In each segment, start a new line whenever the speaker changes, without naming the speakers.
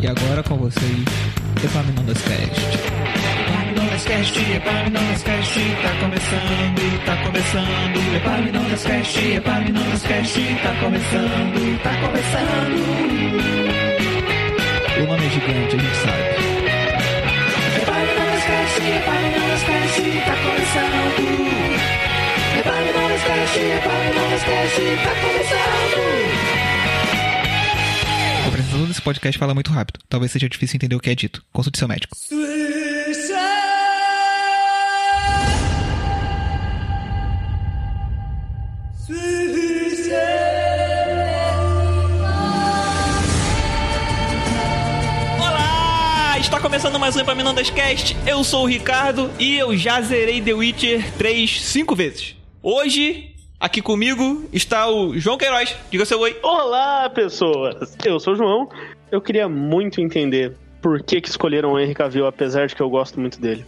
E agora com vocês, Epaminondas Cast. Epaminondas Cast, Epaminondas Cast, tá começando, tá começando. Epaminondas Cast, Epaminondas Cast, tá começando, tá começando. O nome é gigante, a gente sabe.
Epaminondas Cast, Epaminondas Cast, tá começando. Epaminondas Cast, Epaminondas Cast, tá começando.
A apresentação desse podcast fala muito rápido. Talvez seja difícil entender o que é dito. Consulte seu médico.
Olá! Está começando mais um Epaminondas Cast. Eu sou o Ricardo e eu já zerei The Witcher 3 cinco vezes. Hoje, aqui comigo está o João Queiroz. Diga seu oi.
Olá, pessoas! Eu sou o João. Eu queria muito entender por que, que escolheram o Henry Cavill, apesar de que eu gosto muito dele.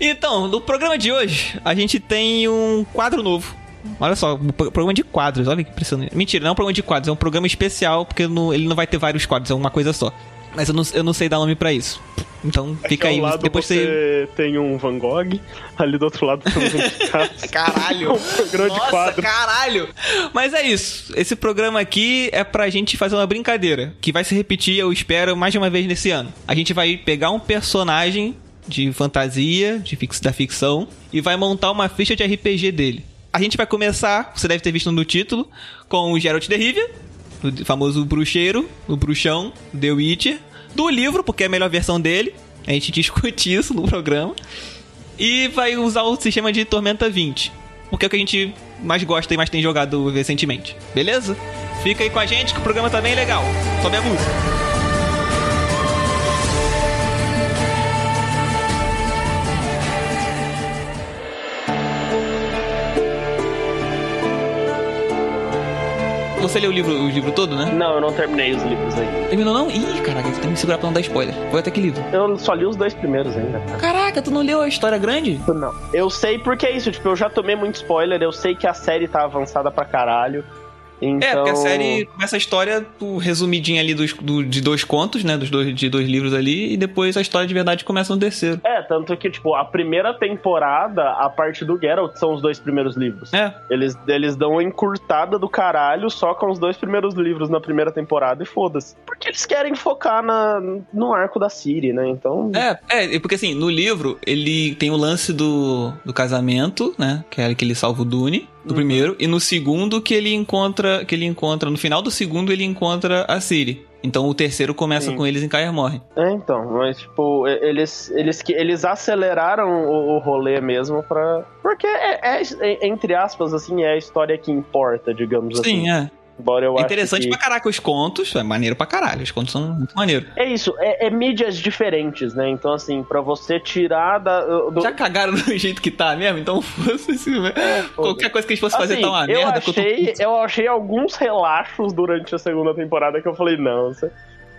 Então, no programa de hoje, a gente tem um quadro novo. Olha só, um pro- programa de quadros, olha que impressionante. Mentira, não é um programa de quadros, é um programa especial, porque não- ele não vai ter vários quadros, é uma coisa só. Mas eu não, eu não sei dar nome pra isso. Então, fica aí.
Aqui É ao lado
Depois você...
você tem um Van Gogh, ali do outro lado temos um Picasso.
Caralho!
um programa de
Nossa,
quadro.
caralho! Mas é isso. Esse programa aqui é pra gente fazer uma brincadeira, que vai se repetir, eu espero, mais de uma vez nesse ano. A gente vai pegar um personagem de fantasia, de fix, da ficção, e vai montar uma ficha de RPG dele. A gente vai começar, você deve ter visto no título, com o Geralt de Rivia, o famoso bruxeiro, o bruxão, The Witcher, do livro, porque é a melhor versão dele. A gente discute isso no programa e vai usar o sistema de Tormenta 20. Porque é o que a gente mais gosta e mais tem jogado recentemente. Beleza? Fica aí com a gente que o programa tá bem legal. Sobe a música. Você leu o livro, o livro todo, né?
Não, eu não terminei os livros ainda.
Terminou não? Ih, caraca, tu tem que me segurar pra não dar spoiler. Foi até que livro?
Eu só li os dois primeiros ainda. cara.
Caraca, tu não leu a história grande?
Não. Eu sei porque é isso, tipo, eu já tomei muito spoiler, eu sei que a série tá avançada pra caralho. Então...
É, porque a série começa a história do- resumidinha ali dos, do- de dois contos, né? Dos dois, de dois livros ali, e depois a história de verdade começa no terceiro.
É, tanto que, tipo, a primeira temporada, a parte do Geralt, são os dois primeiros livros.
É.
Eles, eles dão uma encurtada do caralho só com os dois primeiros livros na primeira temporada e foda-se. Porque eles querem focar na, no arco da Siri, né? Então.
É, é, e porque assim, no livro ele tem o lance do, do casamento, né? Que é que ele salva o Dune, do
Uhum.
primeiro, e no segundo que ele encontra, que ele encontra, no final do segundo ele encontra a Ciri. Então o terceiro começa
Sim.
com eles em Cair Morre.
É, então. Mas, tipo, e- eles, eles, que- eles aceleraram o, o rolê mesmo pra. Porque, é, é- é- entre aspas, assim, é a história que importa, digamos assim.
Sim, é.
Embora eu
É
ache
interessante
que...
pra caraca os contos, é maneiro pra caralho, os contos são muito maneiro.
É isso, é, é mídias diferentes, né? Então, assim, pra você tirar da. Do...
Já cagaram do jeito que tá mesmo, então foda-se, velho. Qualquer coisa que eles fossem fazer
É, Assim,
tá uma
eu
merda. que
achei,
eu
eu, achei alguns relaxos durante a segunda temporada que eu falei, não. cê-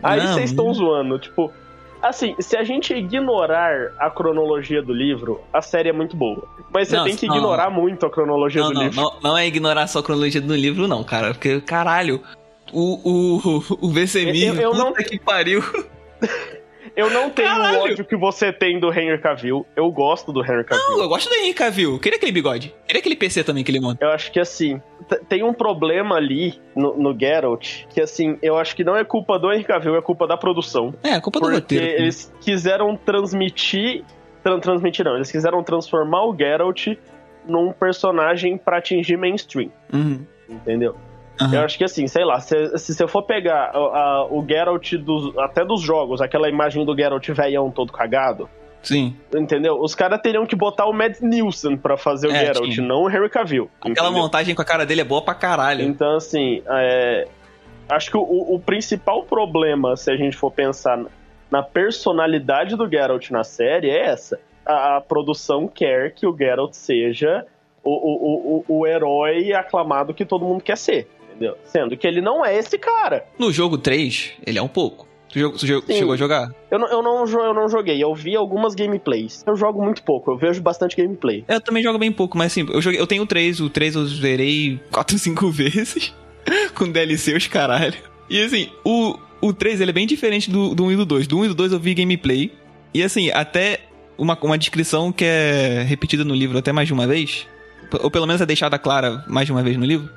Aí
Não,
vocês estão
não.
zoando, tipo. Assim, se a gente ignorar a cronologia do livro, a série é muito boa. Mas você
Não,
tem que
não.
ignorar muito a cronologia
tô... Não,
do
não,
livro.
não, não é ignorar só a cronologia do livro, não, cara. Porque, caralho, o, o, o Vesemir,
Eu- eu
puta
não-
que pariu.
Eu não tenho
Caralho!
o ódio que você tem do Henry Cavill. Eu gosto do Henry Cavill.
Não, eu gosto da Inca, viu? Queria aquele bigode. Queria aquele PC também que ele monta.
Eu acho que assim, t- tem um problema ali no, no Geralt, que assim, eu acho que não é culpa do Henry Cavill, é culpa da produção.
É, a culpa do
Porque
roteiro. cara.
eles quiseram transmitir. tran- transmitir não, eles quiseram transformar o Geralt num personagem pra atingir mainstream,
Uhum.
entendeu?
Aham.
Eu acho que assim, sei lá, se, se eu for pegar a- a- o Geralt dos, até dos jogos, aquela imagem do Geralt velhão todo cagado,
Sim.
entendeu? Os caras teriam que botar o Matt Nielsen pra fazer o
É,
Geralt,
tinha.
não o Harry Cavill.
Aquela
entendeu?
montagem com a cara dele é boa pra caralho.
Então, assim, é, acho que o, o principal problema, se a gente for pensar na- na personalidade do Geralt na série, é essa. A, a produção quer que o Geralt seja o, o, o, o- o herói aclamado que todo mundo quer ser. Entendeu? Sendo que ele não é esse cara.
No jogo 3, ele é um pouco. Tu, jo- tu jo- tu
Sim.
chegou a jogar?
Eu não, eu, não, jo- eu não joguei, eu vi algumas gameplays. Eu jogo muito pouco, eu vejo bastante gameplay.
Eu também jogo bem pouco, mas assim, eu, joguei, eu tenho o 3, o 3 eu zerei 4, 5 vezes. com DLC os caralho. E assim, o, o 3 ele é bem diferente do, do 1 e do 2. Do 1 e do 2 eu vi gameplay. E assim, até uma, uma descrição que é repetida no livro até mais de uma vez, ou pelo menos é deixada clara mais de uma vez no livro,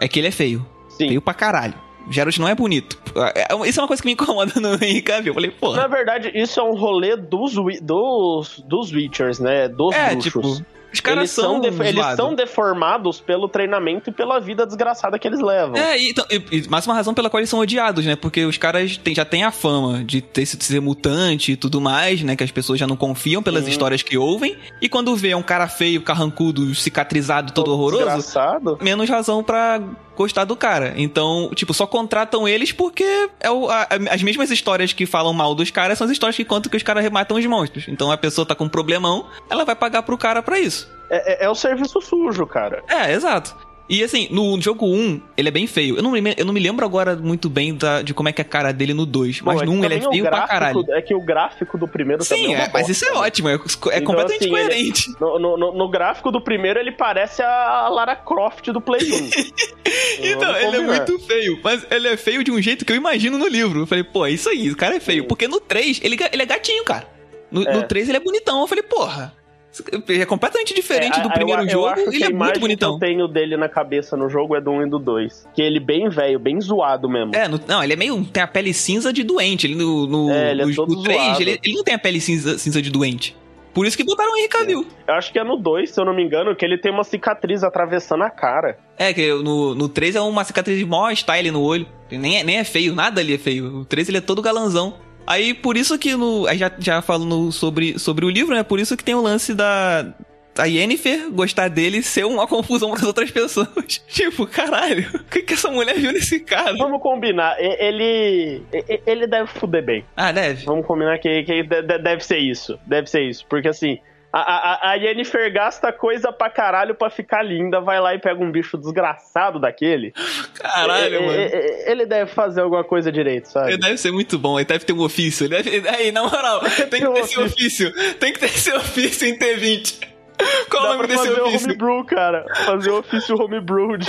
é que ele é feio.
Sim.
Feio pra caralho. Geralt não é bonito. É- Isso é uma coisa que me incomoda no Henry Cavill. Eu falei, porra.
Na verdade, isso é um rolê dos, wi- dos, dos Witchers, né? Dos
É,
bruxos.
tipo, os caras
eles
são.
def- eles
zoados.
são deformados pelo treinamento e pela vida desgraçada que eles levam.
É, e, então, e- e mais uma razão pela qual eles são odiados, né? Porque os caras têm- já têm a fama de ter sido ser mutante e tudo mais, né? Que as pessoas já não confiam pelas
Sim.
histórias que ouvem. E quando vê um cara feio, carrancudo, cicatrizado, todo
Todo
horroroso,
Desgraçado.
menos razão pra gostar do cara. Então, tipo, só contratam eles porque é o- a- a- as mesmas histórias que falam mal dos caras são as histórias que contam que os caras rematam os monstros. Então a pessoa tá com um problemão, ela vai pagar pro cara pra isso.
É, é- é o serviço sujo, cara.
É, exato. E assim, no jogo 1, ele é bem feio. Eu não me, eu não me lembro agora muito bem da- de como é que é a cara dele no 2, mas
Bom,
no 1
que
ele é
também o
feio pra caralho.
É que o gráfico do primeiro
Sim,
também é uma
é, mas
bosta,
isso é
né?
ótimo, é, é
Então,
completamente
assim, ele-
coerente.
No, no- no- no gráfico do primeiro, ele parece a Lara Croft do Play 1.
Então,
Vamos
ele é
combinar.
muito feio, mas ele é feio de um jeito que eu imagino no livro. Eu falei, pô, é isso aí, o cara é feio. Porque no 3, ele, ga- ele é gatinho, cara. No,
É.
no 3 ele é bonitão. Eu falei, porra, isso é completamente diferente
É,
do
a-
primeiro
eu, eu
jogo,
acho que
ele
a
é
imagem
muito bonitão.
que eu tenho dele na cabeça no jogo é do 1 e do 2. Que ele bem velho, bem zoado mesmo.
É, no- não, ele é meio. tem a pele cinza de doente. Ele no, no,
É, ele é
no,
todo
no 3,
zoado.
ele, ele não tem a pele cinza, cinza de doente. Por isso que botaram o Henry Cavill.
Eu acho que é no 2, se eu não me engano, que ele tem uma cicatriz atravessando a cara.
É, que no, no 3 é uma cicatriz de maior style no olho. Nem é, nem é feio, nada ali é feio. O 3 ele é todo galanzão. Aí por isso que no. Aí já, já falando sobre, sobre o livro, né? Por isso que tem o lance da. A Yennefer gostar dele ser uma confusão com as outras pessoas. tipo, caralho, o que, que essa mulher viu nesse cara?
Vamos combinar, e- ele. e- Ele deve fuder bem.
Ah, deve.
Vamos combinar que, que de- de- deve ser isso. Deve ser isso. Porque assim, a, a, a Yennefer gasta coisa pra caralho pra ficar linda, vai lá e pega um bicho desgraçado daquele.
Caralho,
E-
mano.
e- e- Ele deve fazer alguma coisa direito, sabe?
Ele deve ser muito bom, ele deve ter um ofício. Ele deve... Aí, na moral, tem que ter esse ofício. Tem que ter esse ofício em T20. Qual
Dá
o nome
pra
desse
fazer um o
um ofício?
homebrew, cara. Fazer o ofício homebrew de...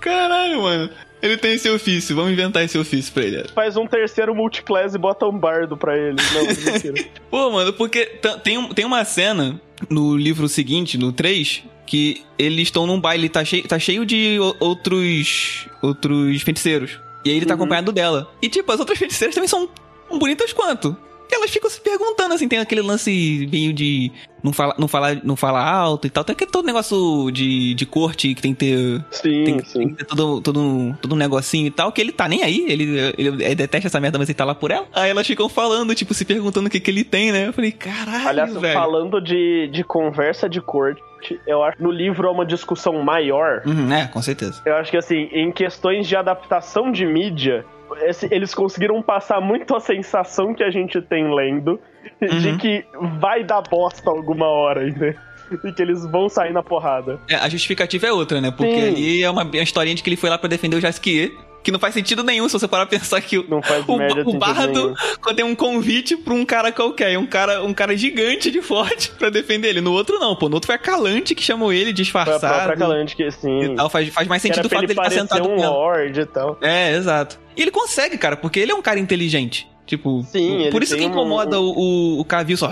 Caralho, mano. Ele tem esse ofício, vamos inventar esse ofício pra ele.
Faz um terceiro multiclass e bota um bardo pra ele. Não, mentira.
Pô, mano, porque t- tem, um- tem uma cena no livro seguinte, no 3, que eles estão num baile, tá cheio, tá cheio de o- outros outros feiticeiros. E aí ele tá
Uhum.
acompanhado dela. E tipo, as outras feiticeiras também são tão bonitas quanto. E elas ficam se perguntando, assim, tem aquele lance meio de não falar não fala, não fala alto e tal. Tem aquele todo negócio de, de corte que tem que ter
Sim,
tem, tem
sim.
que ter todo, todo, um, todo um negocinho e tal, que ele tá nem aí, ele, ele, ele detesta essa merda, mas ele tá lá por ela. Aí elas ficam falando, tipo, se perguntando o que que ele tem, né? Eu falei, caralho,
Aliás,
velho.
falando de, de conversa de corte, eu acho que no livro é uma discussão maior.
Uhum, é, com certeza.
Eu acho que, assim, em questões de adaptação de mídia, esse- eles conseguiram passar muito a sensação que a gente tem lendo de
Uhum.
que vai dar bosta alguma hora, né? E que eles vão sair na porrada.
É, a justificativa é outra, né? Porque
Sim.
ali é uma, é uma historinha de que ele foi lá pra defender o Jaskier, que não faz sentido nenhum se você parar pra pensar que o,
Não faz
o,
merda
o
sentido nenhum.
bardo quando tem um convite pra um cara qualquer, um cara, um cara gigante de forte pra defender ele. No outro não, pô. No outro foi a Calante que chamou ele
Foi a
disfarçado.
própria Calante que, assim,
E tal, faz, faz mais
que
sentido
era
o fato
pra ele
dele estar
parecer
sentado
um
com ela.
lord e tal.
É, exato. E ele consegue, cara, porque ele é um cara inteligente. Tipo,
Sim, ele
por isso que
tem um-
incomoda o, o, o Cavill só.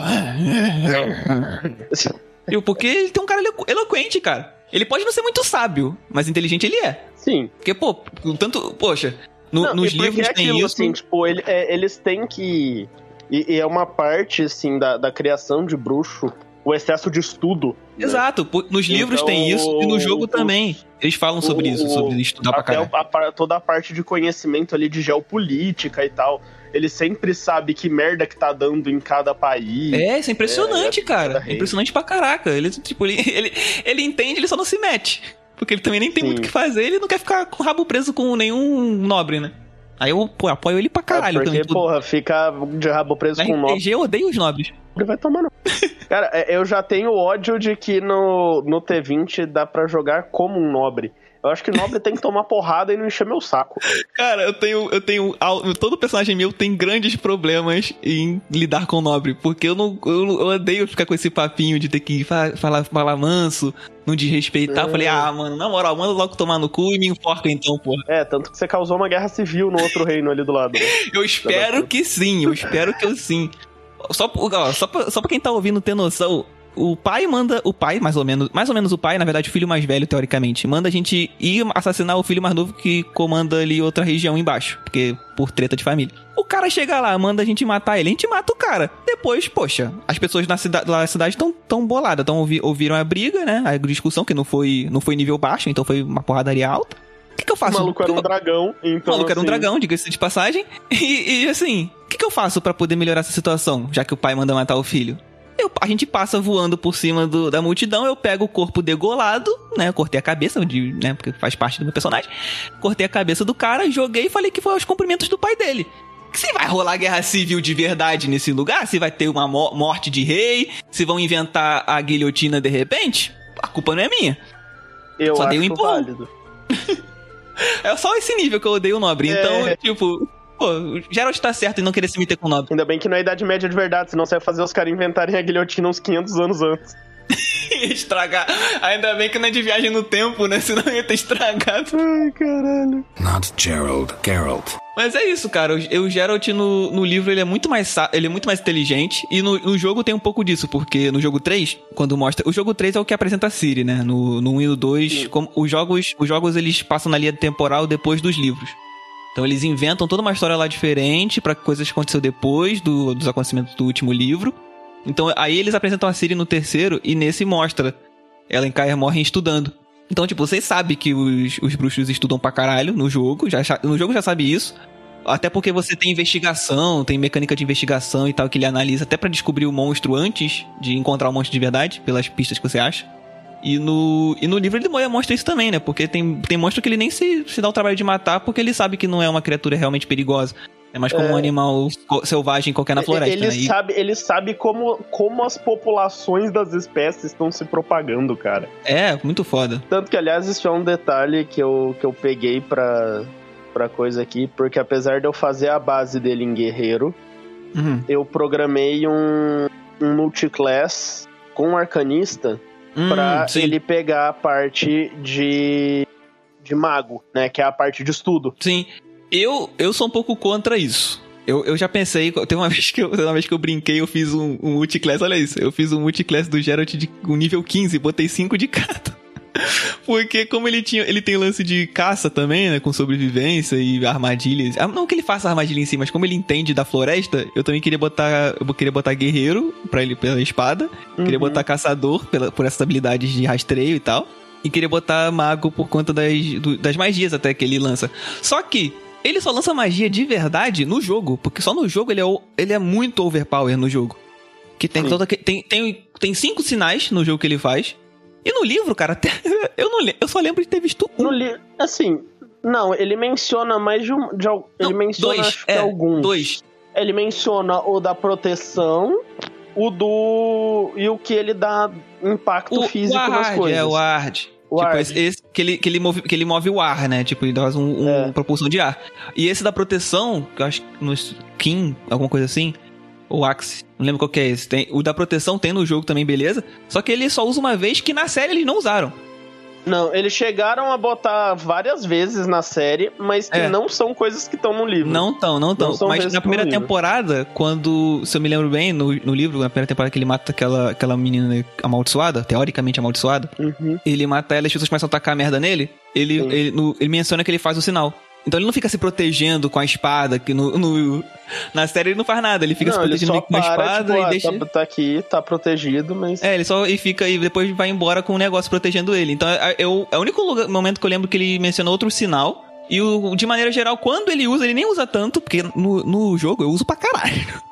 Tipo, porque ele tem um cara elo- eloquente, cara. Ele pode não ser muito sábio, mas inteligente ele é.
Sim.
Porque, pô, o tanto. Poxa, no-
Não,
nos
e porque
livros
é
tem
aquilo,
isso.
Assim, tipo, ele- é, eles têm que. E, e é uma parte, assim, da, da criação de bruxo, o excesso de estudo. né?
Exato, pô, nos
Então,
livros tem isso e no jogo
o-
também. Eles falam sobre
o-
isso, sobre estudar pra
Até
caralho.
o- a par- toda a parte de conhecimento ali de geopolítica e tal. Ele sempre sabe que merda que tá dando em cada país. né,
É, isso é impressionante, cara.
rei.
É impressionante pra caraca. Ele, tipo, ele, ele, ele entende, ele só não se mete. Porque ele também nem tem
Sim.
muito o que fazer, ele não quer ficar com o rabo preso com nenhum nobre, né? Aí eu pô, apoio ele pra caralho. então
É porque,
também.
porra, fica de rabo preso
Na
com o nó
RPG eu odeio os nobres.
Ele vai tomar não. Cara, é, eu já tenho ódio de que no, no T20 dá pra jogar como um nobre. Eu acho que nobre tem que tomar porrada e não encher meu saco.
Cara, eu tenho. Eu tenho. Todo personagem meu tem grandes problemas em lidar com nobre. Porque eu não. Eu, eu odeio ficar com esse papinho de ter que fa falar, falar manso, não desrespeitar. Eu Falei, ah, mano, na moral, manda logo tomar no cu e me enforca então, porra.
É, tanto que você causou uma guerra civil no outro reino ali do lado. né?
Eu espero que sim, eu espero que eu sim. Só, ó, só, pra, só pra quem tá ouvindo ter noção, o pai manda o pai mais ou menos mais ou menos o pai na verdade o filho mais velho teoricamente manda a gente ir assassinar o filho mais novo que comanda ali outra região embaixo porque por treta de família o cara chega lá manda a gente matar ele a gente mata o cara depois poxa as pessoas na cidade lá na cidade estão tão boladas tão ouvi, ouviram a briga né a discussão que não foi não foi nível baixo então foi uma porradaria alta o que, que eu faço?
O maluco era um dragão, então.
O maluco era um
assim,
dragão, diga-se de passagem. E, e, assim, o que, que eu faço pra poder melhorar essa situação, já que o pai manda matar o filho? Eu- a gente passa voando por cima do- da multidão, eu pego o corpo degolado, né? Cortei a cabeça, de- né? Porque faz parte do meu personagem. Cortei a cabeça do cara, joguei e falei que foi aos cumprimentos do pai dele. Se vai rolar guerra civil de verdade nesse lugar, se vai ter uma mo- morte de rei, se vão inventar a guilhotina de repente, a culpa não é minha.
Eu
só
acho
dei um empurrão.
válido.
É só esse nível que eu odeio o nobre. Então,
É.
tipo, pô, o Geralt tá certo em não querer se meter com o nobre.
Ainda bem que não é Idade Média de verdade, senão você ia fazer os caras inventarem a guilhotina uns 500 anos antes.
Estragar. Ainda bem que não é de viagem no tempo, né? Senão ia ter estragado.
Ai, caralho.
Not Gerald, Geralt.
Mas é isso, cara. O, o Geralt no, no livro ele é muito mais sa- ele é muito mais inteligente e no, no jogo tem um pouco disso, porque no jogo 3, quando mostra, o jogo 3 é o que apresenta a Siri, né? No, no 1 e no 2, como- os jogos, os jogos eles passam na linha temporal depois dos livros. Então eles inventam toda uma história lá diferente pra coisas que aconteceu depois do- dos acontecimentos do último livro. Então aí eles apresentam a Siri no terceiro e nesse mostra ela e Caia morrem estudando. Então, tipo, você sabe que os, os bruxos estudam pra caralho no jogo, já, sa- no jogo já sabe isso. Até porque você tem investigação, tem mecânica de investigação e tal, que ele analisa até pra descobrir o monstro antes de encontrar o monstro de verdade, pelas pistas que você acha. E no, e no livro ele mo- mostra isso também, né? Porque tem, tem monstro que ele nem se, se dá o trabalho de matar porque ele sabe que não é uma criatura realmente perigosa. É mais como um animal co- selvagem qualquer na floresta,
ele,
né? E-
sabe, ele sabe como, como as populações das espécies estão se propagando, cara.
É, muito foda.
Tanto que, aliás, isso é um detalhe que eu, que eu peguei pra, pra coisa aqui, porque apesar de eu fazer a base dele em guerreiro,
Uhum.
eu programei um, um multiclass com um arcanista
Hum,
pra
sim.
ele pegar a parte de, de mago, né? Que é a parte de estudo.
Sim. Eu, eu sou um pouco contra isso. Eu, eu já pensei, teve uma vez que eu, teve uma vez que eu brinquei, eu fiz um, um multiclass, olha isso, eu fiz um multiclass do Geralt de um nível 15, botei 5 de cada. Porque como ele tinha, ele tem lance de caça também, né, com sobrevivência e armadilhas. Ah, Não que ele faça armadilha em si, mas como ele entende da floresta, eu também queria botar, eu queria botar guerreiro para ele pela espada, queria botar caçador pela, por essas habilidades de rastreio e tal. E queria botar mago por conta das, do- das magias até que ele lança. Só que ele só lança magia de verdade no jogo, porque só no jogo ele é, o- ele é muito overpower no jogo. Que tem,
Sim.
toda, que- tem, tem, tem cinco sinais no jogo que ele faz. E no livro, cara, até- eu, não, le- eu só lembro de ter visto um.
No li- assim, não, ele menciona mais de um. de al- ele
Não,
menciona
dois,
acho que
é,
alguns.
Dois.
Ele menciona o da proteção, o do. e o que ele dá impacto físico nas
hard,
coisas.
é, o hard.
O
tipo,
hard.
esse, esse que, ele, que, ele move, que ele move o ar, né? Tipo, ele faz um, um
É.
propulsão de ar. E esse da proteção, que eu acho que no Kim, alguma coisa assim, ou Axe, não lembro qual que é esse. Tem, o da proteção tem no jogo também, beleza? Só que ele só usa uma vez que na série eles não usaram.
Não, eles chegaram a botar várias vezes na série, mas que
É.
não são coisas que estão no livro.
Não tão, não tão.
Não são
Mas
vezes
na
pelo
primeira
livro.
temporada, quando, se eu me lembro bem, no, no livro, na primeira temporada que ele mata aquela, aquela menina amaldiçoada, teoricamente amaldiçoada,
Uhum.
ele mata ela e as pessoas começam a tacar merda nele, ele,
Sim.
ele, no- ele menciona que ele faz o sinal. Então ele não fica se protegendo com a espada, que no, no- na série ele não faz nada, ele fica se
não, ele
protegendo
só
meio que com a
para,
espada
tipo, ah,
e deixa.
tá, tá aqui, tá protegido, mas.
É, ele só e fica e depois vai embora com o negócio protegendo ele. Então é- é o é o único lugar- momento que eu lembro que ele menciona outro sinal. E o, de maneira geral, quando ele usa, ele nem usa tanto, porque no, no jogo eu uso pra caralho.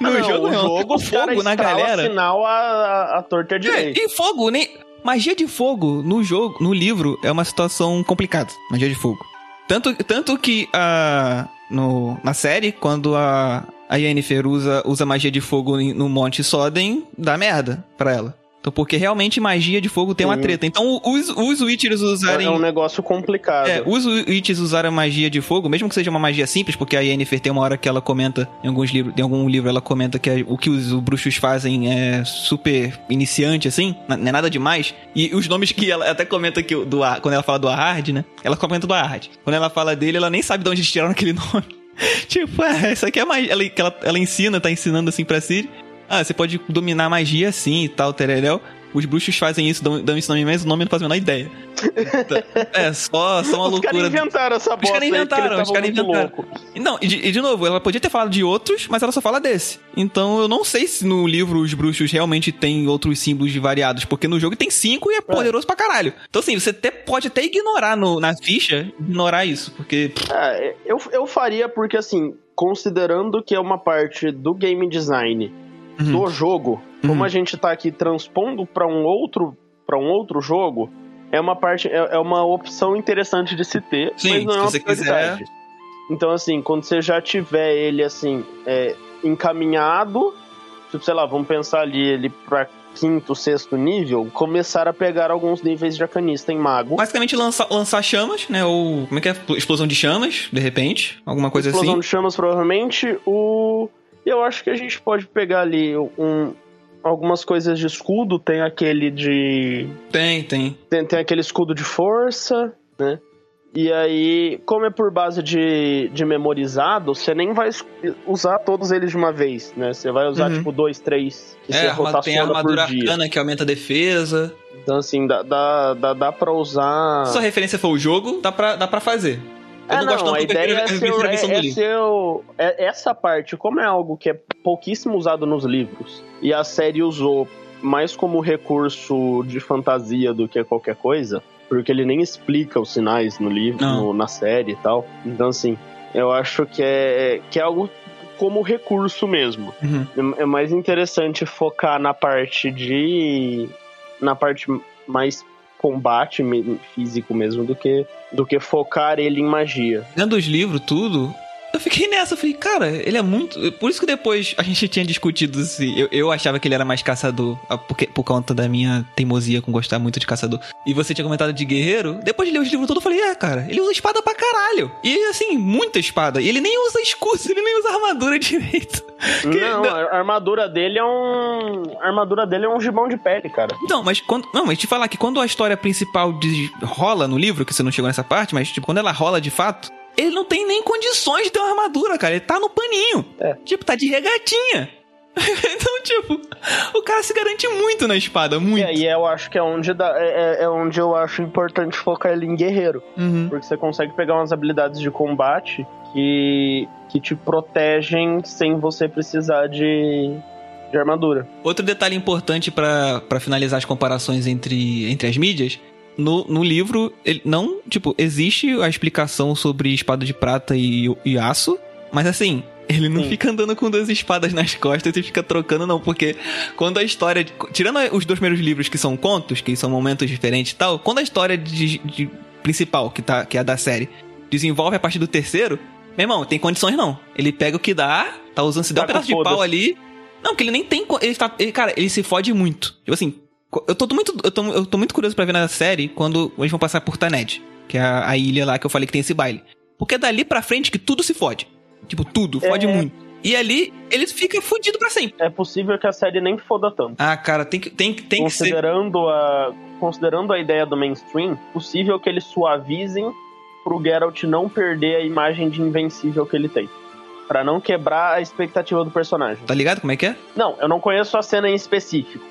No
Ah, não,
jogo
o
não, eu
jogo
taco
os caras
fogo na
estralam
galera.
sinal a, a, a torta e
É,
à direita.
e fogo, nem. Magia de fogo no jogo, no livro, é uma situação complicada. Magia de fogo. Tanto, tanto que a. no, na série, quando a. A Yennefer usa, usa magia de fogo em- no Monte Soden, dá merda pra ela. Então, Porque realmente magia de fogo tem uma
Sim.
treta. Então, os, os Witchers usarem.
É um negócio complicado.
É, os Witches usaram a magia de fogo, mesmo que seja uma magia simples, porque a Yennefer tem uma hora que ela comenta, em alguns livros, em algum livro ela comenta que a- o que os bruxos fazem é super iniciante, assim, na- não é nada demais. E os nomes que ela até comenta que o- do Ar- quando ela fala do Ahard, né? Ela comenta do Ahard. Quando ela fala dele, ela nem sabe de onde eles tiraram aquele nome. tipo, ah, isso aqui é magia. Ela, que ela, ela ensina, tá ensinando assim pra Ciri. Ah, você pode dominar a magia assim e tal, tereréu. Os bruxos fazem isso, dão, dão esse nome, mas o nome não faz a menor ideia. É, só, só uma
Os caras
loucura.
inventaram essa bosta.
caras
aí, porque
inventaram,
eles
os caras
estavam muito
inventaram.
loucos.
Não, e de, e de novo, ela podia ter falado de outros, mas ela só fala desse. Então eu não sei se no livro os bruxos realmente têm outros símbolos variados, porque no jogo tem cinco e é poderoso pra caralho. Então assim, você até, pode até ignorar no- na ficha, ignorar isso, porque... pff,
Ah, é, eu, eu faria porque, assim, considerando que é uma parte do game design
Uhum.
do jogo, como
Uhum.
a gente tá aqui transpondo pra um outro para um outro jogo, é uma parte é, é uma opção interessante de se ter,
Sim,
mas não
se
é uma
você
prioridade. Então, assim, quando você já tiver ele, assim, é, encaminhado, tipo, sei lá, vamos pensar ali ele pra quinto, sexto nível, começar a pegar alguns níveis de arcanista em mago.
Basicamente lança- lançar chamas, né, ou como é que é? Explosão de chamas, de repente, alguma coisa
Explosão
assim.
de chamas, provavelmente. O. Eu acho que a gente pode pegar ali um. Algumas coisas de escudo, tem aquele de.
Tem, tem.
Tem, tem aquele escudo de força, né? E aí, como é por base de, de memorizado, você nem vai es- usar todos eles de uma vez, né? Você vai usar,
Uhum.
tipo, dois, três. Que
É,
você
arma- tem a
rotaciona por
armadura
dia.
arcana que aumenta a defesa.
Então, assim, dá, dá, dá, dá pra usar.
Se sua referência for o jogo, dá pra, dá pra fazer. Eu
É,
não, gosto
não,
tanto
a
do
ideia
primeiro-
é
primeiro
ser, o-
versão do
é, é
livro.
ser o- é- essa parte, como é algo que é pouquíssimo usado nos livros, e a série usou mais como recurso de fantasia do que qualquer coisa, porque ele nem explica os sinais no livro,
Não.
no- na série e tal. Então, assim, eu acho que é, que é algo como recurso mesmo.
Uhum.
É- É mais interessante focar na parte de. na parte mais combate me- físico mesmo do que do que focar ele em magia.
lendo os livros, tudo, eu fiquei nessa. Eu falei, cara, ele é muito. Por isso que depois a gente tinha discutido se. Eu, eu achava que ele era mais caçador, ah, porque, por conta da minha teimosia com gostar muito de caçador. E você tinha comentado de guerreiro. Depois de ler os livros todos, eu falei, é, cara, ele usa espada pra caralho. E assim, muita espada. E ele nem usa escudo, ele nem usa armadura direito. Que-
não,
não.
a armadura dele é um. A armadura dele é um gibão de pele, cara.
Não, mas quando. Não, mas te falar que quando a história principal de- rola no livro, que você não chegou nessa parte, mas tipo, quando ela rola de fato, ele não tem nem condições de ter uma armadura, cara. Ele tá no paninho.
É.
Tipo, tá de regatinha. então, tipo, o cara se garante muito na espada,
E
muito.
aí eu acho que é onde, dá- é, é- é onde eu acho importante focar ele em guerreiro.
Uhum.
Porque você consegue pegar umas habilidades de combate que, que te protegem sem você precisar de, de armadura.
Outro detalhe importante pra pra finalizar as comparações entre, entre as mídias. No, no livro, ele não, tipo, existe a explicação sobre espada de prata e, e aço, mas assim, ele não
Sim.
fica andando com duas espadas nas costas e fica trocando, não, porque quando a história. de- Tirando os dois primeiros livros que são contos, que são momentos diferentes e tal, quando a história de- de- principal, que, tá, que é a da série, desenvolve a partir do terceiro, meu irmão, tem condições não. Ele pega o que dá, tá usando, se dá um
Taca o
pedaço de pau
foda-se.
ali. Não, que ele nem tem. co- Ele tá, ele- cara, ele se fode muito. Tipo assim, co- eu tô muito, eu tô, eu tô muito curioso pra ver na série quando eles vão passar por Taned, que é a, a ilha lá que eu falei que tem esse baile. Porque é dali pra frente que tudo se fode. Tipo, tudo, fode
É.
muito. E ali, ele fica fudido pra sempre.
É possível que a série nem foda tanto.
Ah, cara, tem que, tem, que- tem que ser.
considerando a considerando a ideia do mainstream, possível que eles suavizem pro Geralt não perder a imagem de invencível que ele tem. Pra não quebrar a expectativa do personagem.
Tá ligado como é que é?
Não, eu não conheço a cena em específico.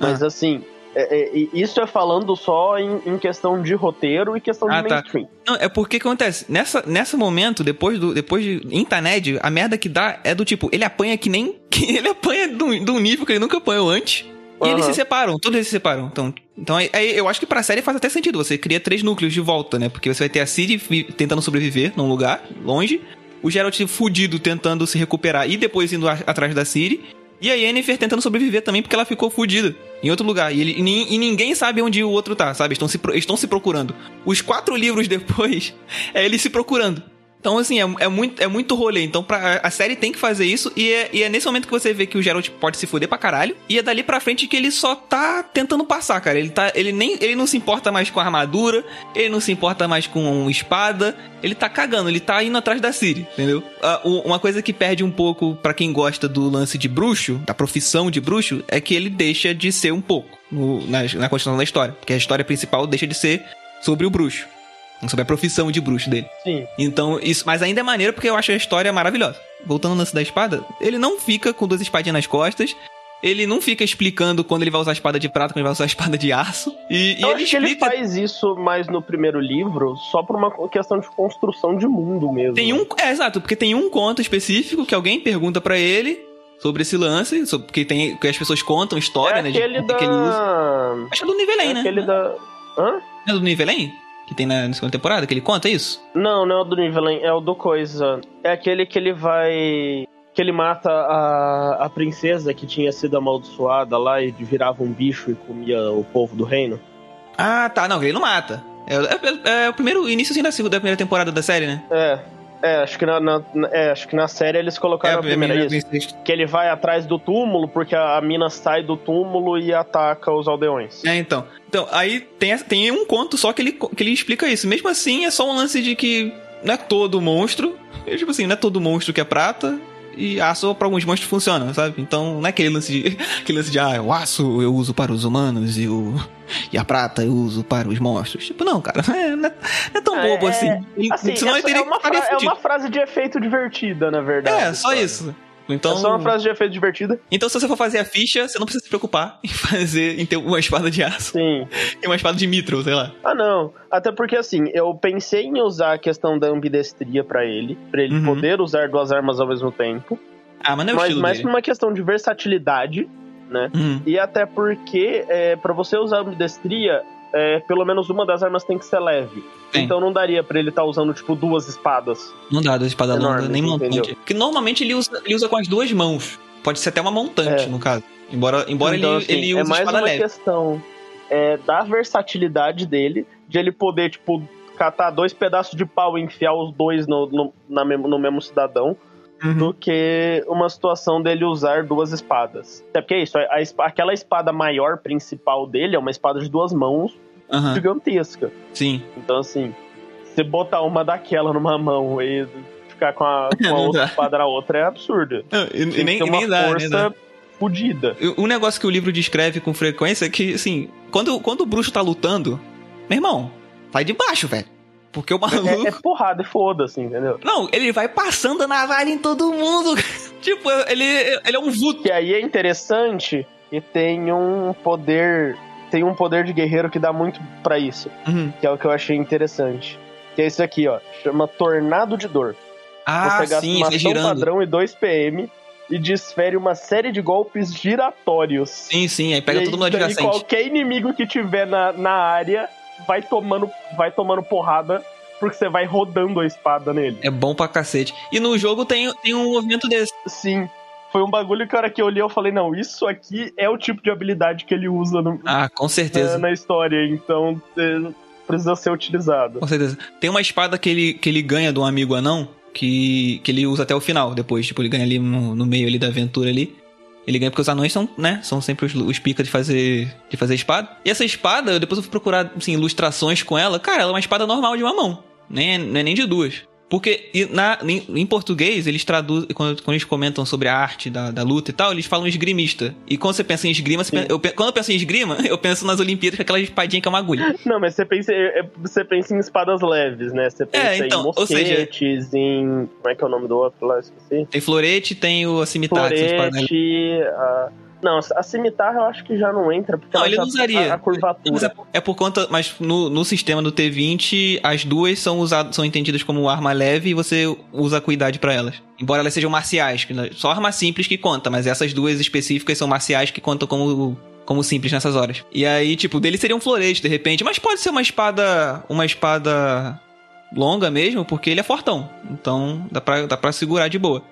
Mas
Ah.
assim, é- é- e isso é falando só em, em questão de roteiro e questão
Ah,
de
tá.
mainstream.
Não, é porque que acontece? Nessa, nesse momento, depois do. Depois de. Em Taned, a merda que dá é do tipo, ele apanha que nem. que ele apanha de um de um nível que ele nunca apanhou antes. E eles
Aham.
se separam, todos eles se separam. Então, então aí, aí eu acho que pra série faz até sentido. Você cria três núcleos de volta, né? Porque você vai ter a Ciri vi- tentando sobreviver num lugar, longe. O Geralt fudido tentando se recuperar e depois indo a- atrás da Ciri. E a Yennefer tentando sobreviver também porque ela ficou fudida em outro lugar. E, ele, e nin- e ninguém sabe onde o outro tá, sabe? Estão se, pro- estão se procurando. Os quatro livros depois é eles se procurando. Então, assim, é, é muito, é muito rolê. Então, pra, a série tem que fazer isso. E é, e é nesse momento que você vê que o Geralt pode se fuder pra caralho. E é dali pra frente que ele só tá tentando passar, cara. Ele, tá, ele, nem, ele não se importa mais com armadura. Ele não se importa mais com espada. Ele tá cagando. Ele tá indo atrás da Ciri, entendeu? Ah, u- uma coisa que perde um pouco pra quem gosta do lance de bruxo, da profissão de bruxo, é que ele deixa de ser um pouco no- na, na continuação da história. Porque a história principal deixa de ser sobre o bruxo. Sobre a profissão de bruxo dele.
Sim.
Então, isso, mas ainda é maneiro porque eu acho a história maravilhosa. Voltando ao lance da espada, ele não fica com duas espadinhas nas costas. Ele não fica explicando quando ele vai usar a espada de prata, quando ele vai usar a espada de aço. E, e
Eu
ele
acho que ele
explica.
faz isso mais no primeiro livro, só por uma questão de construção de mundo mesmo.
Tem um, é, exato, porque tem um conto específico que alguém pergunta pra ele sobre esse lance, sobre, que, tem, que as pessoas contam história,
é
né?
aquele
de,
da...
que ele usa. Acho que é do Nivelém,
é
né?
aquele da... Hã?
É do Nivelém? Que tem na, na segunda temporada, que ele conta, é isso?
Não, não é o do Nivelen, é o do Coisa. É aquele que ele vai... Que ele mata a, a princesa que tinha sido amaldiçoada lá e virava um bicho e comia o povo do reino.
Ah, tá. Não, ele não mata. É, é- é o primeiro início da, segunda- da primeira temporada da série, né?
É, é, acho que na, na- é, acho que na série eles
é
colocaram
a
a primeira, isso.
princesa-
Que ele vai atrás do túmulo, porque a, a mina sai do túmulo e ataca os aldeões.
É, então. Então, aí tem, essa- tem um conto só que ele, co- que ele explica isso. Mesmo assim, é só um lance de que não é todo monstro. É, tipo assim, não é todo monstro que é prata. E aço pra alguns monstros funciona, sabe? Então, não é aquele lance de. Aquele lance de, ah, o aço eu uso para os humanos e o. E a prata eu uso para os monstros. Tipo, não, cara, não é, não é- não é tão
É,
bobo
é-
assim.
Assim,
Senão
é,
eu teria
é uma
que faria
fra- é
fudido.
uma frase de efeito divertida, na verdade.
É, só
sabe?
isso. Então,
É só uma frase de efeito divertida.
então, se você for fazer a ficha, você não precisa se preocupar em fazer em ter uma espada de aço
Sim.
e uma espada de mitro, sei lá.
Ah, não. Até porque, assim, eu pensei em usar a questão da ambidestria pra ele. pra ele
Uhum.
poder usar duas armas ao mesmo tempo.
Ah, mas não é o
mas
estilo
mais
dele.
por uma questão de versatilidade, né?
Hum.
E até porque, é, para você usar ambidestria, é, pelo menos uma das armas tem que ser leve.
Tem.
Então não daria pra ele estar usando, tipo, duas espadas.
Não dá duas espadas
Enorme, assim,
longas, nem
entendeu?
montante. Porque normalmente ele usa, ele usa com as duas mãos. Pode ser até uma montante,
É.
no caso. Embora, embora
Então,
ele,
assim,
ele use
é mais
espada
uma
leve.
questão é, da versatilidade dele, de ele poder, tipo, catar dois pedaços de pau e enfiar os dois no, no, na mesmo- no mesmo cidadão,
Uhum.
do que uma situação dele usar duas espadas. Até porque é isso, a- a espa- aquela espada maior principal dele é uma espada de duas mãos
Aham,
gigantesca.
Sim.
Então, assim, você botar uma daquela numa mão e ficar com a, com a
Não
outra
dá.
espada na outra é absurdo.
Não, e, e
Tem
nem,
que
e
ter uma
nem dá, né?
força
dá.
fodida.
Um negócio que o livro descreve com frequência é que, assim, quando, quando o bruxo tá lutando, meu irmão, vai de baixo, velho. Porque o maluco.
É, é porrada e foda-se, entendeu?
Não, ele vai passando a navalha em todo mundo. tipo, ele, ele é um vulto.
Que aí é interessante e tem um poder. Tem um poder de guerreiro que dá muito pra isso.
Uhum.
Que é o que eu achei interessante. Que é isso aqui, ó. Chama Tornado de Dor.
Ah,
Você gasta
sim,
uma
vai
ação
girando.
padrão e 2 PM e desfere uma série de golpes giratórios.
Sim, sim, aí pega
e,
todo mundo
e
adjacente.
qualquer inimigo que tiver na, na área vai tomando, vai tomando porrada porque você vai rodando a espada nele.
É bom pra cacete. E no jogo tem, tem um movimento desse.
Sim. Foi um bagulho que a hora que eu olhei eu falei, não, isso aqui é o tipo de habilidade que ele usa no-
Ah, com
na,
certeza.
na história, então é, precisa ser utilizado.
Com certeza. Tem uma espada que ele, que ele ganha de um amigo anão, que, que ele usa até o final depois. Tipo, ele ganha ali no, no meio ali da aventura ali. Ele ganha porque os anões são, né, são sempre os, os pica de fazer, de fazer espada. E essa espada, eu depois eu fui procurar, assim, ilustrações com ela. Cara, ela é uma espada normal de uma mão. Nem, não é nem de duas. Porque e na, em, em português, eles traduzem, quando, quando eles comentam sobre a arte da, da luta e tal, eles falam esgrimista. E quando você pensa em esgrima, você
Sim.
pensa- eu pe- quando eu penso em esgrima, eu penso nas Olimpíadas com aquela espadinha que é uma agulha.
Não, mas você pensa, é- é- você pensa em espadas leves, né? Você pensa
então,
em
ou seja-
mosquetes, em. Como é que é o nome do outro lá? Eu Esqueci.
Tem florete, tem o a cimitarra, que são espadas
Florete. a- Não, a cimitarra eu acho que já não entra, porque
Não,
ela
ele
já-
não usaria.
A, a curvatura.
Mas é, é por conta. Mas no, no sistema do T20, as duas são usadas, são entendidas como arma leve e você usa cuidado pra elas. Embora elas sejam marciais, que não- só arma simples que conta, mas essas duas específicas são marciais que contam como. Como simples nessas horas. E aí, tipo, dele seria um florete, de repente. Mas pode ser uma espada. Uma espada. longa mesmo, porque ele é fortão. Então dá pra, dá pra segurar de boa.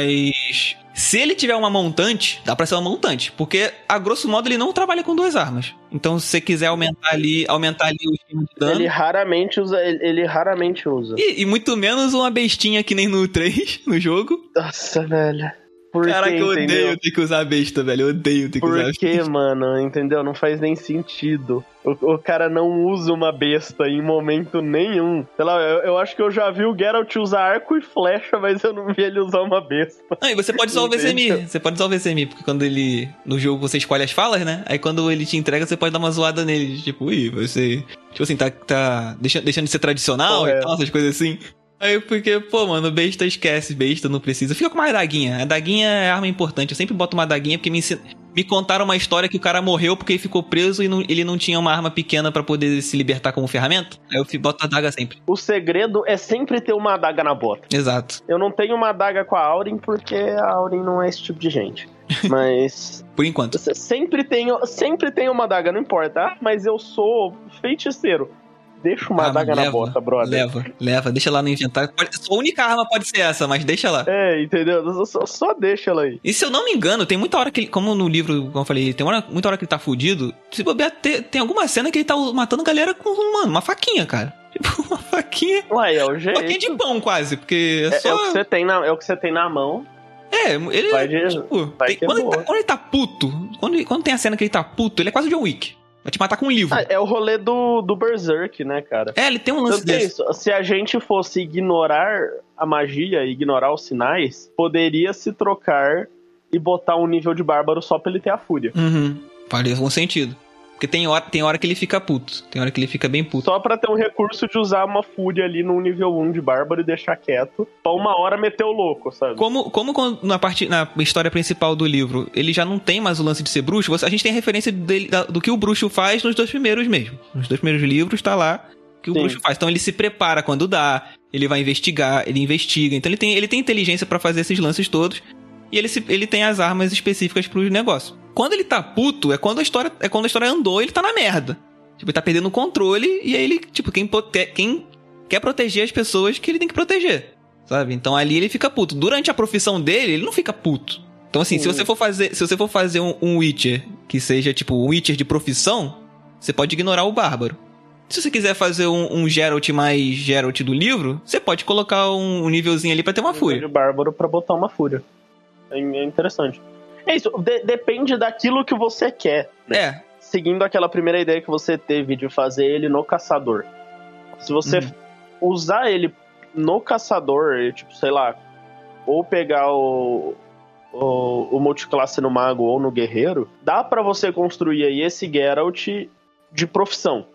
Mas se ele tiver uma montante, dá pra ser uma montante. Porque, a grosso modo, ele não trabalha com duas armas. Então, se você quiser aumentar ali, aumentar ali o esquema de dano.
Ele raramente usa. Ele, ele raramente usa.
E, e muito menos uma bestinha que nem no 3, no jogo.
Nossa, velho. Por
Caraca,
que,
eu
entendeu?
odeio ter que usar a besta, velho. Eu odeio ter que usar a
Por
besta.
que, mano? Entendeu? Não faz nem sentido. O, o cara não usa uma besta em momento nenhum. Sei lá, eu, eu acho que eu já vi o Geralt usar arco e flecha, mas eu não vi ele usar uma besta.
Não, e você pode usar o VCMI.
Entendeu?
Você pode usar o VCMI, porque quando ele. No jogo você escolhe as falas, né? Aí quando ele te entrega, você pode dar uma zoada nele. de Tipo, ui, você. Tipo assim, tá. tá deixando, deixando de ser tradicional e
Correto.
tal, essas coisas assim. Aí porque, pô, mano, besta esquece, besta não precisa. Fica com uma adaguinha. A daguinha é arma importante. Eu sempre boto uma adaguinha porque me, ensina- me contaram uma história que o cara morreu porque ele ficou preso e não- ele não tinha uma arma pequena pra poder se libertar como ferramenta. Aí eu fi- boto a adaga sempre.
O segredo é sempre ter uma adaga na bota.
Exato.
Eu não tenho uma adaga com a Aurin porque a Aurin não é esse tipo de gente. Mas
Por enquanto.
você sempre tem, sempre tem uma adaga, não importa. Ah, mas eu sou feiticeiro. Deixa uma
Ah,
adaga
leva,
na bota, brother.
Leva, leva, deixa lá no inventário. Pode, sua única arma pode ser essa, mas deixa lá.
É, entendeu? Só, só deixa ela aí.
E se eu não me engano, tem muita hora que ele, como no livro, como eu falei, tem hora- muita hora que ele tá fudido. Se bobear, tem, tem alguma cena que ele tá matando galera com, mano, uma faquinha, cara. Tipo, uma faquinha.
Ué, é o jeito.
Faquinha de pão, quase, porque é
É, é o que
só.
você tem na, é o que você tem na mão.
É, ele.
Vai de-
tipo,
vai
tem-
que é
quando, ele
boa.
tá, quando ele tá puto, quando, ele- quando tem a cena que ele tá puto, ele é quase o John Wick. Vai te matar com um livro.
Ah, é o rolê do, do Berserk, né, cara?
é, ele tem um lance
Tanto que
desse.
isso, se a gente fosse ignorar a magia, ignorar os sinais, poderia se trocar e botar um nível de bárbaro só pra ele ter a fúria.
Uhum. Faria algum sentido. Porque tem hora, tem hora que ele fica puto. Tem hora que ele fica bem puto.
Só pra ter um recurso de usar uma fúria ali num nível 1 de bárbaro e deixar quieto. Pra uma hora meter o louco, sabe?
Como, como quando- na, parte, na história principal do livro ele já não tem mais o lance de ser bruxo, você- a gente tem referência dele- da- do que o bruxo faz nos dois primeiros mesmo. Nos dois primeiros livros tá lá o que o
Sim.
bruxo faz. Então ele se prepara quando dá, ele vai investigar, ele investiga. Então ele tem, ele tem inteligência pra fazer esses lances todos. E ele, se- ele tem as armas específicas pros negócios. Quando ele tá puto, é quando a história, é quando a história andou ele tá na merda. Tipo, ele tá perdendo o controle e aí ele, tipo, quem, prote- quem quer proteger as pessoas que ele tem que proteger. Sabe? Então ali ele fica puto. Durante a profissão dele, ele não fica puto. Então assim, se
Sim.
você for fazer, se você for fazer um, um Witcher que seja tipo um Witcher de profissão, você pode ignorar o bárbaro. Se você quiser fazer um, um Geralt mais Geralt do livro, você pode colocar um, um nívelzinho ali pra ter uma
de
fúria.
bárbaro pra botar uma fúria. É, é interessante. É isso, de- depende daquilo que você quer.
É,
seguindo aquela primeira ideia que você teve de fazer ele no caçador. Se você usar ele no caçador, e, tipo, sei lá, ou pegar o, o, o multiclasse no mago ou no guerreiro, dá pra você construir aí esse Geralt de profissão.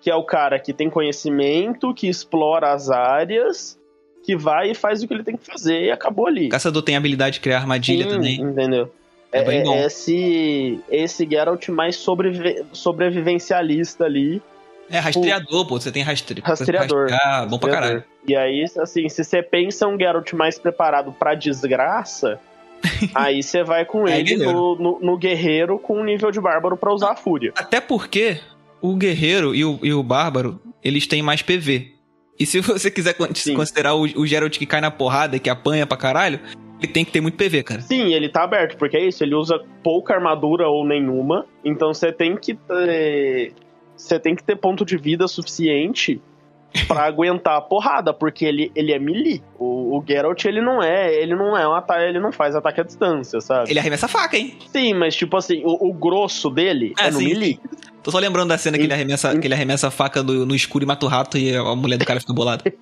Que é o cara que tem conhecimento, que explora as áreas, que vai e faz o que ele tem que fazer e acabou ali.
caçador tem habilidade de criar armadilha
Sim,
também.
Entendeu?
É bem bom.
esse, esse Geralt mais sobrevive- sobrevivencialista ali,
É rastreador, pô, você tem rastre...
Rastreador.
Ah, bom pra caralho.
E aí, assim, se você pensa um Geralt mais preparado pra desgraça, aí você vai com
Aí, é
ele
guerreiro.
no, no- no guerreiro com um nível de bárbaro pra usar a fúria.
Até porque o guerreiro e o, e o bárbaro, eles têm mais PV. E se você quiser con-
Sim.
considerar o, o Geralt que cai na porrada e que apanha pra caralho, ele tem que ter muito PV, cara.
Sim, ele tá aberto, porque é isso, ele usa pouca armadura ou nenhuma, então você tem que ter, você tem que ter ponto de vida suficiente pra aguentar a porrada, porque ele, ele é melee. O, o Geralt ele não é, ele não é um ataque, ele não faz ataque à distância, sabe?
Ele arremessa a faca, hein?
Sim, mas tipo assim, o, o grosso dele
Ah,
é no
sim.
melee.
Tô só lembrando da cena que ele arremessa, que ele arremessa a faca no, no escuro e mata o rato e a mulher do cara fica bolada.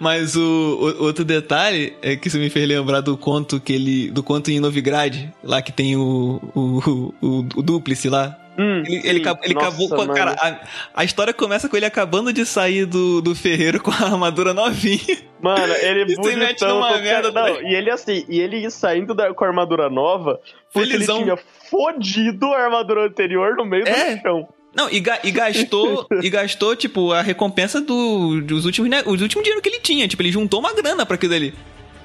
Mas o, o- outro detalhe é que isso me fez lembrar do conto que ele. do conto em Novigrad, lá que tem o. o, o, o, o Dúplice lá.
Hum,
Ele, ele,
sim.
acabou- ele
Nossa,
acabou com a,
mano.
cara, a, a história começa com ele acabando de sair do, do ferreiro com a armadura novinha.
Mano, ele é
Ele se
bonitão.
mete numa
cara-
merda,
não,
né?
e ele assim, e ele saindo da, com a armadura nova, porque
Felizão.
ele tinha fodido a armadura anterior no meio
É.
do chão.
Não, e, ga- e gastou, e gastou, né, tipo, a recompensa do, dos últimos, ne- os últimos dinheiro que ele tinha. Tipo, ele juntou uma grana pra aquilo ali.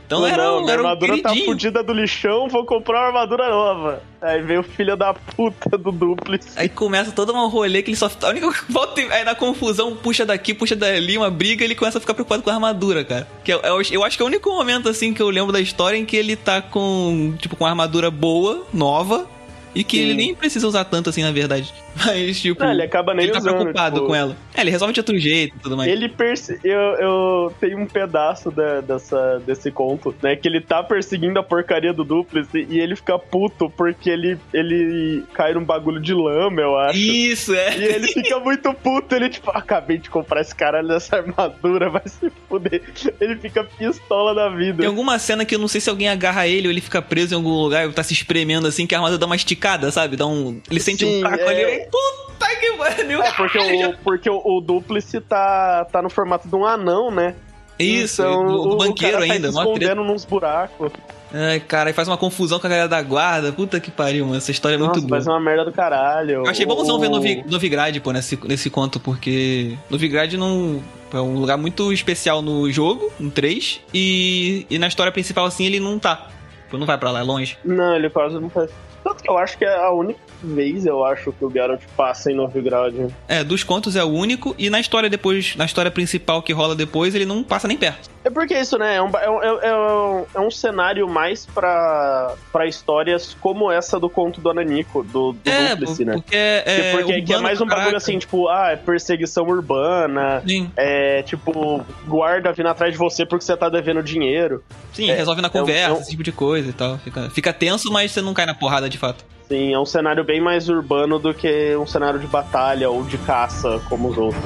Então era,
não,
um,
minha
era um
armadura tá
queridinho.
fudida do lixão, vou comprar uma armadura nova. Aí veio o filho da puta do Duplis.
Aí começa todo um rolê que ele só. A única coisa que volta é na confusão, puxa daqui, puxa dali, uma briga, ele começa a ficar preocupado com a armadura, cara. Que é- é o- eu acho que é o único momento, assim, que eu lembro da história em que ele tá com, tipo, com uma armadura boa, nova, e que
Sim.
ele nem precisa usar tanto, assim, na verdade. Mas, tipo.
Não, ele acaba nem
ele tá
usando,
preocupado
tipo-
com ela. É, ele resolve de outro jeito e tudo mais.
Ele perse... eu, eu tenho um pedaço da- dessa, desse conto, né? Que ele tá perseguindo a porcaria do Duplis e, e ele fica puto porque ele, ele cai num bagulho de lama, eu acho.
Isso, é.
E ele fica muito puto, ele tipo, acabei de comprar esse caralho dessa armadura, vai se fuder. Ele fica pistola da vida.
Tem alguma cena que eu não sei se alguém agarra ele ou ele fica preso em algum lugar e tá se espremendo assim, que a armadura dá uma esticada, sabe? Dá um. Ele sente
Sim,
um taco
é.
ali. ele, Puta que pariu!
É, porque o, porque o, o Duplice tá, tá no formato de um anão, né?
É Isso,
Então,
do, do
o- o
banqueiro
cara tá
ainda,
se
mó treta.
escondendo nos buracos.
Ai, cara, e faz uma confusão com a galera da guarda. Puta que pariu, mano. Essa história é muito
Nossa,
boa.
faz uma merda do caralho.
Eu achei um bonzão ver Novi,
o...
Novigrad, pô, nesse, nesse conto, porque Novigrad não. É um lugar muito especial no jogo, no 3, e, e na história principal, assim, ele não tá. Tipo, não vai pra lá, é longe.
Não, ele quase não faz. Tanto que eu acho que é a única vez, eu acho, que o Geralt passa em Novigrad.
É, dos contos é o único, e na história depois, na história principal que rola depois, ele não passa nem perto.
É porque isso, né? É um, ba- é um, é um, é um cenário mais pra, pra histórias como essa do conto do Ananico, do, do
é,
Duplice, né?
porque é.
Que- porque que é
urbano
mais um
pra
bagulho
caraca.
assim, tipo, ah, é perseguição urbana,
Sim,
é tipo, guarda vindo atrás de você porque você tá devendo dinheiro.
sim
É,
resolve na
é um-
conversa,
é um-
esse tipo de coisa e tal. Fica, fica tenso, mas você não cai na porrada de fato.
Sim, é um cenário bem mais urbano do que um cenário de batalha ou de caça, como os outros.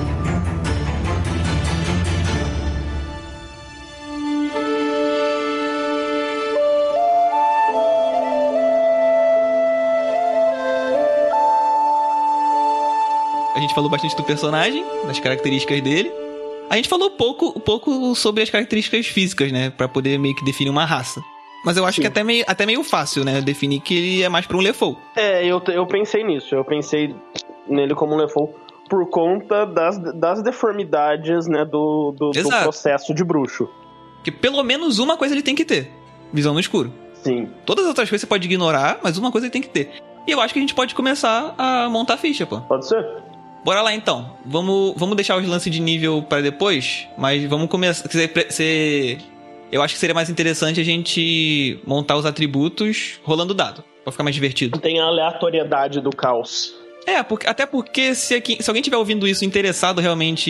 A gente falou bastante do personagem, das características dele. A gente falou pouco, pouco sobre as características físicas, né? Pra poder meio que definir uma raça. Mas eu acho
Sim.
que até meio, até meio fácil, né? Definir que ele é mais pra um Lefou.
É, eu, eu pensei nisso, eu pensei nele como um Lefou por conta das, das deformidades, né, do, do, do
Exato.
processo de bruxo.
Porque pelo menos uma coisa ele tem que ter. Visão no escuro.
Sim.
Todas as outras coisas você pode ignorar, mas uma coisa ele tem que ter. E eu acho que a gente pode começar a montar a ficha, pô.
Pode ser?
Bora lá então. Vamos, vamos deixar os lances de nível pra depois, mas vamos começar. Você, você- eu acho que seria mais interessante a gente montar os atributos rolando dado, pra ficar mais divertido.
Tem a aleatoriedade do caos.
É, porque- até porque se, aqui- se alguém tiver ouvindo isso interessado realmente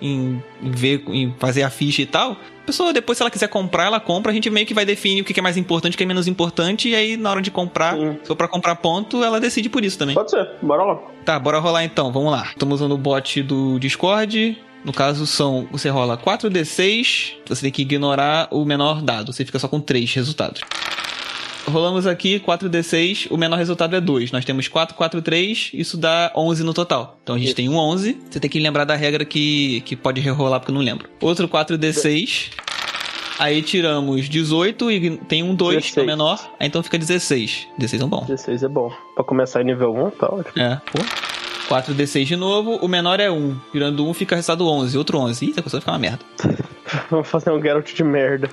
em, em ver, em fazer a ficha e tal, a pessoa depois se ela quiser comprar, ela compra. A gente meio que vai definir o que que é mais importante, o que é menos importante, e aí na hora de comprar,
Sim.
se for pra comprar ponto, ela decide por isso também.
Pode ser, bora lá.
Tá, bora rolar então, vamos lá. Estamos usando o bot do Discord. No caso, são. Você rola 4D6. Você tem que ignorar o menor dado. Você fica só com 3 resultados. Rolamos aqui 4D6. O menor resultado é 2. Nós temos 4, 4, 3. Isso dá 11 no total. Então a gente
Isso.
tem um 11. Você tem que lembrar da regra que, que pode rerolar, porque eu não lembro. Outro 4D6. Aí tiramos 18 e tem um 2 que é o
16.
menor. Aí então fica 16. 16 é um bom.
16 é bom. Pra começar em nível 1, tá ótimo.
É, pô. 4d6 de novo, o menor é 1. Tirando 1 fica restado 11, outro 11. Ih, tá começando a ficar uma merda.
Vamos fazer um Geralt de merda.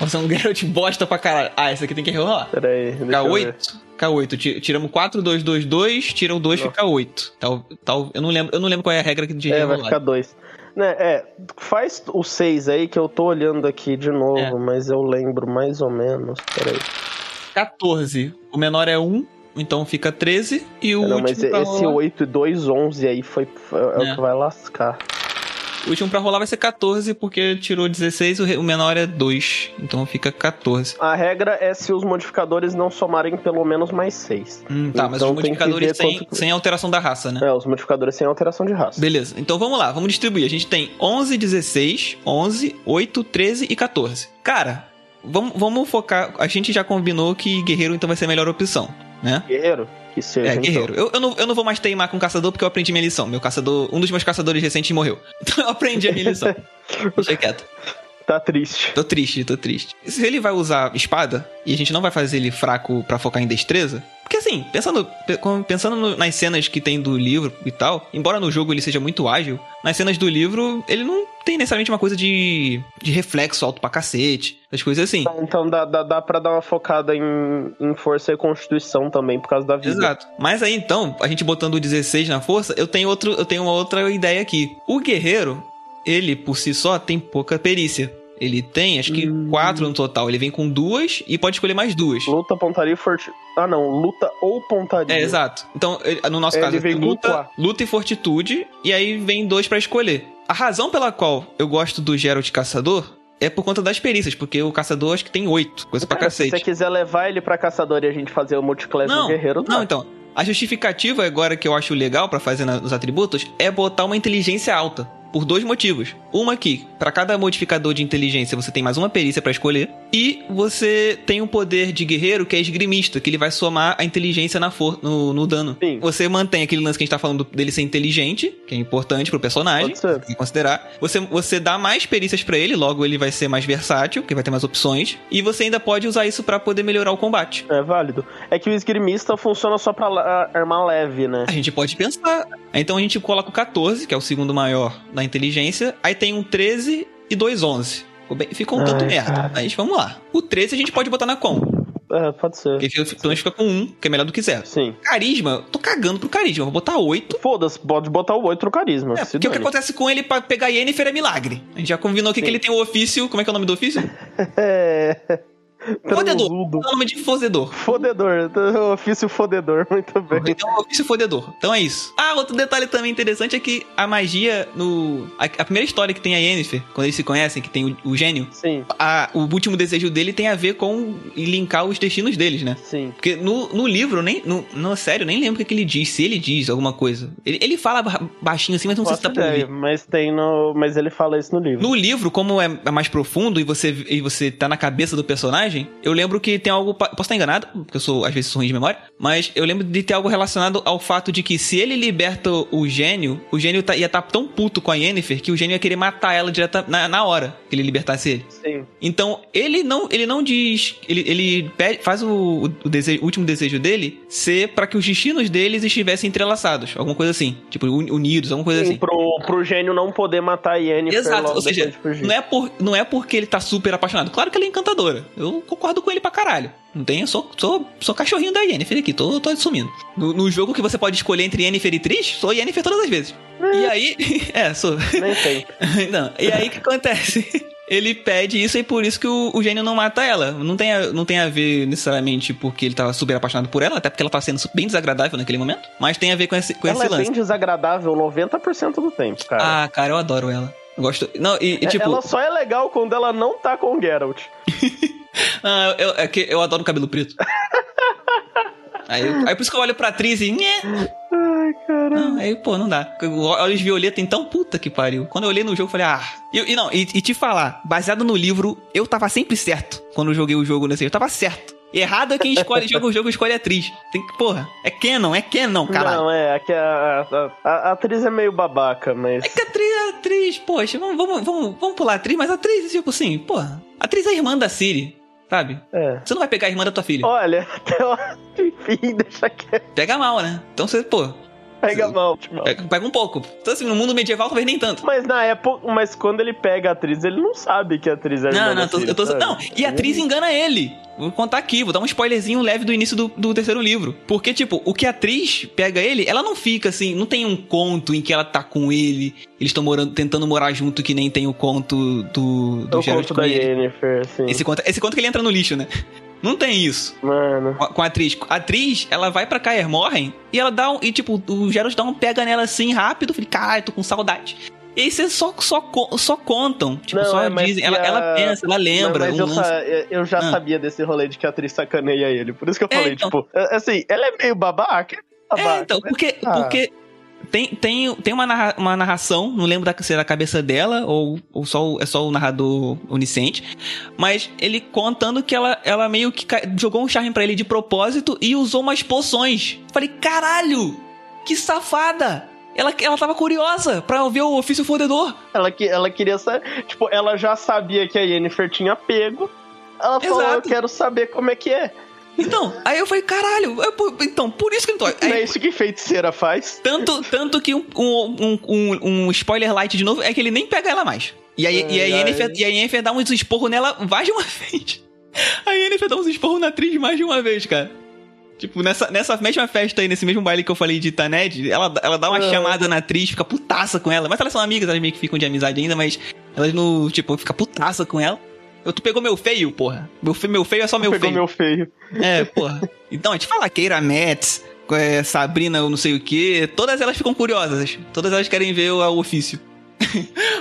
Nossa, é um Geralt bosta pra caralho. Ah, esse aqui tem que rerolar.
Pera aí, deixa eu ver.
K8? K8. Ti- Tiramos 4, 2, 2, 2. Tiram 2,
Não.
fica 8. Tal, tal, eu, não lembro, eu não lembro qual é a regra de
É, vai
rerolar.
ficar dois. Né, é, faz o 6 aí que eu tô olhando aqui de novo,
É.
mas eu lembro mais ou menos. Peraí.
14. O menor é 1, então fica 13. E o
Não,
último
mas
pra
esse
rolar-
8 e 2, 11 aí foi, foi- é,
É.
o que vai lascar.
O último pra rolar vai ser 14, porque tirou 16, o re- o menor é 2. Então fica 14.
A regra é se os modificadores não somarem pelo menos mais 6.
Hum, tá, mas
Então
os
tem que ver
modificadores sem,
quanto-
sem alteração da raça, né?
É, os modificadores sem alteração de raça.
Beleza, então vamos lá, vamos distribuir. A gente tem 11, 16, 11, 8, 13 e 14. Cara, vamos, vamos focar. A gente já combinou que guerreiro então vai ser a melhor opção, né?
Guerreiro? Que seja.
É,
então.
guerreiro. Eu, eu, não, eu não vou mais teimar com caçador porque eu aprendi minha lição. Meu caçador, um dos meus caçadores recentes morreu. Então eu aprendi a minha lição. Deixa quieto.
Tá triste.
Tô triste, tô triste. Se ele vai usar espada, e a gente não vai fazer ele fraco pra focar em destreza, porque assim, pensando, pe- com- pensando no- nas cenas que tem do livro e tal, embora no jogo ele seja muito ágil, nas cenas do livro ele não tem necessariamente uma coisa de, de reflexo alto pra cacete, as coisas assim.
Então dá, dá, dá pra dar uma focada em, em força e constituição também, por causa da vida.
Exato. Mas aí então, a gente botando o 16 na força, eu tenho, outro, eu tenho uma outra ideia aqui. O guerreiro, ele por si só tem pouca perícia. Ele tem, acho que quatro no total. Ele vem com duas e pode escolher mais duas.
Luta, pontaria e forti... Ah, não. Luta ou pontaria.
É, exato. Então, ele- no nosso
É,
caso,
ele vem com
luta,
quatro.
luta e fortitude, e aí vem dois pra escolher. A razão pela qual eu gosto do Geralt Caçador é por conta das perícias, porque o Caçador acho que tem oito, coisa pra
Cara, se você
cacete.
quiser levar ele pra caçador e a gente fazer o multiclass do
Não,
Tá guerreiro, dá.
não, então. A justificativa agora que eu acho legal pra fazer na- nos atributos é botar uma inteligência alta. Por dois motivos. Uma que, pra cada modificador de inteligência, você tem mais uma perícia pra escolher. E você tem um poder de guerreiro que é esgrimista, que ele vai somar a inteligência na for no, no dano.
Sim.
Você mantém aquele lance que a gente tá falando dele ser inteligente, que é importante pro personagem.
Pode ser.
tem que considerar. Você, você dá mais perícias pra ele, logo ele vai ser mais versátil, porque vai ter mais opções. E você ainda pode usar isso pra poder melhorar o combate.
É válido. É que o esgrimista funciona só pra la- arma leve, né?
A gente pode pensar. Então a gente coloca o 14, que é o segundo maior na inteligência. Aí tem um 13 e dois 11. Ficou, bem- ficou um tanto
Ai,
merda.
cara.
Aí vamos lá. O 13 a gente pode botar na com.
É, pode ser.
Porque fica- pelo menos fica com um, que é melhor do que zero.
Sim.
Carisma, tô cagando pro carisma. Vou botar 8.
Foda-se, pode botar o 8 no carisma.
É,
se
porque o que
dane.
acontece com ele pra pegar Yennefer é milagre. A gente já combinou aqui que ele tem o ofício. Como é que é o nome do ofício?
É.
Fodedor.
Transudo.
É o nome de fodedor.
Fodedor, o ofício fodedor, muito bem.
Então, ofício fodedor. Então é isso. Ah, outro detalhe também interessante é que a magia no. A, a primeira história que tem a Yennefer, quando eles se conhecem, que tem o, o gênio,
Sim,
a- o último desejo dele tem a ver com e linkar os destinos deles, né?
sim.
Porque no, no livro, nem. No, no sério, nem lembro o que, que ele diz, se ele diz alguma coisa. Ele, ele fala ba- baixinho assim, mas não sei se
Faço
tá pra
ideia,
ouvir.
mas tem no. Mas ele fala isso no livro.
No livro, como é é mais profundo e você, e você tá na cabeça do personagem, eu lembro que tem algo. pa- Posso estar enganado, porque eu sou, às vezes, sou ruim de memória, mas eu lembro de ter algo relacionado ao fato de que se ele liberta o gênio, o gênio tá- ia estar tão puto com a Yennefer que o gênio ia querer matar ela direta na, na hora que ele libertasse ele.
Sim.
Então, ele não, ele não diz. Ele, ele pede- faz o, o desejo- o último desejo dele ser pra que os destinos deles estivessem entrelaçados. Alguma coisa assim. Tipo, un- unidos, alguma coisa assim.
Sim, pro, pro gênio não poder matar a Yennefer
Exato,
logo
ou seja,
depois de fugir.
não é, por, não é porque ele tá super apaixonado. Claro que ela é encantadora. Eu concordo com ele pra caralho. Não tem, eu sou, sou, sou cachorrinho da Yennefer aqui, tô, tô assumindo. No, no jogo que você pode escolher entre Yennefer e Trish, sou Yennefer todas as vezes. E aí. É, sou.
Nem tem.
Não, e aí o que acontece? Ele pede isso e por isso que o, o gênio não mata ela. Não tem, a, não tem a ver necessariamente porque ele tava super apaixonado por ela, até porque ela tá sendo bem desagradável naquele momento, mas tem a ver com esse, com
Ela
esse
é
lance.
bem desagradável 90% do tempo, cara.
Ah, cara, eu adoro ela. Eu gosto. Não, e, e
É-
tipo,
Ela só é legal quando ela não tá com o Geralt.
ah, eu, é que eu adoro cabelo preto. Aí, eu- aí por isso que eu olho pra atriz e. Nhé. Não, aí, pô, não dá. Eu- Olhos violeta, então, puta que pariu. Quando eu olhei no jogo, eu falei, ah. E, e não, e, e te falar, baseado no livro, eu tava sempre certo quando eu joguei o jogo nesse jogo. Eu tava certo. Errado é quem escolhe, joga o jogo, escolhe a atriz. Tem que, porra, é Canon, é Canon, caralho.
Não, é, é que a, a- a- a atriz é meio babaca, mas.
É que a atriz, a atriz, poxa, vamos, vamos, vamos, vamos pular a atriz, mas a atriz, tipo assim, porra, a atriz é a irmã da Siri, sabe?
É.
Você não vai pegar a irmã da tua filha.
Olha, até o enfim, deixa quieto.
Pega mal, né? Então você, pô,
Pega mal, tipo.
pega, pega um pouco. Então assim, no mundo medieval talvez nem tanto.
Mas na época, mas quando ele pega a atriz, ele não sabe que a atriz é a irmã
Não,
da
não, tô-
Siri,
eu tô.
sabe? Uhum.
Não, e a atriz engana ele. Vou contar aqui, vou dar um spoilerzinho leve do início do, do terceiro livro. Porque, tipo, o que a atriz pega ele, ela não fica assim, não tem um conto em que ela tá com ele, eles estão morando, tentando morar junto, que nem tem o conto do,
É
do
o
Geralt
conto
com
da
ele.
Yennefer, assim.
Esse conto, esse conto que ele entra no lixo, né? Não tem isso
Mano.
com a, com a atriz. A atriz, ela vai pra Kaer Morhen e ela dá um. E tipo, o Geralt dá um pega nela assim rápido. Eu Falei, caralho, tô com saudade. E aí vocês só, só, co- só contam. Tipo,
Não,
só
é, mas
dizem.
que
Ela,
a-
ela pensa, ela lembra.
Não, mas
um
eu,
lance.
sa- eu- eu já
Ah.
sabia desse rolê de que a atriz sacaneia ele. Por isso que eu
É,
falei,
então.
tipo, é- assim, ela é meio babaca. É, babaca,
É, então,
mas-
porque,
Ah.
porque tem, tem, tem uma, narra- uma narração, não lembro da, se é da cabeça dela ou, ou só, o- é só o narrador onisciente, mas ele contando que ela, ela meio que ca- jogou um charme pra ele de propósito e usou umas poções. Falei, caralho, que safada! Ela, ela tava curiosa pra ver o ofício fodedor.
Ela, que- ela queria saber. Tipo, ela já sabia que a Yennefer tinha pego. Ela falou,
Exato.
eu quero saber como é que é.
Então, aí eu falei, caralho, é por- então, por isso que eu não tô.
Não é
Aí,
isso que feiticeira faz?
tanto, tanto que um, um, um- um- um spoiler light de novo é que ele nem pega ela mais. E aí, e a
Ai,
Yennefer,
ai.
e a Yennefer dá uns esporros nela mais de uma vez. A Yennefer dá uns esporros na atriz mais de uma vez, cara. Tipo, nessa, nessa mesma festa aí, nesse mesmo baile que eu falei de Taned, ela, ela dá uma
Ah.
chamada na atriz, fica putaça com ela. Mas elas são amigas, elas meio que ficam de amizade ainda, mas elas não, tipo, fica putaça com ela. Eu, tu pegou meu feio, porra. Meu, fe- meu feio é só meu
Pegou
feio.
meu feio.
É, porra. Então, a gente fala Keira Metz, é, Sabrina, eu não sei o que. Todas elas ficam curiosas. Todas elas querem ver o, o ofício.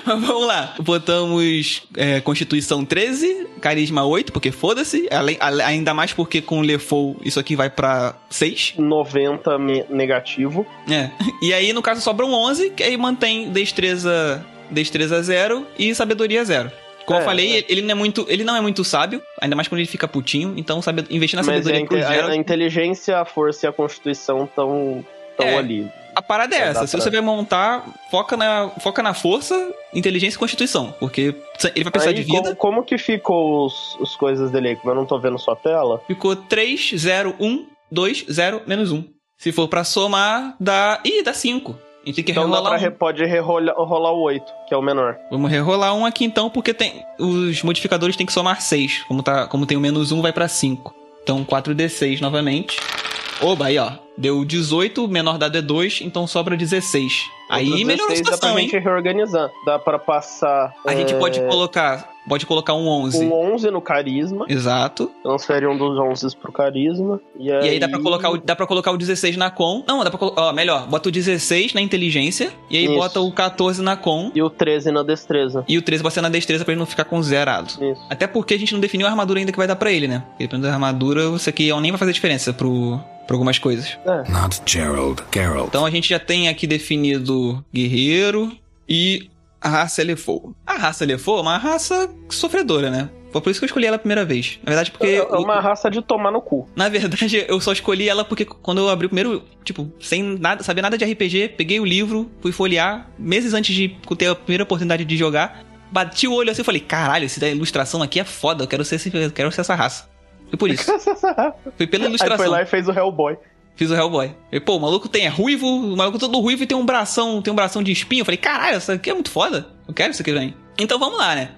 Mas vamos lá. Botamos é, Constituição 13, Carisma 8, porque foda-se. Além- ale- Ainda mais porque com o Lefou isso aqui vai pra 6.
90 me- negativo.
É. E aí, no caso, sobram 11, que aí mantém Destreza, destreza 0 e Sabedoria 0. Como eu
É,
falei,
é.
ele- ele não, é muito, ele não é muito sábio, ainda mais quando ele fica putinho. Então, sabe, investir na
Mas é a,
sabedoria
inte-
com zero-
a- a inteligência, a força e a constituição estão
É.
ali.
A parada é
Não dá
essa. Se
pra-
você vai montar, foca na, foca na força, inteligência e constituição. Porque ele vai precisar
Aí,
de vida.
Como, como que ficou os, os coisas dele aí? Como eu não tô vendo sua tela,
Ficou 3, 0, 1, 2, 0, menos 1. Se for pra somar, dá. Ih, dá 5. A gente tem que
então dá
rerolar.
pra
um.
re, pode rerolar rolar o 8, que é o menor.
Vamos rerolar um aqui então, porque tem. Os modificadores tem que somar 6. Como, tá, como tem o menos 1, vai pra 5. Então 4D6 novamente. Oba, aí ó. Deu 18, o menor dado é 2, então sobra 16. Aí
Outro
melhorou a
16 Dá
situação,
pra
hein?
gente reorganizar. Dá pra passar
A gente
é,
pode colocar. Pode colocar um 11.
um 11 no carisma,
Exato.
transfere um dos 11 pro carisma. E aí,
E aí dá pra colocar o, dá pra colocar o 16 na com. Não, dá pra colocar. Ó, melhor, bota o 16 na inteligência. E aí
Isso.
bota o 14 na com.
E o 13 na destreza.
E o 13 bota na destreza pra ele não ficar com zerado.
Isso.
Até porque a gente não definiu a armadura ainda que vai dar pra ele, né? Porque dependendo da armadura, isso aqui um, nem vai fazer diferença pro, pra algumas coisas.
É.
Not Gerald, Gerald.
Então a gente já tem aqui definido guerreiro e a raça Elefou. A raça Elefou é uma raça sofredora, né? Foi por isso que eu escolhi ela a primeira vez. Na verdade, porque.
É é
o-
uma raça de tomar no cu.
Na verdade, eu só escolhi ela porque quando eu abri o primeiro, tipo, sem nada, saber nada de RPG, peguei o livro, fui folhear, meses antes de ter a primeira oportunidade de jogar, bati o olho assim e falei, caralho, essa ilustração aqui é foda, eu quero ser, esse- eu quero ser essa raça. Foi por isso. Foi pela
aí foi
ilustração.
lá e fez o Hellboy.
Fiz o Hellboy. E, pô, o maluco tem é ruivo, o maluco todo ruivo e tem um bração, tem um bração de espinho. Eu falei, caralho, isso aqui é muito foda. Eu quero isso aqui também. Então vamos lá, né?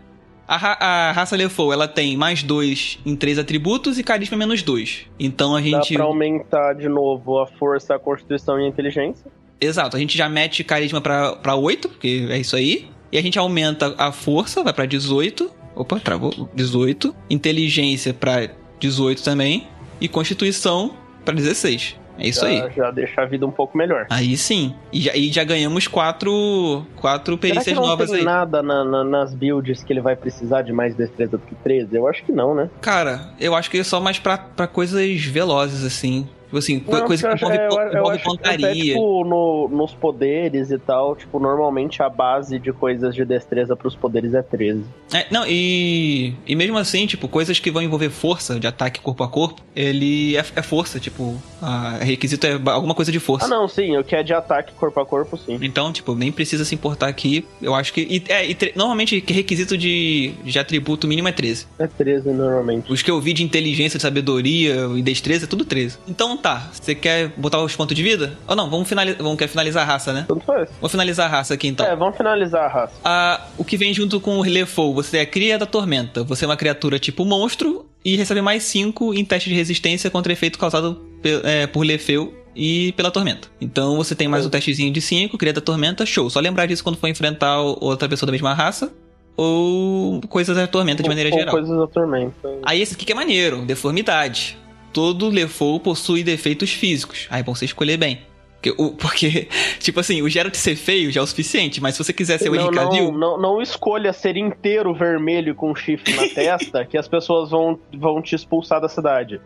A, ra- a raça Lefou, ela tem mais dois em três atributos e carisma menos dois. Então a
Dá
gente.
pra aumentar de novo a força, a constituição e a inteligência.
Exato, a gente já mete carisma pra, pra 8, porque é isso aí. E a gente aumenta a força, vai pra 18. Opa, travou. 18. Inteligência pra 18 também. E constituição pra 16. É isso
já,
aí.
Já deixa a vida um pouco melhor.
Aí sim. E já, e já ganhamos quatro, quatro
Será que
perícias
não
novas
tem
aí.
nada na- na- nas builds que ele vai precisar de mais destreza do que 13? Eu acho que não, né?
Cara, eu acho que é só mais pra, pra coisas velozes, assim. Tipo assim, co-
Não,
coisa
eu
que
acho-
envolve,
é, eu-
po-
eu
envolve
acho que
pontaria.
até, tipo, no- nos poderes e tal, tipo, normalmente a base de coisas de destreza pros poderes é 13.
É, não, e, e mesmo assim, tipo, coisas que vão envolver força de ataque corpo a corpo, ele é, é força, tipo, a requisito é ba- alguma coisa de força.
Ah, não, sim, o que é de ataque corpo a corpo, sim.
Então, tipo, nem precisa se importar aqui. Eu acho que. E, é, e tre- normalmente, que requisito de, de atributo mínimo é 13.
É 13 normalmente.
Os que eu vi de inteligência, de sabedoria e destreza é tudo 13. Então tá, você quer botar os pontos de vida? Ou não, vamos finalizar. Vamos quer finalizar a raça, né?
Tanto faz.
Vou finalizar a raça aqui então.
É, vamos finalizar a raça.
Ah, o que vem junto com o Lefou, você é a cria da tormenta. Você é uma criatura tipo monstro e recebe mais 5 em teste de resistência contra efeito causado pe- é, por Lefeu e pela tormenta. Então você tem mais um testezinho de 5, cria da tormenta, show. Só lembrar disso quando for enfrentar o- outra pessoa da mesma raça ou coisas da tormenta de maneira
Ou- ou
geral.
coisas da tormenta.
Aí esse aqui que é maneiro, deformidade. Todo Lefou possui defeitos físicos. Aí é bom você escolher bem. Porque, o- porque, tipo assim, o Geralt ser feio já é o suficiente, mas se você quiser ser o
não,
Henrique Cavill,
não, não, não escolha ser inteiro vermelho com um chifre na testa, que as pessoas vão, vão te expulsar da cidade.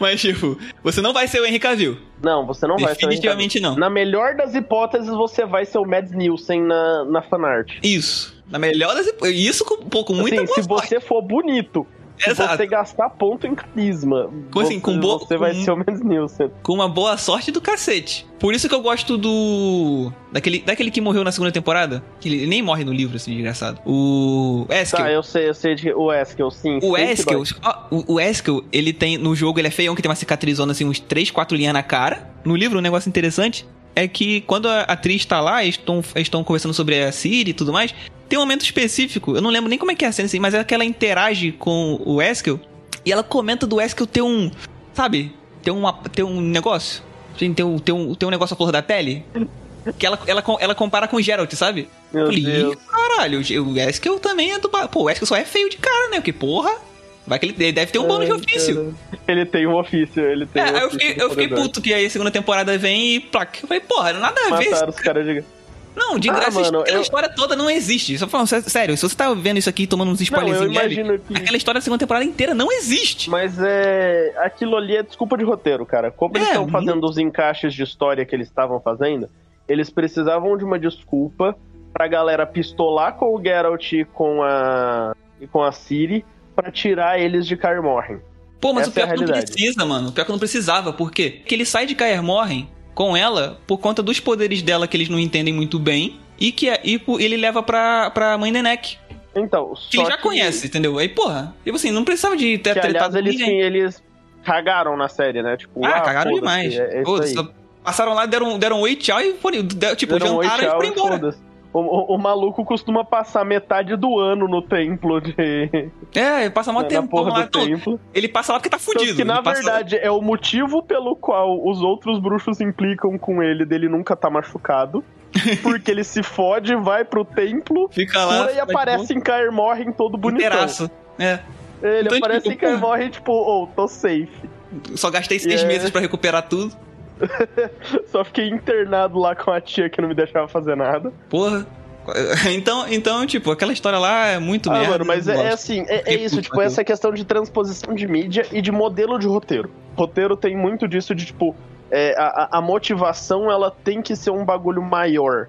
Mas, tipo, você não vai ser o Henry Cavill.
Não, você não vai ser. o
Definitivamente
Henrique Cavill.
não.
Na melhor das hipóteses, você vai ser o Mads Nielsen na, na fanart.
Isso. Na melhor das hipóteses. Isso com, pô, com muita
Assim,
boa sorte.
se você for bonito. se
Exato.
você gastar ponto em carisma,
Com, assim,
você,
com bo-
você vai
com-
ser o Mads Nielsen.
Com uma boa sorte do cacete. Por isso que eu gosto do. Daquele, daquele que morreu na segunda temporada. Que ele nem morre no livro, assim, desgraçado. O. Eskel.
Tá, eu sei, eu sei de o Eskel, sim.
O
sei que
Eskel,
dói.
ó, o, o Eskel, ele tem no jogo, ele é feião, que tem uma cicatrizona assim, uns 3, 4 linhas na cara. No livro, um negócio interessante é que quando a atriz tá lá, eles estão eles tão conversando sobre a Siri e tudo mais, tem um momento específico, eu não lembro nem como é que é a cena, assim, mas é que ela interage com o Eskel e ela comenta do Eskel ter um, sabe, ter, uma, ter um negócio, assim, ter um, ter, um, ter um negócio à flor da pele. Que ela, ela, com- ela compara com o Geralt, sabe?
Meu
Falei,
Deus.
"Ih, Caralho, o Eskel também é do. ba- Pô, o Eskel só é feio de cara, né? Porque, porra, vai que ele ele deve ter
É,
um bônus de ofício.
Ele tem um ofício, ele tem
É,
um
aí eu
ofício
fiquei,
de
eu fiquei
predador.
puto que aí a segunda temporada vem e placa. Eu falei, porra, nada a ver.
Mataram os caras de...
Não, de
Ah,
graça,
mano,
aquela
eu-
história toda não existe. Só falando sé- sério, se você tá vendo isso aqui tomando uns
Não, eu
spoilers
imagino que...
aquela história da segunda temporada inteira não existe.
Mas é. Aquilo ali é desculpa de roteiro, cara. Como eles
É,
estão
muito.
fazendo os encaixes de história que eles estavam fazendo, eles precisavam de uma desculpa pra galera pistolar com o Geralt e com a. e com a Ciri pra tirar eles de Carmorhen.
Pô, mas
essa
o pior
é a
que não
realidade.
precisa, mano. O pior é que não precisava, por quê? Porque ele sai de Kaer Morhen com ela por conta dos poderes dela que eles não entendem muito bem e que é, e, pô, ele leva pra, pra mãe Nenek.
Então,
Que
só
ele já
que,
conhece, entendeu? Aí, porra, tipo assim, não precisava de ter
Que, aliás,
tretado
eles,
ninguém.
eles cagaram na série, né? Tipo,
Ah, cagaram
foda-se,
demais.
É, é isso
Foda-se,
aí.
só passaram lá, deram, deram oi, tchau e foram. de- Tipo,
Deram um oito
jantaram e foram
hours,
embora.
foda-se. O, o- o maluco costuma passar metade do ano no templo de.
É, passa mó
na
tempo
porra
lá. então,
do
Não,
templo.
ele passa lá porque tá
Tanto
fudido.
que na
ele passa-
verdade é o motivo pelo qual os outros bruxos se implicam com ele dele nunca tá machucado. Porque ele se fode, vai pro templo,
fica lá.
cura e
fica de
aparece em Cair Morrem todo
boa,
bonitão.
inteiraço. É,
Ele
Então,
aparece
tipo,
em Cair
porra.
Morrem, tipo, ô, tô safe.
só gastei seis
E é-
meses pra recuperar tudo.
Só fiquei internado lá com a tia que não me deixava fazer nada.
Porra. Então, então tipo, aquela história lá é muito
ah,
merda.
mano, mas
eu não
é, é
gosto.
assim, é- é,
Fiquei
isso,
puto
tipo,
com
essa questão de transposição de mídia e de modelo de roteiro. Roteiro tem muito disso de, tipo, é, a, a- a motivação ela tem que ser um bagulho maior.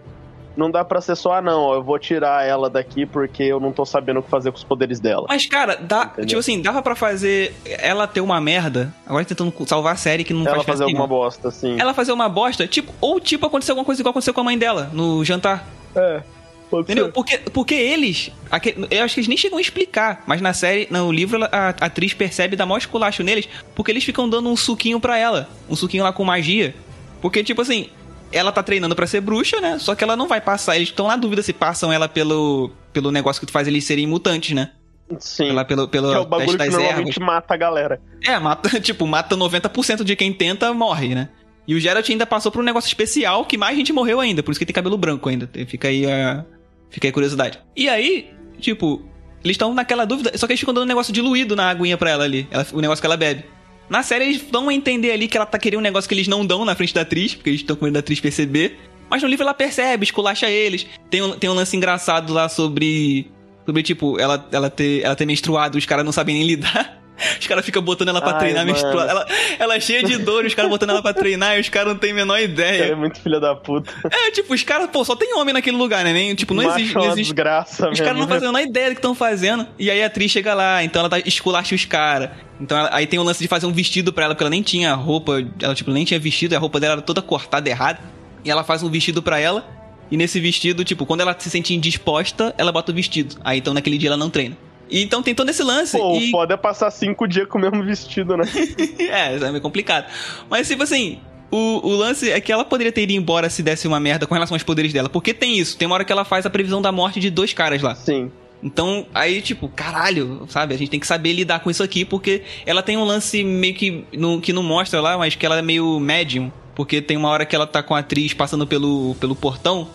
Não dá pra ser só, ah, não, ó, eu vou tirar ela daqui porque eu não tô sabendo o que fazer com os poderes dela.
Mas, cara, dá,
Entendeu?
tipo assim, dava pra fazer ela ter uma merda. Agora tentando salvar a série que não
ela
faz
fazer
diferença nenhuma.
alguma bosta, assim.
ela fazer uma bosta, tipo, ou tipo acontecer alguma coisa igual aconteceu com a mãe dela no jantar.
É. pode ser.
Entendeu? Porque, porque eles. aque- eu acho que eles nem chegam a explicar, mas na série, no livro, ela- a, a atriz percebe dar maior esculacho neles, porque eles ficam dando um suquinho pra ela. Um suquinho lá com magia. Porque, tipo assim, ela tá treinando pra ser bruxa, né? Só que ela não vai passar. Eles estão na dúvida se passam ela pelo. pelo negócio que tu faz eles serem mutantes, né?
Sim.
Ela pelo, pelo
Que é o
teste
bagulho que
das ervas.
normalmente mata a galera.
É, mata, tipo, mata 90% de quem tenta, morre, né? E o Geralt ainda passou por um negócio especial que mais gente morreu ainda, por isso que tem cabelo branco ainda. Tem- Fica aí a. Fica aí a curiosidade. E aí, tipo, eles estão naquela dúvida, só que eles ficam dando um negócio diluído na aguinha pra ela ali, ela- o negócio que ela bebe. Na série eles dão a entender ali que ela tá querendo um negócio que eles não dão na frente da atriz, porque eles estão com medo da atriz perceber. Mas no livro ela percebe, esculacha eles. Tem um, tem um lance engraçado lá sobre. Sobre, tipo, ela, ela, ter, ela ter menstruado, os caras não sabem nem lidar. Os caras ficam botando ela pra
Ai,
treinar
mano.
menstruada. Ela, ela é cheia de dor, os caras botando ela pra treinar e os caras não têm a menor
Ela é
ideia.
muito filha da puta.
É, tipo, os caras, pô, só tem homem naquele lugar, né? Nem, tipo, não
Macho
existe.
é
Não
uma
existe
desgraça,
os caras não
mesmo. né?
fazem a menor ideia do que estão fazendo. E aí a atriz chega lá, então ela tá, esculacha os caras. Então ela- aí tem o lance de fazer um vestido pra ela, porque ela nem tinha roupa, ela tipo nem tinha vestido, e a roupa dela era toda cortada errada. E ela faz um vestido pra ela, e nesse vestido, tipo, quando ela se sente indisposta, ela bota o vestido. Aí então naquele dia ela não treina. E então tem todo esse lance.
Pô,
e-
o foda é passar cinco dias com o mesmo vestido, né?
é, isso é meio complicado. Mas, tipo assim, o, o lance é que ela poderia ter ido embora se desse uma merda com relação aos poderes dela. Porque tem isso, tem uma hora que ela faz a previsão da morte de dois caras lá.
Sim.
Então, aí, tipo, caralho, sabe? A gente tem que saber lidar com isso aqui, porque ela tem um lance meio que. no- que não mostra lá, mas que ela é meio médium. Porque tem uma hora que ela tá com a atriz passando pelo, pelo portão.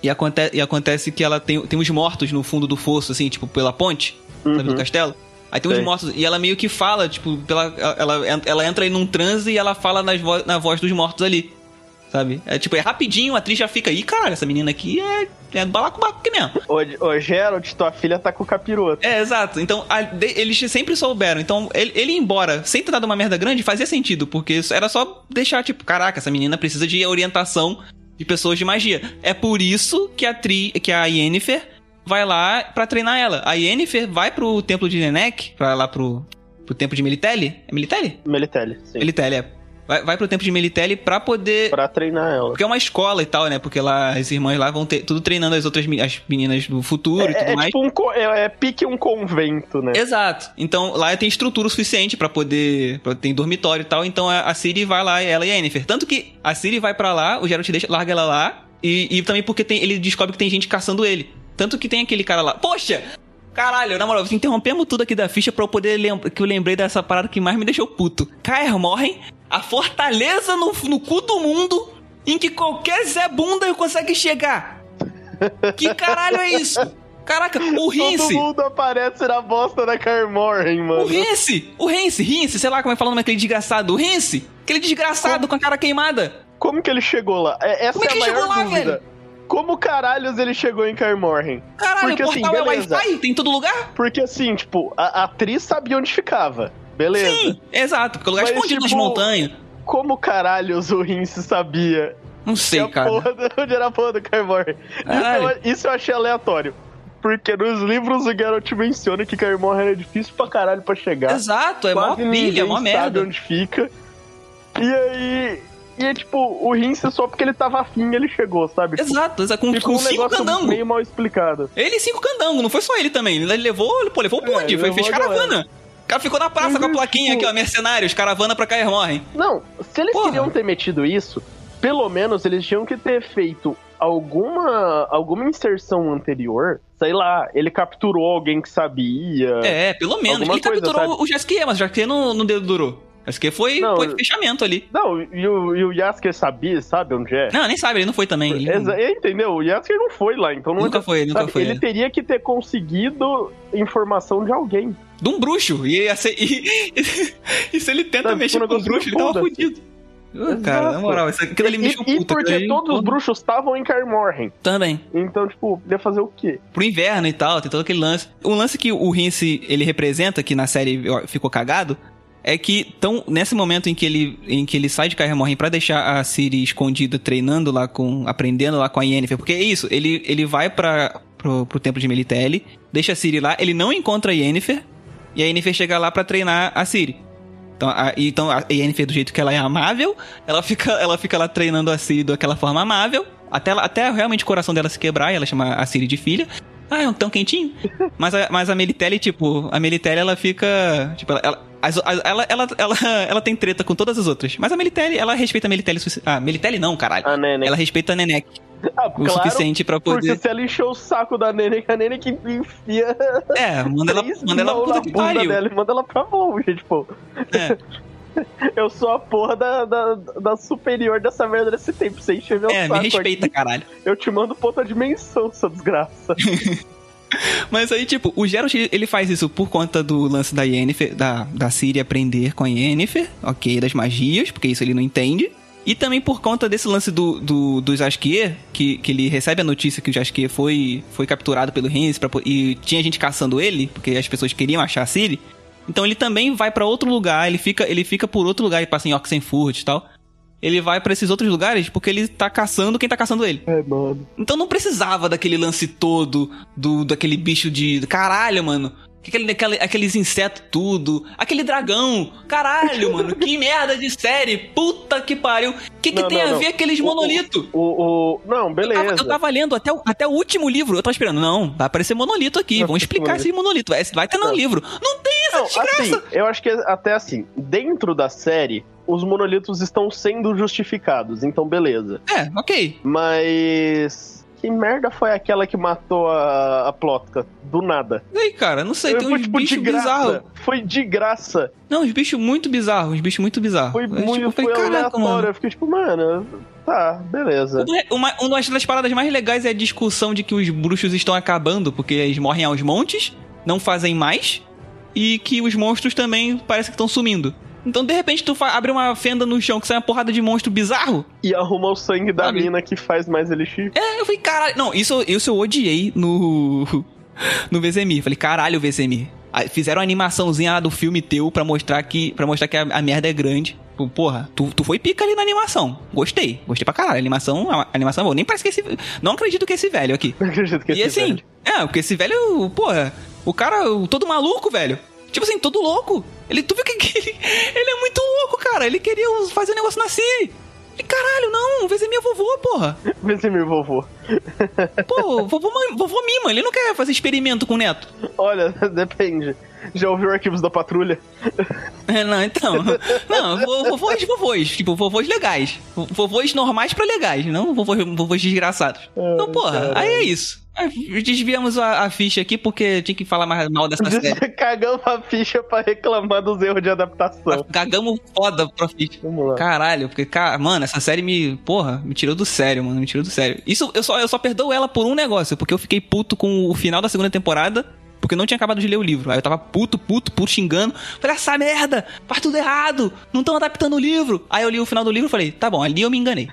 E, aconte- e acontece que ela tem, tem uns mortos no fundo do fosso, assim, tipo, pela ponte, sabe, do
Uhum.
castelo. Aí tem uns
Sei.
mortos, e ela meio que fala, tipo, pela, ela, ela entra aí num transe e ela fala nas vo- na voz dos mortos ali, sabe? É tipo, é rapidinho, a atriz já fica, ih, cara, essa menina aqui é, é balacobaco aqui mesmo.
Ô, ô Geralt, tua filha tá com o capiroto.
É, exato. Então, a- de- eles sempre souberam. Então, ele, ele ir embora sem ter dado uma merda grande fazia sentido, porque isso era só deixar, tipo, caraca, essa menina precisa de orientação de pessoas de magia. É por isso que a, tri, que a Yennefer vai lá pra treinar ela. A Yennefer vai pro templo de Nenek, vai lá pro, pro templo de Melitele. É Melitele?
Melitele, sim.
Melitele, é. Vai, vai pro templo de Melitele pra poder...
Pra treinar ela.
Porque é uma escola e tal, né? Porque lá as irmãs lá vão ter tudo treinando as outras me- as meninas do futuro e tudo
É, é
mais.
tipo um co- é, é pique um convento, né?
Exato. Então lá tem estrutura o suficiente pra poder. pra- tem dormitório e tal. Então a, a Siri vai lá, ela e a Yennefer. Tanto que a Siri vai pra lá, o Geralt deixa, larga ela lá. E, e também porque tem- ele descobre que tem gente caçando ele. Tanto que tem aquele cara lá. Poxa! Caralho, na moral, interrompemos tudo aqui da ficha pra eu poder lembrar. Que eu lembrei dessa parada que mais me deixou puto. Caer morrem, a fortaleza no, no cu do mundo em que qualquer Zé Bunda consegue chegar. Que caralho é isso? Caraca, o
Todo
Rince.
mundo aparece na bosta da Carmorren,
O
mano.
Rince! O Rince, Rince, sei lá como é falando aquele desgraçado. O Rince! Aquele desgraçado com a cara queimada.
Como que ele chegou lá? É, essa
Como é que
é a
ele
maior
chegou lá,
dúvida. Como caralhos ele chegou em Carmorren?
Caralho,
Porque,
o
assim,
portal
beleza.
é Wi-Fi? Tem em todo lugar?
Porque assim, tipo, a, a atriz sabia onde ficava. Beleza.
Sim, exato. Porque o lugar
Mas,
escondido nas
tipo,
montanhas.
Como caralhos o Rince sabia
Não
que
sei,
a
cara.
porra do- onde era a porra do Carmorren? Isso,
Caralho.
eu- isso eu achei aleatório. Porque nos livros o Geralt menciona que Carmorren era difícil pra caralho pra chegar.
Exato, é mó
Quase
pilha, é
ninguém
mó
sabe
merda.
onde fica. E aí... E é tipo, o Rince só porque ele tava afim ele chegou, sabe?
Exato, exato, com,
Ficou
com
um
cinco
negócio
candangos.
meio mal explicado.
Ele e cinco candangos, não foi só ele também. Ele levou, pô, levou o bonde,
É,
foi,
levou
fez
a galera.
caravana. O cara ficou na praça com a
Uhum,
plaquinha aqui,
tipo-
ó, mercenários, caravana pra Caer Morrem.
Não, se eles
Porra.
queriam ter metido isso, pelo menos eles tinham que ter feito alguma alguma inserção anterior. Sei lá, ele capturou alguém que sabia.
É, pelo menos.
Alguma
ele
coisa,
capturou
sabe?
o Jasquier, mas o Jasquier não, não deu- durou. O Jasquier foi,
Não,
foi
eu-
fechamento ali.
Não, e o, e o Yasuke sabia, sabe onde é?
Não, nem sabe, ele não foi também. Ele
Exa- Entendeu? O Yasuke não foi lá, então não
Nunca
adianta-
foi, nunca
sabe?
foi,
Ele
é.
teria que ter conseguido informação de alguém.
de um bruxo. E, ia ser- e- e se ele tenta
Sabe,
mexer
tipo,
com
um
o bruxo,
negócio
ele tava
foda-se.
fudido. Ah, Cara, na
assim. Exato.
moral, isso, aquilo ali me
E-
deixou
e,
puto. aquilo
porque
ali-
todos os bruxos estavam em Carmorhen.
Também.
Então, tipo, ia fazer o quê?
Pro inverno e tal, tem todo aquele lance. Um lance que o Rince, ele representa, que na série ó, ficou cagado, é que tão, nesse momento em que ele, em que ele sai de Kaer-Morhen pra deixar a Ciri escondida, treinando lá com... Aprendendo lá com a Yennefer. Porque é isso, ele, ele vai pra, pro, pro templo de Melitele, deixa a Ciri lá, ele não encontra a Yennefer, e a Yennefer chega lá pra treinar a Ciri. Então a, então a Yennefer, do jeito que ela é amável, ela fica, ela fica lá treinando a Ciri daquela forma amável, até, ela- até realmente o coração dela se quebrar e ela chama a Ciri de filha. Ah, é um tão quentinho. Mas a, mas a Melitele, tipo, a Melitele, ela fica. Tipo, ela, ela, as- as- ela, ela, ela, ela tem treta com todas as outras. Mas a Melitele, ela respeita a Melitele. sufici- Ah, Melitele não, caralho.
A Nenek.
Ela respeita a Nenek
Ah,
o suficiente pra poder.
Porque se ela encheu o saco da Nene, a Nene que enfia
É, manda ela,
três
manda ela
mãos
pra puta
na
que
bunda
pariu.
dela e manda ela pra longe, tipo.
É.
Eu sou a porra da, da, da superior dessa merda desse tempo. Você encheu meu
É,
saco
me respeita,
aqui,
caralho.
Eu te mando pra outra dimensão, sua desgraça.
Mas aí, tipo, o Geralt, ele- ele faz isso por conta do lance da Yennefer, da, da Ciri aprender com a Yennefer, ok, das magias, porque isso ele não entende. E também por conta desse lance do, do, do Jaskier, que, que ele recebe a notícia que o Jaskier foi, foi capturado pelo Hans pra po- e tinha gente caçando ele, porque as pessoas queriam achar a Ciri. Então ele também vai pra outro lugar, ele fica, ele fica por outro lugar, ele passa em Oxenfurt e tal. Ele vai pra esses outros lugares porque ele tá caçando quem tá caçando ele.
É, mano.
Então não precisava daquele lance todo, do daquele bicho de. Caralho, mano. Aquele, aquele- aqueles insetos tudo. Aquele dragão. Caralho, mano. Que merda de série. Puta que pariu. O que, que
Não,
tem
não,
a
não.
ver aqueles
O-
monolitos?
O, o... Não,
Eu tava,
beleza.
eu tava lendo até o, até o último livro. Eu tava esperando. Não, vai aparecer monolito aqui.
Vai
Vão
aparecer
explicar esse monolito. Vai, vai ter no
tipo, Não.
livro. Não tem essa
Não,
desgraça.
assim, eu acho que até assim, dentro da série, os monolitos estão sendo justificados, então beleza.
É, ok.
Mas. Que merda foi aquela que matou a, a Plotka? Do nada.
E
tipo,
aí, cara, não sei. Tem
foi,
uns bichos bizarros.
Foi de graça.
Não, uns bichos muito bizarros. Uns bichos muito bizarros.
Foi
Eu,
muito
tipo, falei,
foi
"Caraca, mano."
aleatório. Eu fiquei tipo, mano, tá, beleza.
Uma- Uma, uma das paradas mais legais é a discussão de que os bruxos estão acabando, porque eles morrem aos montes, não fazem mais, e que os monstros também parece que estão sumindo. Então, de repente, tu fa- abre uma fenda no chão que sai uma porrada de monstro bizarro.
E arruma o sangue da
Sabe?
mina que faz mais elixir.
É, eu falei, caralho. Não, isso, isso eu odiei no. No Vezemir. Falei, caralho, Vezemir. Aí Fizeram uma animaçãozinha lá do filme teu pra mostrar que, pra mostrar que a, a merda é grande. Tipo, porra, tu, tu foi pica ali na animação. Gostei. Gostei pra caralho. A animação, a animação é boa. Nem parece que esse. Não acredito que esse velho aqui.
Não acredito que
e
esse
assim,
velho.
é, porque esse velho, porra, o cara o- todo maluco, velho. Tipo assim, todo louco. Ele, tu viu que, que ele, ele é muito louco, cara. Ele queria us- fazer o negócio na Siri. E caralho, não, vez é minha vovô, porra.
Vesemir vovô.
Pô, vovô, ma- vovô mima, ele não quer fazer experimento com o neto.
Olha, depende. Já ouviu arquivos da patrulha?
É, não, então. Não, vo- vovôs, vovôs. Tipo, vovôs legais. Vo- Vovôs normais pra legais, não vovôs, vovôs desgraçados. Então, porra, aí é isso. Aí Desviamos a, a ficha aqui porque tinha que falar mais mal dessa série.
Cagamos a ficha pra reclamar dos erros de adaptação.
Cagamos foda pra ficha.
Vamos lá.
Caralho, porque, cara, mano, essa série me. Porra, me tirou do sério, mano. Me tirou do sério. Isso, eu só, eu só perdoo ela por um negócio, porque eu fiquei puto com o final da segunda temporada. Porque eu não tinha acabado de ler o livro. Aí eu tava puto, puto, puto, xingando. Falei, essa merda! Faz tudo errado! Não estão adaptando o livro! Aí eu li o final do livro e falei, tá bom, ali eu me enganei.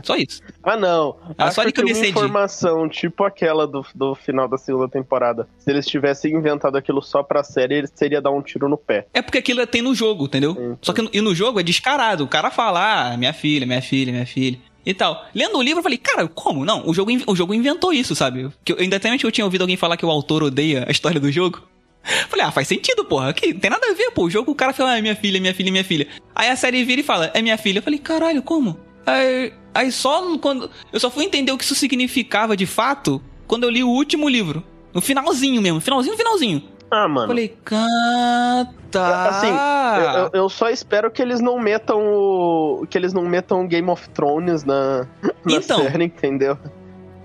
só isso.
Ah, não.
Ah,
Acho
só ele que eu me
uma
excedi.
informação tipo aquela do, do final da segunda temporada. Se eles tivessem inventado aquilo só pra série, ele seria dar um tiro no pé.
É porque aquilo tem no jogo, entendeu? Só que no, e no jogo é descarado. O cara fala, ah, minha filha, minha filha, minha filha. E tal. Lendo o livro, eu falei, cara, como? Não, o jogo, in- o jogo inventou isso, sabe? Que eu, independente eu tinha ouvido alguém falar que o autor odeia a história do jogo. Falei, ah, faz sentido, porra. Aqui, não tem nada a ver, pô. O jogo, o cara fala, ah, minha filha, minha filha, minha filha. Aí a série vira e fala, é minha filha. Eu falei, caralho, como? Aí, aí só quando. Eu só fui entender o que isso significava de fato quando eu li o último livro. No finalzinho mesmo, finalzinho, finalzinho.
Ah, mano.
Falei, canta.
Assim,
ah.
eu, eu- eu só espero que eles não metam o. que eles não metam o Game of Thrones na, na
Então.
série, entendeu?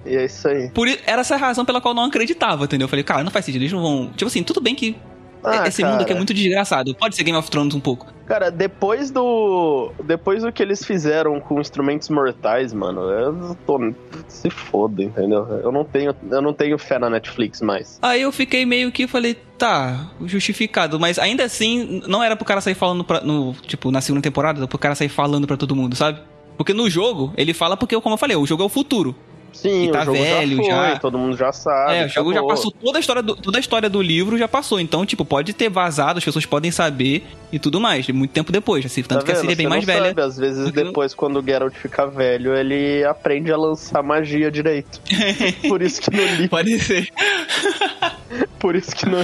E é isso aí.
Por, i- era essa a razão pela qual eu não acreditava, entendeu? Eu falei, cara, não faz sentido, eles não vão. Tipo assim, tudo bem que
Ah,
esse mundo aqui é
cara.
muito desgraçado. Pode ser Game of Thrones um pouco.
Cara, depois do. Depois do que eles fizeram com instrumentos mortais, mano, eu tô. Se foda, entendeu? Eu não tenho, eu não tenho fé na Netflix mais.
Aí eu fiquei meio que falei, tá, justificado. Mas ainda assim, não era pro cara sair falando pra, no, tipo, na segunda temporada, era pro cara sair falando pra todo mundo, sabe? Porque no jogo, ele fala porque, como eu falei, o jogo é o futuro.
Sim,
E tá
o jogo
velho,
já foi,
já.
todo mundo já sabe.
é, o jogo já
acabou.
passou toda a história do, toda a história do livro já passou. Então, tipo, pode ter vazado, as pessoas podem saber e tudo mais, muito tempo depois. Assim,
Tá
tanto que a
vendo?
série é bem
Você
mais
não
velha.
Sabe. Às vezes,
do que-
depois, quando o Geralt fica velho, ele aprende a lançar magia direito. Por isso que no livro,
Pode ser.
por isso que no,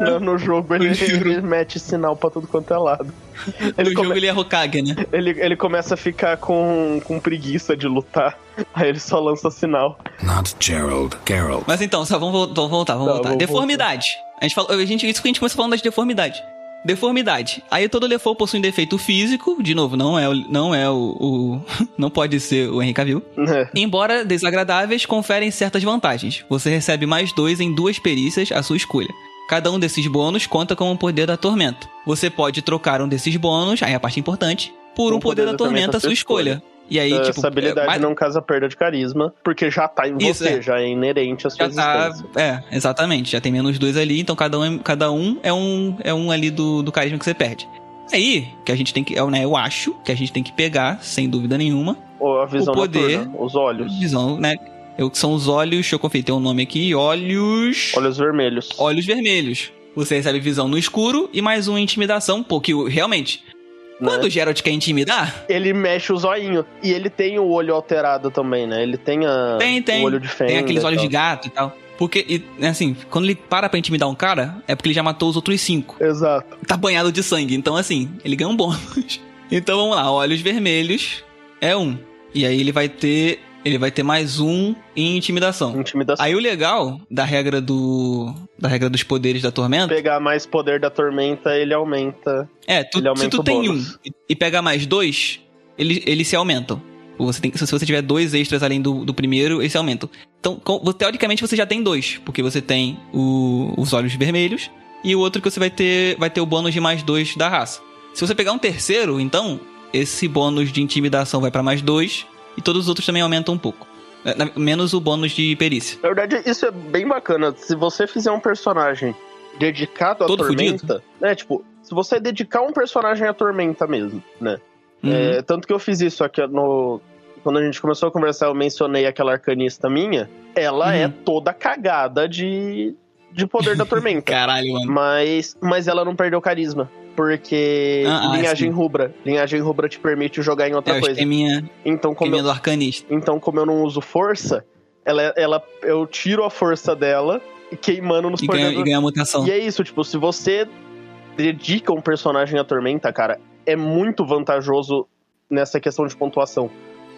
no, no jogo ele,
No livro.
ele mete sinal pra tudo quanto é lado.
No
Ele, come-
jogo ele é Hokage, né?
ele, ele começa a ficar com, com preguiça de lutar, aí ele só lança sinal.
Not Gerald, Gerald.
Mas então, só vamos, vol- vamos voltar, vamos
Tá,
voltar.
vamos
Deformidade. A gente falou, a gente, isso que a gente começou falando das deformidades. Deformidade. Aí todo lefou possui um defeito físico, de novo, não é o, não é o, o- não pode ser o Henry Cavill.
É.
Embora desagradáveis, conferem certas vantagens. Você recebe mais dois em duas perícias à sua escolha. Cada um desses bônus conta com um poder da tormenta. Você pode trocar um desses bônus, aí a parte importante, por um, poder, da tormenta à sua escolha. E aí, tipo,
Essa habilidade
é, mas-
não causa perda de carisma, porque já tá em
Isso,
você,
é.
já é inerente à sua
Já tá,
existência.
é, exatamente. Já tem menos dois ali, então cada um é, cada um, é, um, é um ali do, do carisma que você perde. Aí, que a gente tem que. é, Né, eu acho que a gente tem que pegar, sem dúvida nenhuma,
Ou a visão
O poder-
noturna, os olhos,
visão, né? Eu, que são os olhos, deixa eu conferir, tem um nome aqui: olhos.
olhos vermelhos.
Olhos vermelhos. Você recebe visão no escuro e mais um intimidação, porque o- realmente.
Né?
Quando o Geralt quer intimidar,
ele mexe o zoinho. E ele tem o olho alterado também, né? Ele tem a.
tem, tem.
O olho de fenda.
tem aqueles
e
olhos
tal.
de gato e tal. Porque, e, assim, quando ele para pra intimidar um cara, é porque ele já matou os outros cinco.
Exato.
tá banhado de sangue. Então, assim, ele ganha um bônus. Então vamos lá, olhos vermelhos é um. E aí ele vai ter. Ele vai ter mais um em intimidação.
Intimidação.
Aí o legal da regra do. Da regra dos poderes da tormenta
Pegar mais poder da tormenta, ele aumenta.
é, tu,
ele aumenta
se tu
o
tem um
bônus.
e- e pegar mais dois, eles, eles se aumentam. Você tem, que- se você tiver dois extras além do, do primeiro, eles se aumentam. Então, com- teoricamente, você já tem dois, porque você tem o- os olhos vermelhos e o outro que você vai ter vai ter o bônus de mais dois da raça. Se você pegar um terceiro, então, esse bônus de intimidação vai pra mais dois e todos os outros também aumentam um pouco. É, na- Menos o bônus de perícia.
Na verdade, isso é bem bacana. Se você fizer um personagem dedicado à
Todo
tormenta, né? Tipo, se você dedicar um personagem à tormenta mesmo, né?
Uhum.
É, tanto que eu fiz isso aqui no. Quando a gente começou a conversar, eu mencionei aquela arcanista minha. Ela
Uhum.
é toda cagada de, de poder da tormenta.
Caralho, mano.
Mas, mas ela não perdeu carisma. porque
Ah, ah,
linhagem
sim.
rubra. Linhagem rubra te permite jogar em outra
É o
coisa.
esqueminha,
Então como,
esqueminha
eu,
do arcanista.
então, como eu não uso força, ela, ela, eu tiro a força dela e queimando nos
E ganha, e
coordenadores.
ganha um. a mutação.
E é isso, tipo, se você dedica um personagem à tormenta, cara, é muito vantajoso nessa questão de pontuação.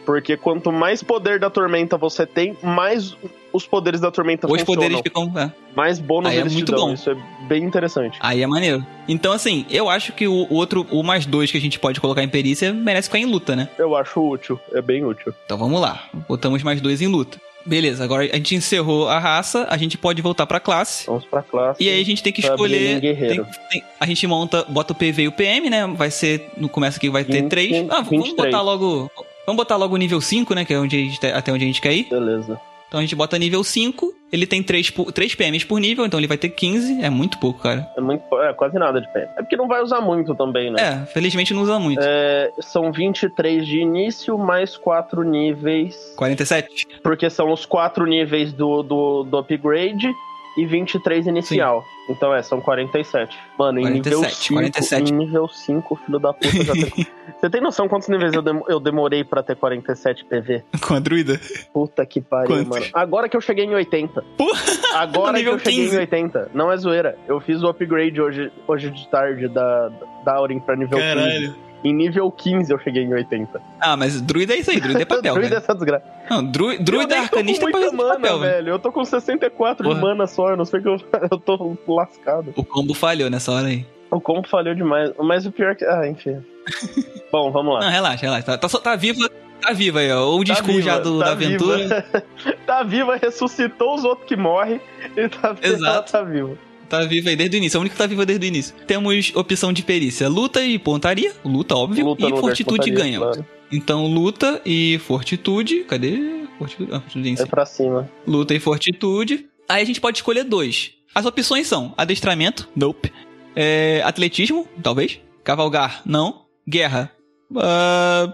Porque quanto mais poder da tormenta você tem, mais os poderes da tormenta
Os
funcionam.
poderes ficam. é.
Mais bônus
Aí é
eles
muito
te dão.
bom.
Isso é bem interessante.
Aí é maneiro. Então, assim, eu acho que o outro, o mais dois que a gente pode colocar em perícia, merece ficar em luta, né?
Eu acho útil, é bem útil.
Então vamos lá. Botamos mais dois em luta. Beleza, agora a gente encerrou a raça, a gente pode voltar pra classe.
Vamos pra classe.
E aí a gente tem que
Pra
escolher.
Blin Guerreiro.
tem- tem- a gente monta, bota o PV e o PM, né? Vai ser. No começo aqui vai ter
Vinte-
três. Ah, vamos
23.
botar logo. Vamos botar logo o nível 5, né? Que é onde a gente, tá- até onde a gente quer ir.
Beleza.
Então a gente bota nível 5. Ele tem 3, três PMs por nível, então ele vai ter 15. É muito pouco, cara.
É, muito, é quase nada de pé. É porque não vai usar muito também, né?
É, felizmente não usa muito.
É, são 23 de início, mais 4 níveis
47?
Porque são os quatro níveis do, do, do upgrade e 23 inicial. Então é, são 47. Mano, em
47,
nível 5.
47.
Em nível 5, filho da puta. Já tem... Você tem noção quantos níveis eu, dem- eu demorei pra ter 47 PV?
Com a druida?
Puta que pariu,
Quantos?
mano. Agora que eu cheguei em 80.
Porra! No
Agora que
nível
eu cheguei
15.
em 80. Não é zoeira. Eu fiz o upgrade hoje, hoje de tarde da, da Aurin pra nível 15. Em nível 15 eu cheguei em 80.
Ah, mas druida é isso aí, druida é papel.
Druida
velho.
essa desgraça.
Não, dru, druida
eu nem tô com
arcanista é
muita
papel.
mana,
velho.
velho. Eu tô com 64
Porra.
de mana só, eu não sei que eu, eu tô lascado.
O combo falhou nessa hora aí.
O combo falhou demais, mas o pior é que... Ah, enfim. Bom, vamos
Não,
lá.
relaxa, relaxa. Tá, tá, só- tá viva, tá viva aí, ó. O
Tá
disco já
viva,
do,
tá
da aventura.
Viva. tá viva, ressuscitou os outros que morrem e tá,
Exato.
tá viva.
Tá viva aí desde o início. É o único que tá viva desde o início. Temos opção de perícia: luta e pontaria. Luta, óbvio.
Luta no
e
lugar
fortitude
que
ganha.
pontaria, claro.
Então, luta e fortitude. Cadê? Fortitude. Ah, fortitude em
É
si.
pra cima.
Luta e fortitude. Aí a gente pode escolher dois. As opções são adestramento, nope. É, atletismo, talvez. Cavalgar, não. Guerra, ah,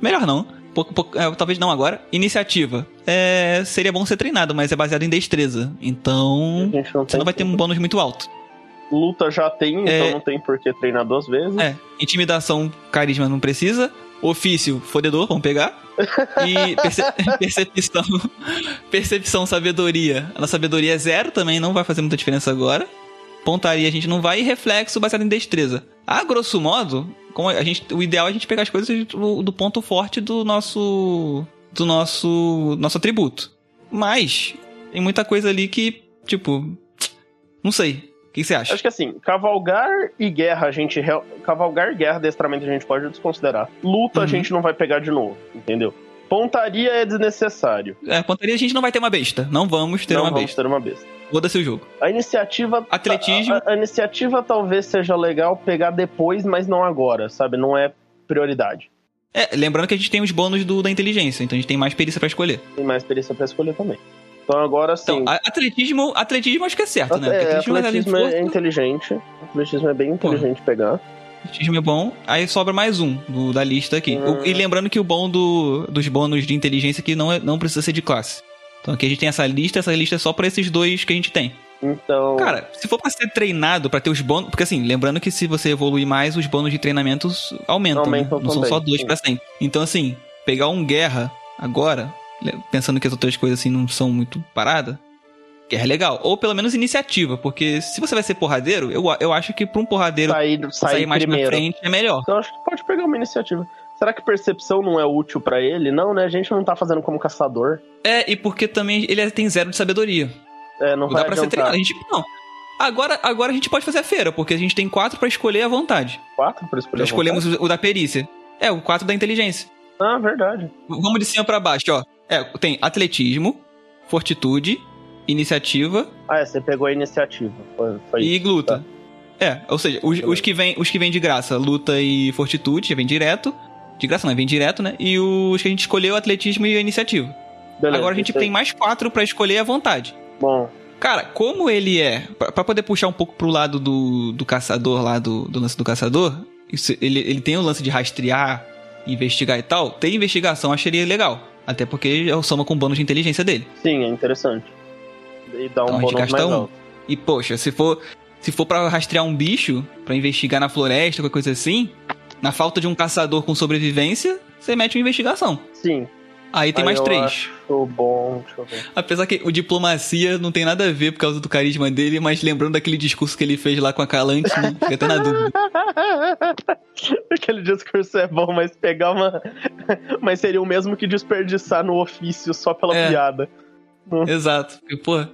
melhor não. Pouco- pouco- é, talvez não agora. Iniciativa. É, seria bom ser treinado, mas é baseado em destreza.
A
Então,
gente não
você
tem...
não vai ter um bônus muito alto.
Luta já tem, então
É.
não tem por que treinar duas vezes.
É, intimidação, carisma não precisa. Ofício, fodedor, vamos pegar. E perce- percepção, percepção, sabedoria. A nossa sabedoria é zero também, não vai fazer muita diferença agora. Pontaria a gente não vai. E reflexo baseado em destreza. A grosso modo, como a gente, o ideal é a gente pegar as coisas do, do ponto forte do nosso do nosso nosso atributo. Mas tem muita coisa ali que, tipo, não sei. O que que você acha?
Acho que assim, cavalgar e guerra a gente. real- Cavalgar e guerra, adestramento a gente pode desconsiderar. Luta
Uhum.
a gente não vai pegar de novo, entendeu? Pontaria é desnecessário.
É, pontaria a gente não vai ter uma besta. Não vamos ter
não
uma
vamos
besta.
ter uma besta.
Foda-se o jogo.
A iniciativa.
Atletismo.
A, a- a iniciativa talvez seja legal pegar depois, mas não agora, sabe? Não é prioridade. ah.
É, lembrando que a gente tem os bônus do, da inteligência, então a gente tem mais perícia pra escolher.
Tem mais perícia pra escolher também. Então agora sim.
Então, a- atletismo, atletismo acho que é certo, né? Porque
é,
atletismo,
atletismo
é,
é
força,
inteligente. Atletismo é bem inteligente pegar.
atletismo é bom, aí sobra mais um do- da lista aqui.
Hum.
O- e lembrando que o bom do- dos bônus de inteligência é que não, é- não precisa ser de classe. Então aqui a gente tem essa lista, essa lista é só pra esses dois que a gente tem.
Então.
Cara, se for pra ser treinado, pra ter os bônus. Porque assim, lembrando que se você evoluir mais, os bônus de treinamentos aumentam.
Aumentam
né? Não são
também,
só dois
sim.
pra sempre. Então, assim, pegar um guerra agora, le- pensando que as outras coisas assim não são muito parada, guerra é legal. Ou pelo menos iniciativa, porque se você vai ser porradeiro, eu, a- eu acho que pra um porradeiro
sair,
sair,
sair
mais
primeiro.
pra frente é melhor.
Então acho que pode pegar uma iniciativa. Será que percepção não é útil pra ele? Não, né? A gente não tá fazendo como caçador.
É, e porque também ele é- tem zero de sabedoria.
É, não
Não dá
vai
pra ser treinado. A
adiantar.
gente, não. Agora, agora a gente pode fazer a feira, porque a gente tem quatro pra escolher à vontade.
Quatro por escolher.
Já escolhemos o o da perícia. É, o quatro da inteligência.
vontade? Ah, verdade.
Vamos de cima pra baixo, ó. É, tem atletismo, fortitude, iniciativa
Ah, é, você pegou a iniciativa. Foi, foi Tá,
e luta. É, ou seja, os, os que vêm os que vêm de graça, luta e fortitude, já vem direto. De graça não, vem direto, né? E os que a gente escolheu, atletismo e a iniciativa.
Beleza,
Agora a gente
isso aí.
tem mais quatro pra escolher à vontade.
Bom,
Cara, como ele é. pra- Pra poder puxar um pouco pro lado do, do caçador, lá do, do lance do caçador, isso- ele, ele tem o lance de rastrear, investigar e tal. Ter investigação acharia legal. Até porque é o soma com o bônus de inteligência dele.
sim, é interessante. E dá
Então
um
a gente
bônus
gasta
mais
um.
alto.
E poxa, se for. se for pra rastrear um bicho, pra investigar na floresta, qualquer coisa assim, na falta de um caçador com sobrevivência, você mete uma investigação.
Sim.
Aí tem
Aí
mais
eu
três.
Acho bom, deixa eu ver.
Apesar que o diplomacia não tem nada a ver por causa do carisma dele, mas lembrando daquele discurso que ele fez lá com a Calante, né? Fica até na dúvida.
Aquele discurso é bom, mas pegar uma. mas seria o mesmo que desperdiçar no ofício só pela
É.
piada.
Exato. Porque, pô.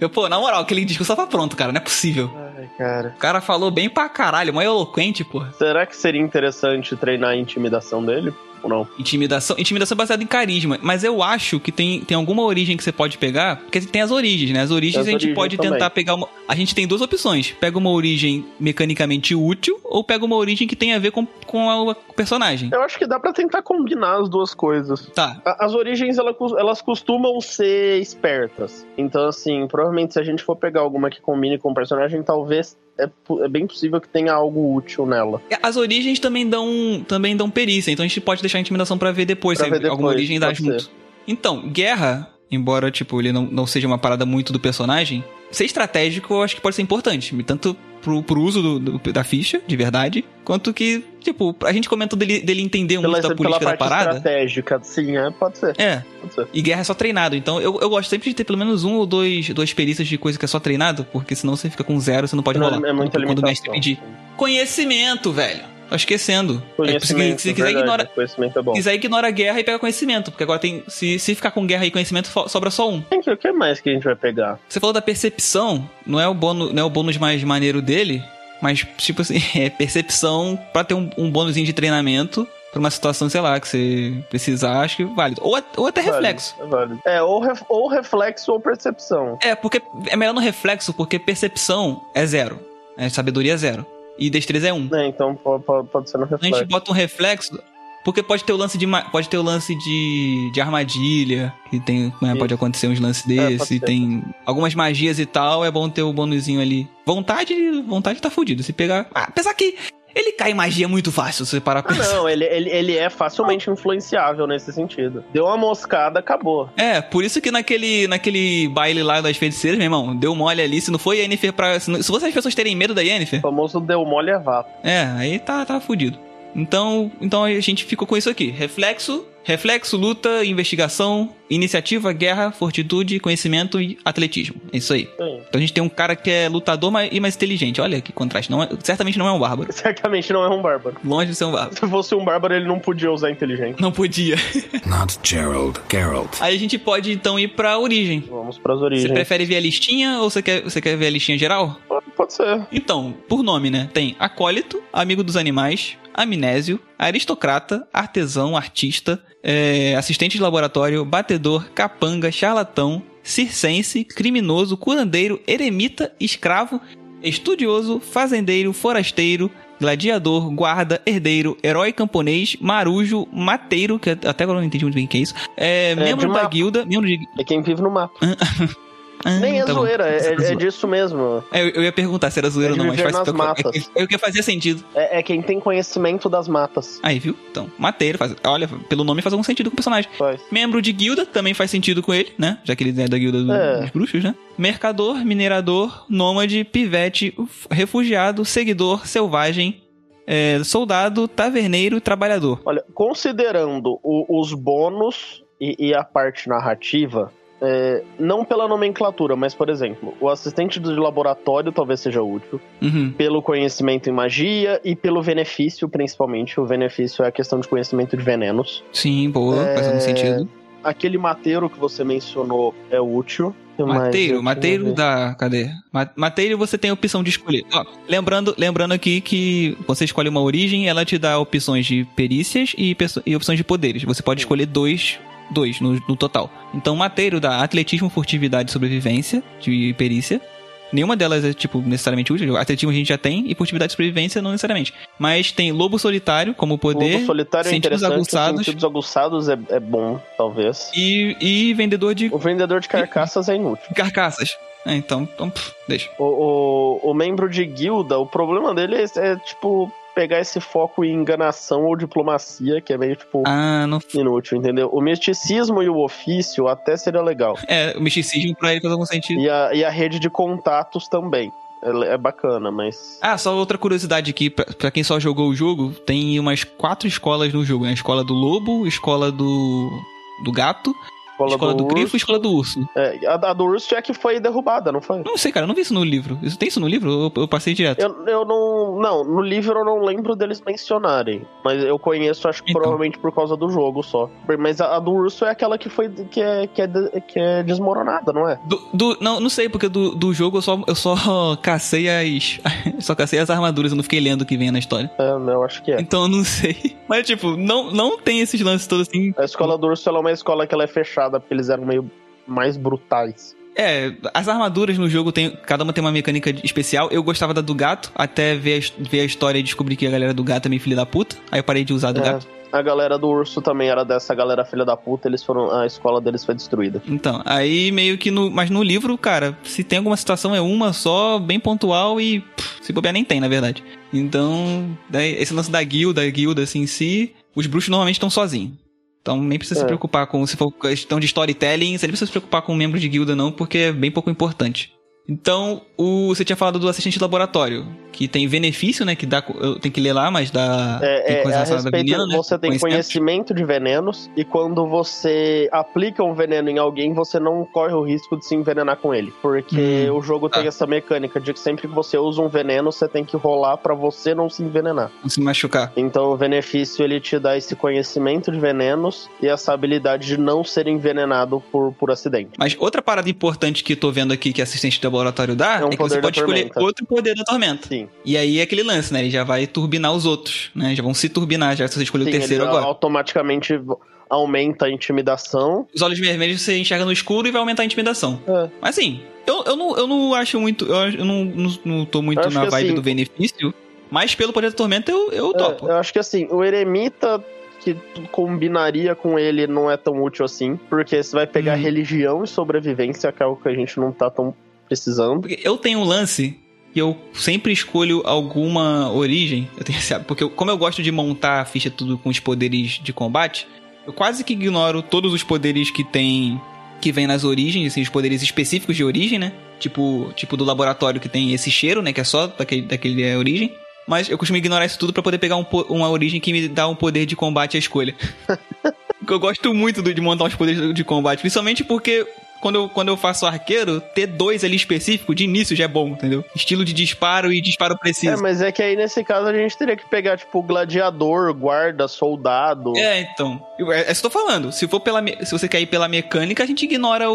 Eu, pô, na moral, aquele discurso tava pronto, cara. Não é possível.
Ai, cara.
O cara falou bem pra caralho, mó eloquente, pô.
Será que seria interessante treinar a intimidação dele? Ou não?
Intimidação. Intimidação é baseada em carisma. Mas eu acho que tem, tem alguma origem que você pode pegar. Porque tem as origens, né? As origens
As
a gente
origens
pode
também.
tentar pegar uma. A gente tem duas opções. Pega uma origem mecanicamente útil ou pega uma origem que tem a ver com, com a- o personagem.
Eu acho que dá pra tentar combinar as duas coisas.
Tá.
A- As origens, ela cos- elas costumam ser espertas. Então, assim, provavelmente se a gente for pegar alguma que combine com o personagem, talvez é, po- é bem possível que tenha algo útil nela.
As origens também dão, também dão perícia, então a gente pode deixar a intimidação pra ver depois,
Pra
se
ver depois,
alguma origem dá
pode
junto. Então, guerra, embora tipo ele não, não seja uma parada muito do personagem, ser estratégico eu acho que pode ser importante, tanto pro, pro uso do- do- da ficha, de verdade, quanto que, tipo, a gente comentou dele, dele entender muito um da política da
parte
parada.
estratégica, sim, é, pode ser.
É,
Pode ser.
e guerra é só treinado, então eu, eu gosto sempre de ter pelo menos um ou dois, duas perícias de coisa que é só treinado, porque senão você fica com zero, você não pode
Não,
rolar.
é muita
quando o mestre
limitação.
pedir. É, Conhecimento, velho. Tô esquecendo. É, se
Conhecimento,
se quiser,
verdade,
ignora,
conhecimento é bom.
quiser ignora a guerra e pega conhecimento, porque agora tem. Se, se ficar com guerra e conhecimento, fo- sobra só um.
Gente, O que mais que a gente vai pegar?
Você falou da percepção, não é o bônus, não é o bônus mais maneiro dele, mas tipo assim, é percepção pra ter um, um bônusinho de treinamento pra uma situação, sei lá, que você precisar, acho que válido. Ou, at- ou até
Válido,
reflexo.
É, válido. É, ou, ref- ou reflexo ou percepção.
É, porque é melhor no reflexo, porque percepção é zero. né? sabedoria é zero. E destreza é um.
É, então po- po- pode ser no
A gente
reflexo.
bota um reflexo, porque pode ter o lance de ma- pode ter o lance de, de armadilha, que tem, né,
Isso.
pode acontecer uns lances
É, pode
desse,
ser.
tem algumas magias e tal, é bom ter o bonuzinho ali. Vontade, vontade tá fudido, se pegar, ah, apesar que ele cai em magia muito fácil, se você parar pra
Ah,
pensar.
não, ele, ele, ele é facilmente influenciável nesse sentido. Deu uma moscada, acabou.
É, por isso que naquele, naquele baile lá das feiticeiras, meu irmão, deu mole ali, se não foi Yennefer pra... Se, não, se fosse as pessoas terem medo da Yennefer,
O famoso deu mole é vapo.
É, aí tá, tá fudido. Então, então a gente ficou com isso aqui: reflexo, reflexo, luta, investigação, iniciativa, guerra, fortitude, conhecimento e atletismo. É isso aí.
Sim.
Então a gente tem um cara que é lutador mas, e mais inteligente. Olha que contraste. Não é- certamente não é um bárbaro.
Certamente não é um bárbaro.
Longe de ser um bárbaro.
Se fosse um bárbaro, ele não podia usar inteligente.
Não podia.
Not Gerald, Gerald.
Aí a gente pode então ir pra origem.
Vamos pras
Você
origens.
prefere ver a listinha ou você quer, você quer ver a listinha geral?
Pode- Pode ser.
Então, por nome, né? Tem acólito, amigo dos animais, amnésio, aristocrata, artesão, artista, é, assistente de laboratório, batedor, capanga, charlatão, circense, criminoso, curandeiro, eremita, escravo, estudioso, fazendeiro, forasteiro, gladiador, guarda, herdeiro, herói camponês, marujo, mateiro, que até agora eu não entendi muito bem o que é isso, é, membro
de
da
mapa.
guilda, membro de...
É quem vive no mapa.
Ah,
Nem é
tá bom.
zoeira, é, é disso mesmo.
É, Eu, eu ia perguntar se era zoeira
É
ou
de
não, mas
viver
faz...
nas
é
matas.
que- é o que fazia sentido.
É, é quem tem conhecimento das matas.
Aí, viu? Então, mateiro, faz, olha, pelo nome faz algum sentido com o personagem.
Faz.
Membro de guilda também faz sentido com ele, né? Já que ele é da guilda do-
É.
dos bruxos, né? Mercador, minerador, nômade, pivete, uf- refugiado, seguidor, selvagem, é, soldado, taverneiro, trabalhador.
Olha, considerando o- os bônus e, e a parte narrativa, é, não pela nomenclatura, mas, por exemplo, o assistente de laboratório talvez seja útil,
Uhum.
pelo conhecimento em magia e pelo benefício, principalmente. O benefício é a questão de conhecimento de venenos.
Sim, boa, faz algum
É,
sentido.
Aquele mateiro que você mencionou é útil. Que mais?
Mateiro,
Deixa eu
mateiro
ver.
da. Cadê? Ma- Mateiro você tem a opção de escolher. Ó, lembrando, lembrando aqui que você escolhe uma origem, ela te dá opções de perícias e, perso- e opções de poderes. Você pode escolher dois, dois no, no total. Então, mateiro dá atletismo, furtividade e sobrevivência de perícia. Nenhuma delas é, tipo, necessariamente útil. Atletismo a gente já tem, e furtividade e sobrevivência não necessariamente. Mas tem lobo solitário como poder.
Lobo solitário é
sentidos
interessante,
aguçados.
sentidos aguçados é, é bom, talvez.
E, e vendedor de
O vendedor de carcaças é inútil.
carcaças. É, então, então pff, deixa.
O, o, o membro de guilda, o problema dele é, é, tipo, pegar esse foco em enganação ou diplomacia, que é meio, tipo,
Ah, não
inútil, entendeu? O misticismo e o ofício até seria legal.
É, o misticismo pra ele faz algum sentido.
E a, e a rede de contatos também. é é bacana, mas.
Ah, só outra curiosidade aqui, pra, pra quem só jogou o jogo, tem umas quatro escolas no jogo, né? A escola do lobo, a escola do. do gato, a escola do, grifo e a
urso,
escola do urso.
é, a, a do urso é que foi derrubada, não foi?
Não sei, cara, eu não vi isso no livro. Isso tem isso no livro? Eu, eu passei direto.
Eu, eu não. Não, no livro eu não lembro deles mencionarem. Mas eu conheço, acho que
Então.
provavelmente por causa do jogo só. Mas a, a do urso é aquela que foi. que é, que é, de- que é desmoronada, não é?
Do, do- não, não sei, porque do, do jogo eu só, eu só cacei as. só cacei as armaduras, eu não fiquei lendo o que vem na história.
É, eu acho que é.
Então eu não sei. Mas, tipo, não, não tem esses lances todos assim.
A escola do urso ela é uma escola que ela é fechada, porque eles eram meio mais brutais.
É, as armaduras no jogo tem. Cada uma tem uma mecânica de- especial. Eu gostava da do gato, até ver a, his- ver a história e descobrir que a galera do gato é meio filha da puta. Aí eu parei de usar a do
É.
gato.
A galera do urso também era dessa galera filha da puta, eles foram. A escola deles foi destruída.
Então, aí meio que no. Mas no livro, cara, se tem alguma situação é uma só, bem pontual e. pff, se bobear nem tem, na verdade. Então, daí, esse lance da guilda, a guilda assim em si, os bruxos normalmente estão sozinhos. Então nem precisa se
É.
preocupar com. Se for questão de storytelling, você nem precisa se preocupar com membros de guilda, não, porque é bem pouco importante. Então, o, você tinha falado do assistente de laboratório, que tem benefício, né? Que dá. co- Eu tenho que ler lá, mas dá. tem
É, é,
coisa
a
relacionada a
respeito,
veneno, né?
você tem conhecimento de venenos e quando você aplica um veneno em alguém, você não corre o risco de se envenenar com ele. Porque o jogo
tá.
tem essa mecânica de que sempre que você usa um veneno, você tem que rolar pra você não se envenenar.
Não se machucar.
Então o benefício ele te dá esse conhecimento de venenos e essa habilidade de não ser envenenado por, por acidente.
Mas outra parada importante que eu tô vendo aqui que assistente de laboratório dá
É um
é que
poder
você
da
pode escolher
tormenta.
outro poder da tormenta.
Sim.
E aí é aquele lance, né? Ele já vai turbinar os outros, né? Já vão se turbinar, já se você escolheu
Sim,
o terceiro
ele
agora.
automaticamente aumenta a intimidação.
Os olhos vermelhos você enxerga no escuro e vai aumentar a intimidação.
É.
Mas assim, eu, eu, não, eu não acho muito. Eu, acho- eu não, não, não tô muito
Acho
na
que,
vibe
assim,
do benefício, mas pelo poder da tormenta eu, eu
É,
topo.
eu acho que assim, o eremita que tu combinaria com ele não é tão útil assim, porque você vai pegar
Hum.
religião e sobrevivência, que é algo que a gente não tá tão precisando.
Porque eu tenho um lance que eu sempre escolho alguma origem. Eu tenho esse hábito, porque eu- como eu gosto de montar a ficha tudo com os poderes de combate, eu quase que ignoro todos os poderes que tem que vem nas origens, assim, os poderes específicos de origem, né? Tipo, tipo do laboratório que tem esse cheiro, né, que é só daquele daquele é, origem. Mas eu costumo ignorar isso tudo pra poder pegar um po- uma origem que me dá um poder de combate à escolha. Porque eu gosto muito do- de montar os poderes de combate, principalmente porque quando eu, quando eu faço arqueiro, ter dois ali específico de início já é bom, entendeu? Estilo de disparo e disparo preciso.
É, mas é que aí nesse caso a gente teria que pegar, tipo, gladiador, guarda, soldado.
É, então. Eu- É é isso que eu tô falando. Se, for pela, me- se você quer ir pela mecânica, a gente ignora o,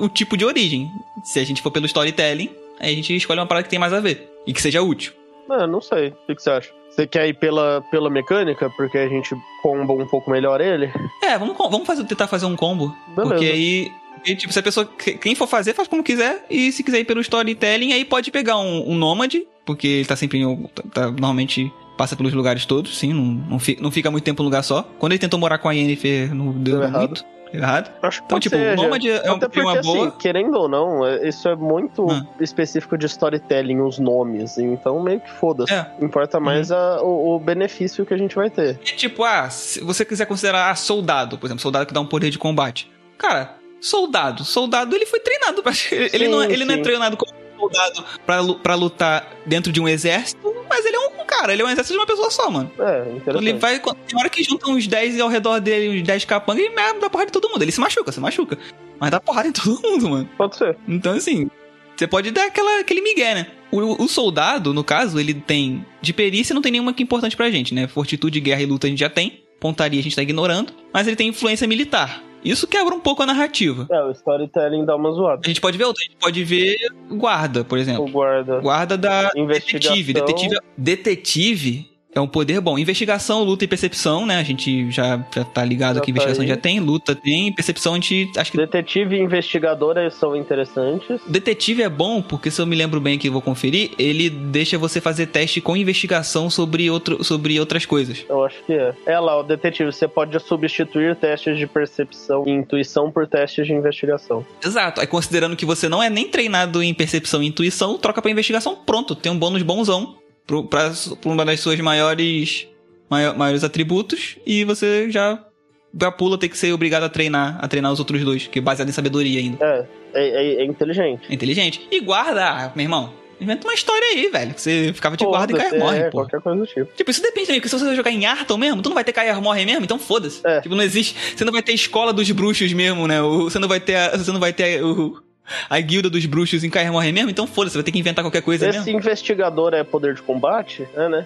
o- o tipo de origem. Se a gente for pelo storytelling, aí a gente escolhe uma parada que tem mais a ver. E que seja útil.
Não, não sei. O que, que você acha? Você quer ir pela, pela mecânica? Porque a gente comba um pouco melhor ele?
É, vamos, co- vamos fazer, tentar fazer um combo.
Beleza.
Porque aí. e, tipo, se a pessoa. que- Quem for fazer, faz como quiser. E se quiser ir pelo storytelling, aí pode pegar um, um nômade. Porque ele tá sempre em. algum- tá- tá- normalmente passa pelos lugares todos, sim. Não, não, fi- não fica muito tempo num lugar só. Quando ele tentou morar com a Yennefer, não deu
Deu errado.
muito. Deu errado.
Acho que
Então,
pode
tipo,
ser,
o
já.
Nômade é um-
Até porque,
uma boa.
assim, querendo ou não, é- isso é muito
Ah.
específico de storytelling, os nomes. Então, meio que foda-se.
É.
Importa mais a- o, o benefício que a gente vai ter.
É tipo, ah, se você quiser considerar ah, soldado, por exemplo, soldado que dá um poder de combate. Cara, soldado, soldado ele foi treinado pra. ele não, é- ele não é
sim.
treinado como soldado pra, lu- pra lutar dentro de um exército, mas ele é um cara, ele é um exército de uma pessoa só, mano.
É,
Então ele
interessante.
vai. Tem hora que juntam uns 10 ao redor dele, uns 10 capangas, e merda, dá porrada em todo mundo. Ele se machuca, se machuca. Mas dá porrada em todo mundo, mano.
Pode ser.
Então, assim, você pode dar aquela, aquele migué, né? O, o soldado, no caso, ele tem. De perícia não tem nenhuma que é importante pra gente, né? Fortitude, guerra e luta a gente já tem. Pontaria a gente tá ignorando. Mas ele tem influência militar. Isso quebra um pouco a narrativa.
É, o storytelling dá uma zoada.
A gente pode ver outra. A gente pode ver guarda, por
O
exemplo.
guarda.
Guarda da
Investigação.
detetive. Detetive, detetive é um poder bom. Investigação, luta e percepção, né? A gente já, já tá ligado
Já
que
tá
investigação
aí.
já tem, luta tem, percepção a gente acho que
Detetive e investigadora são interessantes.
Detetive é bom porque, se eu me lembro bem que eu vou conferir, ele deixa você fazer teste com investigação sobre, outro, sobre outras coisas.
Eu acho que é. É lá, o detetive, você pode substituir testes de percepção e intuição por testes de investigação.
Exato. Aí, considerando que você não é nem treinado em percepção e intuição, troca pra investigação, pronto. Tem um bônus bonzão pro, pra, pra uma das suas maiores, maior- maiores atributos e você já, já pula ter que ser obrigado a treinar, a treinar os outros dois, que é baseado em sabedoria ainda.
É, é, é- é inteligente.
É inteligente. E guarda, ah, meu irmão. Inventa uma história aí, velho. Que você ficava de guarda e
Foda-se,
Kair morre,
é,
pô.
qualquer coisa do tipo.
Tipo, isso depende também, porque se você jogar em Arton mesmo, tu não vai ter Kair morre mesmo, então foda-se.
É.
Tipo, não existe. Você não vai ter escola dos bruxos mesmo, né? O- Você não vai ter. A, você não vai ter o- a guilda dos bruxos em Kair morre mesmo, então foda-se, vai ter que inventar qualquer coisa
Esse
mesmo.
investigador é poder de combate? É, né?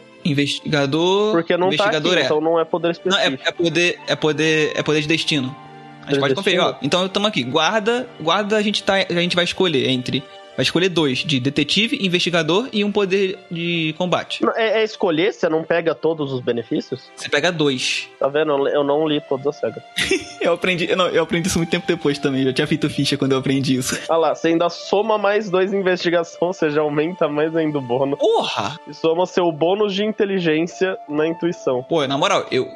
Investigador.
Porque não tá aqui,
investigador é.
então não é poder
Não, é,
específico.
é poder, é poder, é poder de destino. A gente
Poder
pode
de
conferir, ó.
destino?
Então estamos aqui. Guarda, guarda a gente, tá, a gente vai escolher entre. Vai escolher dois, de detetive, investigador e um poder de combate.
Não, é- é escolher, você não pega todos os benefícios?
Você pega dois.
Tá vendo? Eu- Eu não li todas as regras.
Eu aprendi, eu, não, eu aprendi isso muito tempo depois também. Já tinha feito ficha quando eu aprendi isso.
Ah lá, você ainda soma mais dois em investigação, ou seja, aumenta mais ainda o bônus.
Porra!
E soma seu bônus de inteligência na intuição.
Pô, na moral, eu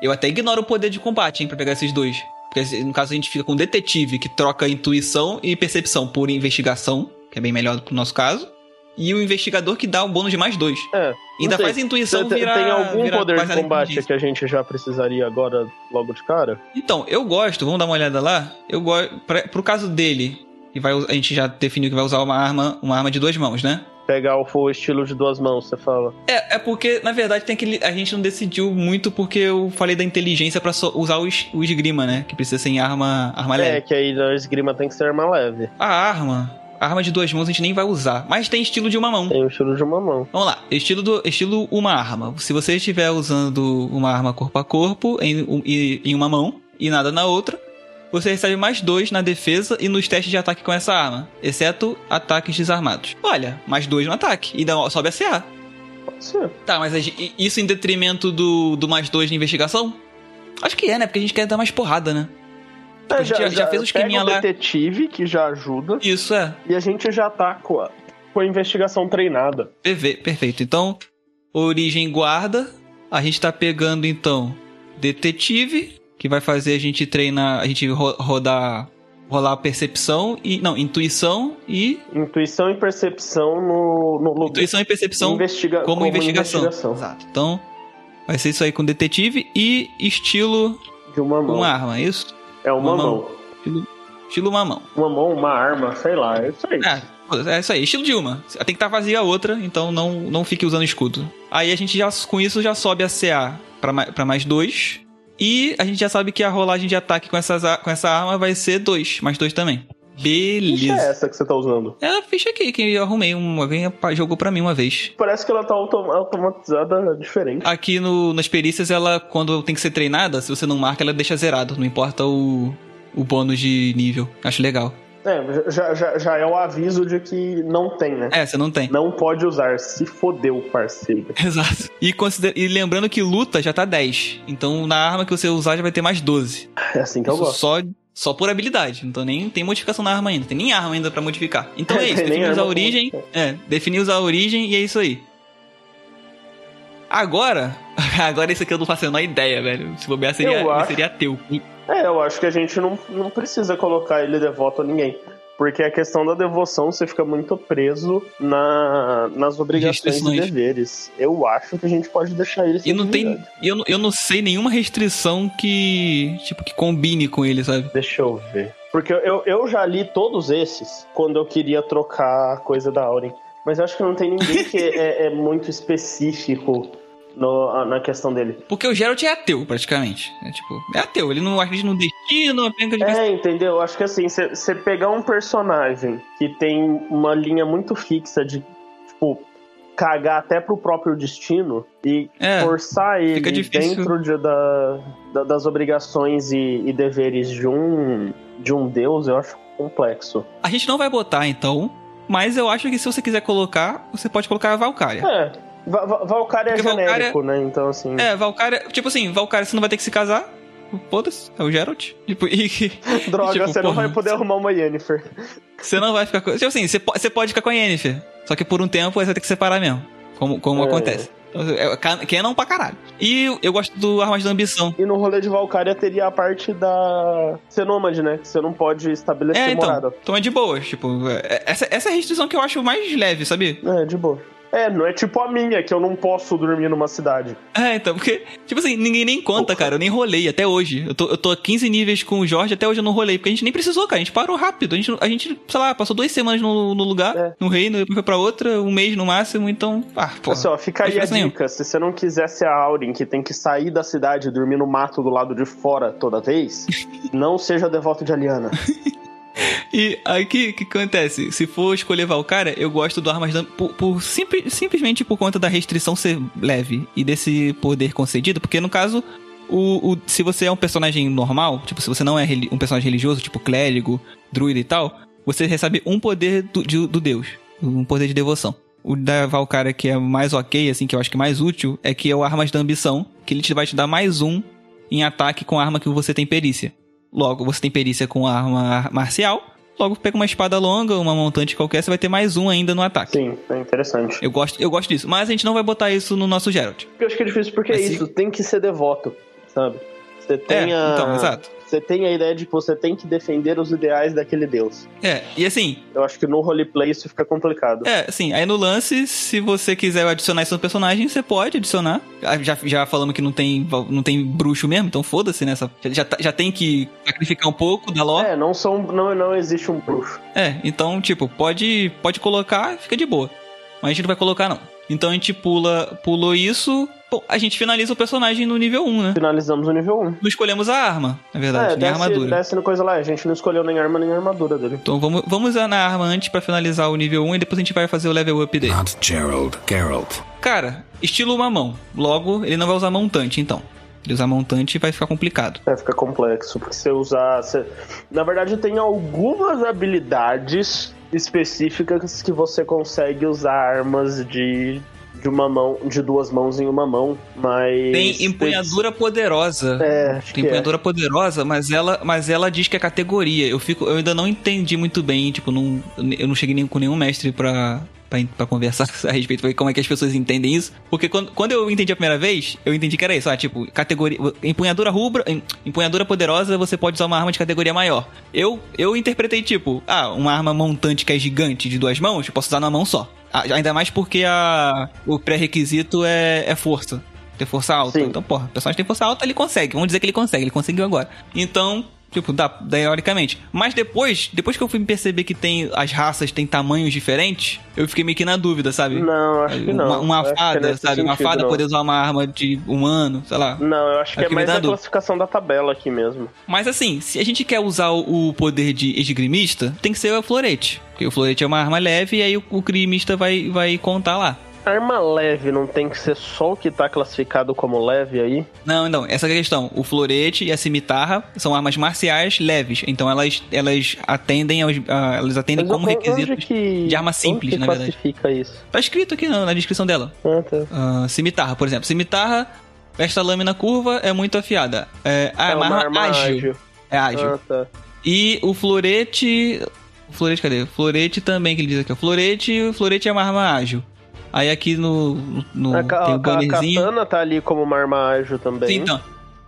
eu até ignoro o poder de combate, hein, pra pegar esses dois. Porque se- no caso a gente fica com um detetive, que troca intuição e percepção por investigação, que é bem melhor pro nosso caso. E o investigador que dá um bônus de mais dois.
É,
Ainda
sei.
faz a intuição
Tem-
virar.
tem algum
virar
poder
baseado
de
em
combate
inteligência.
que a gente já precisaria agora, logo de cara?
Então, eu gosto, vamos dar uma olhada lá. Eu gosto. pra- Pro caso dele, que vai, us- a gente já definiu que vai usar uma arma, uma arma de duas mãos, né?
Pegar o full estilo de duas mãos, você fala.
É, é porque, na verdade, tem aquele. A gente não decidiu muito porque eu falei da inteligência pra só usar o, es- o esgrima, né? Que precisa ser em arma, arma
É,
leve.
que aí na esgrima tem que ser arma leve.
A arma. A arma de duas mãos a gente nem vai usar. Mas tem estilo de uma mão.
Tem o estilo de uma mão.
Vamos lá, estilo, do, estilo uma arma. Se você estiver usando uma arma corpo a corpo em, um- e- em uma mão e nada na outra, você recebe mais dois na defesa e nos testes de ataque com essa arma, exceto ataques desarmados. Olha, mais dois no ataque e dá, sobe a CA.
Pode ser.
Tá, mas a gen- i- isso em detrimento do, do mais dois de investigação? Acho que é, né? Porque a gente quer dar mais porrada, né? a gente já- já fez um esqueminha
É, pega
lá.
o detetive, que já ajuda,
Isso é.
e a gente já tá com a, com a investigação treinada.
Perfe- Perfeito. Então, origem guarda. A gente tá pegando, então, detetive, que vai fazer a gente treinar, a gente ro- rodar, rolar percepção e... Não, intuição e...
Intuição e percepção no, no lugar.
Intuição e percepção
Investiga-
como, investigação.
investigação.
Exato. Então, vai ser isso aí com detetive e estilo
De uma mão.
uma arma, é isso?
É uma,
uma
mão.
Estilo, estilo uma mão.
Uma mão, uma arma, sei lá. É isso aí.
Ah, é isso aí, estilo de uma. Tem que estar vazia a outra, então não, não fique usando escudo. Aí a gente já, com isso, já sobe a CA pra, ma- pra mais dois. E a gente já sabe que a rolagem de ataque com, essas, a- com essa arma vai ser dois, mais dois também.
Que ficha é
Beleza.
essa que você tá usando?
É a ficha aqui que eu arrumei, um, alguém pa- jogou pra mim uma vez.
Parece que ela tá auto- automatizada né, diferente.
Aqui no, nas perícias, ela, quando tem que ser treinada, se você não marca, ela deixa zerado, não importa o, o bônus de nível. Acho legal.
É, já, já, já é o aviso de que não tem, né?
É, você não tem.
Não pode usar. Se fodeu, parceiro.
Exato. E, consider- e lembrando que luta já tá 10. Então na arma que você usar já vai ter mais 12.
É assim que eu
Isso
gosto.
só, só por habilidade. Então nem tem modificação na arma ainda. Tem nem arma ainda pra modificar. Então é
Tem
isso.
nem
Definimos a
arma pra
origem. É, definimos a origem e é isso aí. Agora. Agora isso aqui eu não faço a menor ideia, velho. Se bobear seria,
Eu acho.
seria teu.
É, eu acho que a gente não, não precisa colocar ele devoto a ninguém. Porque a questão da devoção, você fica muito preso na, nas obrigações e
Restrições.
deveres. Eu acho que a gente pode deixar ele sem
E não tem.
divindade.
e Eu não, eu não sei nenhuma restrição que. Tipo, que combine com ele, sabe?
Deixa eu ver. Porque eu, eu já li todos esses quando eu queria trocar a coisa da Auren. Mas eu acho que não tem ninguém que é, é muito específico no- na questão dele.
Porque o Geralt é ateu, praticamente. É tipo, é ateu. Ele não acredita no destino, apenas de
É, entendeu? Eu Acho que assim, você pegar um personagem que tem uma linha muito fixa de, tipo, cagar até pro próprio destino e
É,
forçar
fica
ele
difícil.
dentro de- da, da- das obrigações e, e deveres de um, de um deus, eu acho complexo.
A gente não vai botar, então. Mas eu acho que se você quiser colocar, você pode colocar a Valkyria.
É. Va- Va- Valkyria é
Porque Valkyria-
genérico, né? Então, assim.
É, Valkyria. Tipo assim, Valkyria você não vai ter que se casar. Foda-se, é o Geralt. Tipo, e.
Droga,
tipo,
você não
porra,
vai poder arrumar uma Yennefer.
Você não vai ficar com. Tipo assim, você po- você pode ficar com a Yennefer. Só que por um tempo aí você vai ter que separar mesmo. Como, como
É.
acontece. Então, é- ca- Canon pra caralho. E eu gosto do Armas da Ambição.
E no rolê de Valkyria teria a parte da. ser nômade, né? Que você não pode
É,
estabelecer
então.
morada.
Então é de boa. Tipo, é- essa, essa é a restrição que eu acho mais leve, sabia?
É, de boa. É, não é tipo a minha, que eu não posso dormir numa cidade.
É, então, porque, tipo assim, ninguém nem conta, cara. Eu nem rolei até hoje. Eu tô, eu tô a 15 níveis com o Jorge, até hoje eu não rolei, porque a gente nem precisou, cara. A gente parou rápido. A gente, a gente sei lá, passou duas semanas no, no lugar,
É.
no reino, depois foi pra outra, um mês no máximo, então. Ah, pô.
Assim, ó, fica aí a
Faz diferença
dica. Se você não quiser ser a Aurin, que tem que sair da cidade e dormir no mato do lado de fora toda vez, não seja devoto de Aliana.
E aqui, o que acontece? Se for escolher Valkyria, eu gosto do Armas Dano por, por simp- simplesmente por conta da restrição ser leve e desse poder concedido, porque no caso, o, o- se você é um personagem normal, tipo, se você não é reli- um personagem religioso, tipo clérigo, druida e tal, você recebe um poder do, de- do deus, um poder de devoção. O da Valkyria que é mais ok, assim, que eu acho que é mais útil, é que é o Armas da Ambição, que ele te vai te dar mais um em ataque com a arma que você tem perícia. Logo, você tem perícia com a arma marcial. Logo, pega uma espada longa, uma montante qualquer, você vai ter mais um ainda no ataque.
Sim, é interessante.
Eu gosto, eu gosto disso. Mas a gente não vai botar isso no nosso Geralt.
Eu acho que é difícil porque é
Assim-
isso, tem que ser devoto, sabe? Você
É,
tem a...
então, exato.
Você tem a ideia de que você tem que defender os ideais daquele deus.
É, e assim,
Eu acho que no roleplay isso fica complicado.
é, assim, aí no lance, se você quiser adicionar isso no personagem, você pode adicionar. Ah, Já, já falamos que não tem, val- não tem bruxo mesmo, então foda-se nessa. Já, já, tá- já tem que sacrificar um pouco da lore.
É, não são, não, não existe um bruxo.
É, então, tipo, pode, pode colocar, fica de boa. Mas a gente não vai colocar, não. Então a gente pula, pulou isso. Bom, a gente finaliza o personagem no nível 1, né?
Finalizamos o nível 1.
Não escolhemos a arma, na verdade,
é,
nem a
desce,
armadura.
desce no coisa lá, a gente não escolheu nem arma nem armadura dele.
Então vamos, vamos na arma antes pra finalizar o nível 1 e depois a gente vai fazer o level up dele.
Not Gerald, Geralt.
Cara, estilo uma mão. Logo, ele não vai usar montante, então. Ele usar montante vai ficar complicado.
É, fica complexo, porque você usar. você- Na verdade, tem algumas habilidades específicas que você consegue usar armas de, de uma mão, de duas mãos em uma mão, mas.
Tem empunhadura poderosa.
É, acho
Tem
que é.
empunhadura poderosa, mas ela, mas ela diz que é categoria. Eu fico, eu ainda não entendi muito bem, tipo, não, eu não cheguei nem com nenhum mestre pra, pra, pra conversar a respeito, pra ver como é que as pessoas entendem isso. Porque quando, quando eu entendi a primeira vez, eu entendi que era isso, ah, tipo, categoria, empunhadura rubra, em- empunhadura poderosa, você pode usar uma arma de categoria maior. Eu, eu interpretei, tipo, ah, uma arma montante que é gigante de duas mãos, eu posso usar na mão só. Ah, Ainda mais porque a, o pré-requisito é, é força. Tem força alta.
Sim.
Então, porra, o personagem tem força alta, ele consegue. Vamos dizer que ele consegue, ele conseguiu agora. Então, tipo, dá, teoricamente. Mas depois, depois que eu fui perceber que tem as raças têm tamanhos diferentes, eu fiquei meio que na dúvida, sabe?
Não, acho que não.
Uma, uma
Acho que é
fada,
nesse
sabe? uma
sentido,
fada
não.
poder usar uma arma de humano, sei lá.
Não, eu acho que
É
é,
o que me
mais
dá
a
dúvida.
classificação da tabela aqui mesmo.
Mas assim, se a gente quer usar o o poder de esgrimista, tem que ser o florete. Porque o florete é uma arma leve e aí o, o grimista vai, vai contar lá.
Arma leve não tem que ser só o que tá classificado como leve aí?
Não, então, essa é a questão. O florete e a cimitarra são armas marciais leves, então elas, elas atendem aos, a- elas atendem
Mas
como
onde
requisitos.
que-
de arma
onde
simples,
que
na verdade.
classifica isso?
Tá escrito aqui na, na descrição dela.
Ah, tá.
Ah, cimitarra, por exemplo. Cimitarra, esta lâmina curva é muito afiada. É, ah, é uma arma ágil. É ágil.
Ah, tá.
E o florete. O florete, cadê? Florete também, que ele diz aqui. ó. Florete, o florete é uma arma ágil. Aí aqui no. no
a, ca-
Um tem o
a ca- a
bannerzinho.
katana tá ali como uma arma ágil também.
Sim, então.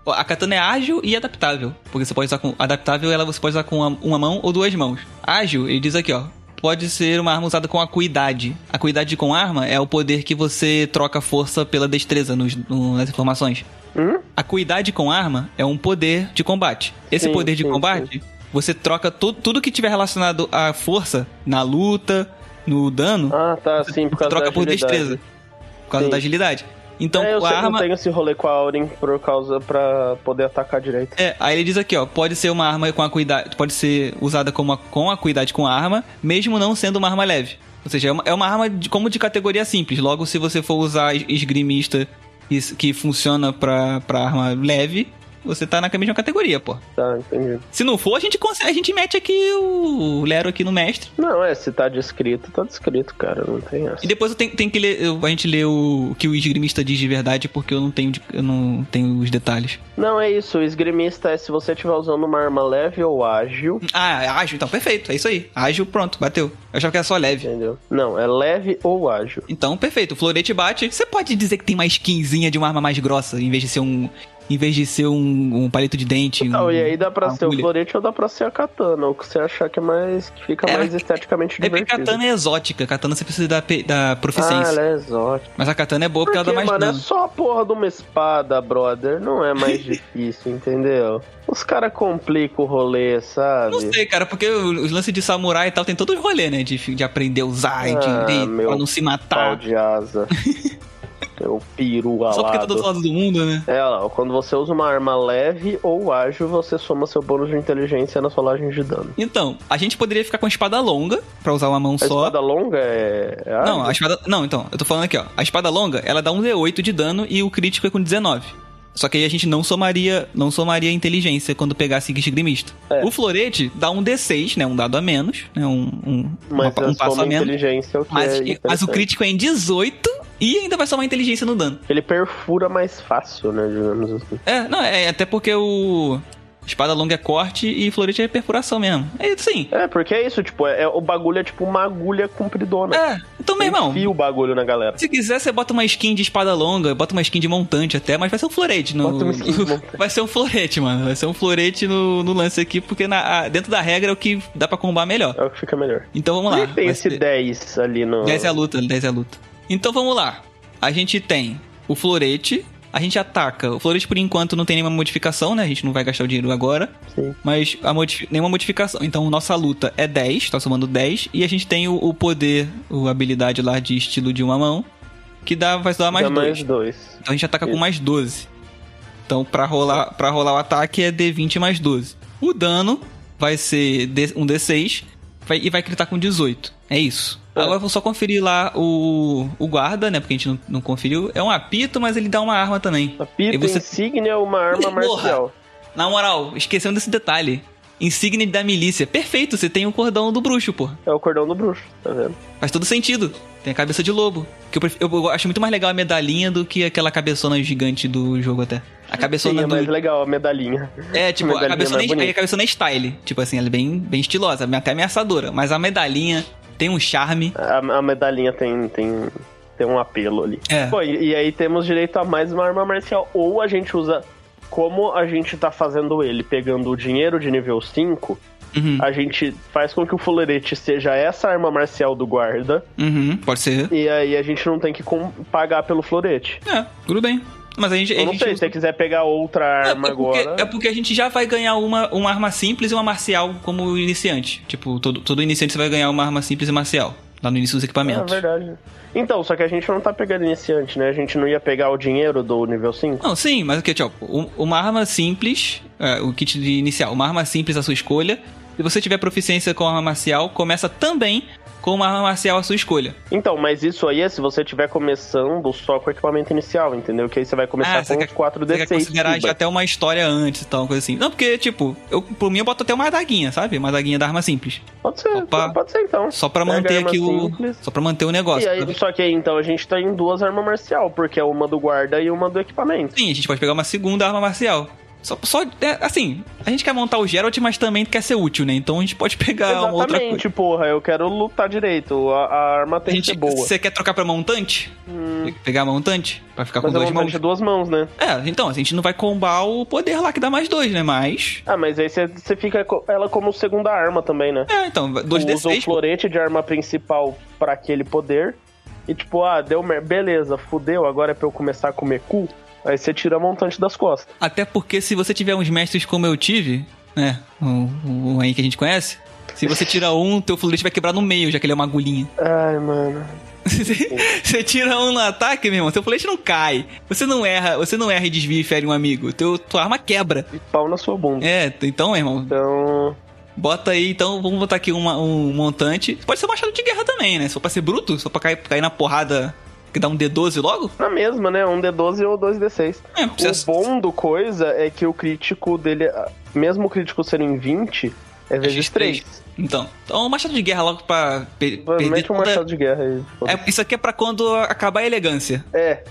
A katana é ágil e adaptável. Porque você pode usar com. Adaptável ela você pode usar com uma, uma mão ou duas mãos. Ágil, ele diz aqui, ó. Pode ser uma arma usada com acuidade. Acuidade com arma é o poder que você troca força pela destreza nos- no- nas informações.
Hum?
Acuidade com arma é um poder de combate. Esse
Sim,
poder de
sim,
combate, você troca tu- tudo que tiver relacionado à força, na luta, no dano,
Ah, tá, sim, por
você
causa
troca
da
por
agilidade.
destreza. Por causa
Sim.
da agilidade. Então,
é, eu
a
sempre
arma.
tenho esse rolê com a Aurin por causa pra poder atacar direito.
É, aí ele diz aqui, ó, pode ser uma arma com acuidade, pode ser usada como a- com acuidade com a arma, mesmo não sendo uma arma leve. Ou seja, é uma, é uma arma de- como de categoria simples. Logo, se você for usar es- esgrimista is- que funciona pra, pra arma leve, você tá na mesma categoria, pô.
Tá, entendi.
Se não for, a gente consegue, a gente mete aqui o Lero aqui no mestre.
Não, é, se tá descrito, tá descrito, cara, não tem essa.
E depois eu tenho, tenho que ler, eu- a gente lê o, o que o esgrimista diz de verdade, porque eu não tenho, de- eu não tenho os detalhes.
Não, é isso, o esgrimista é se você estiver usando uma arma leve ou ágil,
Ah, ágil, então, perfeito, é isso aí. Ágil, pronto, bateu. Eu achava que era só leve.
entendeu? Não, é leve ou ágil.
Então, perfeito. O florete bate. Você pode dizer que tem uma skinzinha de uma arma mais grossa, em vez de ser um, em vez de ser um, um palito de dente.
Não,
um-
Então, e aí dá pra
uma
ser o
agulha.
florete ou dá pra ser a katana, o que você achar que é mais. que fica
É,
mais
é-
esteticamente
É porque
divertido.
katana é exótica. Katana você precisa da, pe- da
ah,
proficiência.
ela é exótica.
Mas a katana é boa porque,
Porque,
ela dá mais
mano, é
dano.
só a porra de uma espada, brother. Não é mais difícil, entendeu? Os caras complicam o rolê, sabe?
Não sei, cara, porque o- os lances de samurai e tal tem todo o rolê, né? De, de aprender a usar e
Ah,
de, de-
meu
pra não se
Pau
matar.
de asa. Meu peru alado.
Só porque tá do outro lado do mundo, né?
É, ó, quando você usa uma arma leve ou ágil, você soma seu bônus de inteligência na solagem de dano.
Então, a gente poderia ficar com a espada longa pra usar uma mão
A
só.
espada longa é. é
Não, a
ágil?
espada. Não, então, eu tô falando aqui, ó. A espada longa, ela dá um D8 de dano e o crítico é com 19. Só que aí a gente não somaria, não somaria inteligência quando pegasse esgrimista.
É.
O florete dá um D6, né? Um dado a menos, né? Um, um,
mas
uma- um passo
soma
a menos.
inteligência, o que
Mas,
é
mas o
interessante.
crítico é em 18 e ainda vai somar inteligência no dano.
Ele perfura mais fácil, né, digamos assim.
É, não, é até porque o. Espada longa é corte e florete é perfuração mesmo. É sim.
É, porque é isso, tipo, é, é- o bagulho é tipo uma agulha compridona.
É, então, meu irmão.
Enfia o bagulho na galera.
Se quiser, você bota uma skin de espada longa, bota uma skin de montante até, mas vai ser um florete. No...
Bota uma skin de montante.
vai ser um florete, mano. Vai ser um florete no, no lance aqui, porque na- a- dentro da regra é o que dá pra combar melhor.
É o que fica melhor.
Então vamos
Por
lá.
que tem
Vai
esse
ser-
10 ali no.
10 é a luta, 10 é a luta. Então vamos lá. A gente tem o florete, a gente ataca. O florete, por enquanto, não tem nenhuma modificação, né? A gente não vai gastar o dinheiro agora.
Sim.
Mas a modifi- nenhuma modificação. Então nossa luta é 10, tá somando 10. E a gente tem o, o poder, a habilidade lá de estilo de uma mão, que dá, vai dar mais
Dá
2.
mais dois.
Então a gente ataca com
Isso.
mais 12. Então pra rolar, pra rolar o ataque é D20 mais 12. O dano vai ser D- um D6 vai- e vai critar com 18. É isso.
É.
Agora eu vou só conferir lá o, o guarda, né? Porque a gente não, não conferiu. É um apito, mas ele dá uma arma também. E
Apito,
você-
insígnia é uma arma
Porra!
marcial.
Na moral, esquecendo desse detalhe. Insigne da milícia. Perfeito, você tem o cordão do bruxo, pô.
É o cordão do bruxo, tá vendo?
Faz todo sentido. Tem a cabeça de lobo. Que eu, pref- eu- eu acho muito mais legal a medalhinha do que aquela cabeçona gigante do jogo até. A
Sim,
cabeçona
é
do,
mais legal a medalhinha.
É, tipo, a
Medalhinha
cabeçona,
mais
é,
bonita.
a cabeçona é style. Tipo assim, ela é bem, bem estilosa, até ameaçadora. Mas a medalhinha tem um charme.
A, a medalhinha tem, tem, tem um apelo ali.
É.
Pô, e, e aí temos direito a mais uma arma marcial. Ou a gente usa. Como a gente tá fazendo ele, pegando o dinheiro de nível 5,
Uhum,
a gente faz com que o fulerete seja essa arma marcial do guarda.
uhum, pode ser.
E aí a gente não tem que com- pagar pelo florete.
É, tudo bem. Mas a gente.
Eu
a
não
gente
sei, se
usa-
você quiser pegar outra
É,
arma
é porque,
agora.
é porque a gente já vai ganhar uma, uma arma simples e uma marcial como iniciante. Tipo, todo, todo iniciante você vai ganhar uma arma simples e marcial. Lá no início dos
É
equipamentos.
verdade. Então, só que a gente não tá pegando iniciante, né? A gente não ia pegar o dinheiro do nível 5.
Não, sim, mas o que, tipo, um- uma arma simples, é, o kit de inicial, uma arma simples à sua escolha. Se você tiver proficiência com arma marcial, começa também com uma arma marcial à sua escolha.
Então, mas isso aí é se você tiver começando só com o equipamento inicial, entendeu? Que aí você vai começar
Ah,
com os 4
Você quer
D6.
considerar
Kiba.
já até uma história antes e tal, coisa assim. Não, porque, tipo, eu, por mim eu boto até uma adaguinha, sabe? Uma adaguinha da arma simples.
Pode ser,
Opa.
pode ser então.
Só pra
Pega
manter
arma
aqui o.
simples.
Só pra manter o
E
negócio.
aí, só que aí, então, a gente tá em duas armas marcial, porque é uma do guarda e uma do equipamento.
Sim, a gente pode pegar uma segunda arma marcial. Só, só é, assim, a gente quer montar o Geralt, mas também quer ser útil, né? Então a gente pode pegar uma outra coisa.
Exatamente, porra, eu quero lutar direito, a, a arma
A
tem que
gente,
ser boa. Hum.
você quer trocar pra montante? Tem que Pegar montante? Pra ficar
Mas
com
é
duas
uma
mãos?
de duas mãos, né?
É, então, a gente não vai combar o poder lá que dá mais dois, né? Mas.
Ah, mas aí você- você fica co- ela como segunda arma também, né?
É, então, dois
usa o
D6. pô.
florete de arma principal pra aquele poder. E tipo, ah, deu merda. Beleza, fudeu, agora é pra eu começar a comer cu. Aí você tira montante das costas.
Até porque se você tiver uns mestres como eu tive, né? Um, um aí que a gente conhece. Se você tira um, teu florete vai quebrar no meio, já que ele é uma agulhinha.
Ai, mano.
você tira um no ataque, meu irmão, teu florete não cai. Você não erra, você não erra e desvia e fere um amigo. Teu, tua arma quebra.
E pau na sua bunda.
É, t- então, meu irmão,
Então.
bota aí, então, vamos botar aqui uma- um montante. Pode ser um machado de guerra também, né? Só pra ser bruto, só pra cair, cair na porrada que dá um D12 logo.
Na mesma, né? Um D12 ou dois D6.
É,
O bom do coisa é que o crítico dele, ah, mesmo o crítico sendo em 20, é vezes
três.
3.
Então, então, um machado de guerra logo pra pe- perder né?
Mete um
toda-
machado de guerra aí. foda-se.
É, isso aqui é pra quando acabar a elegância.
É.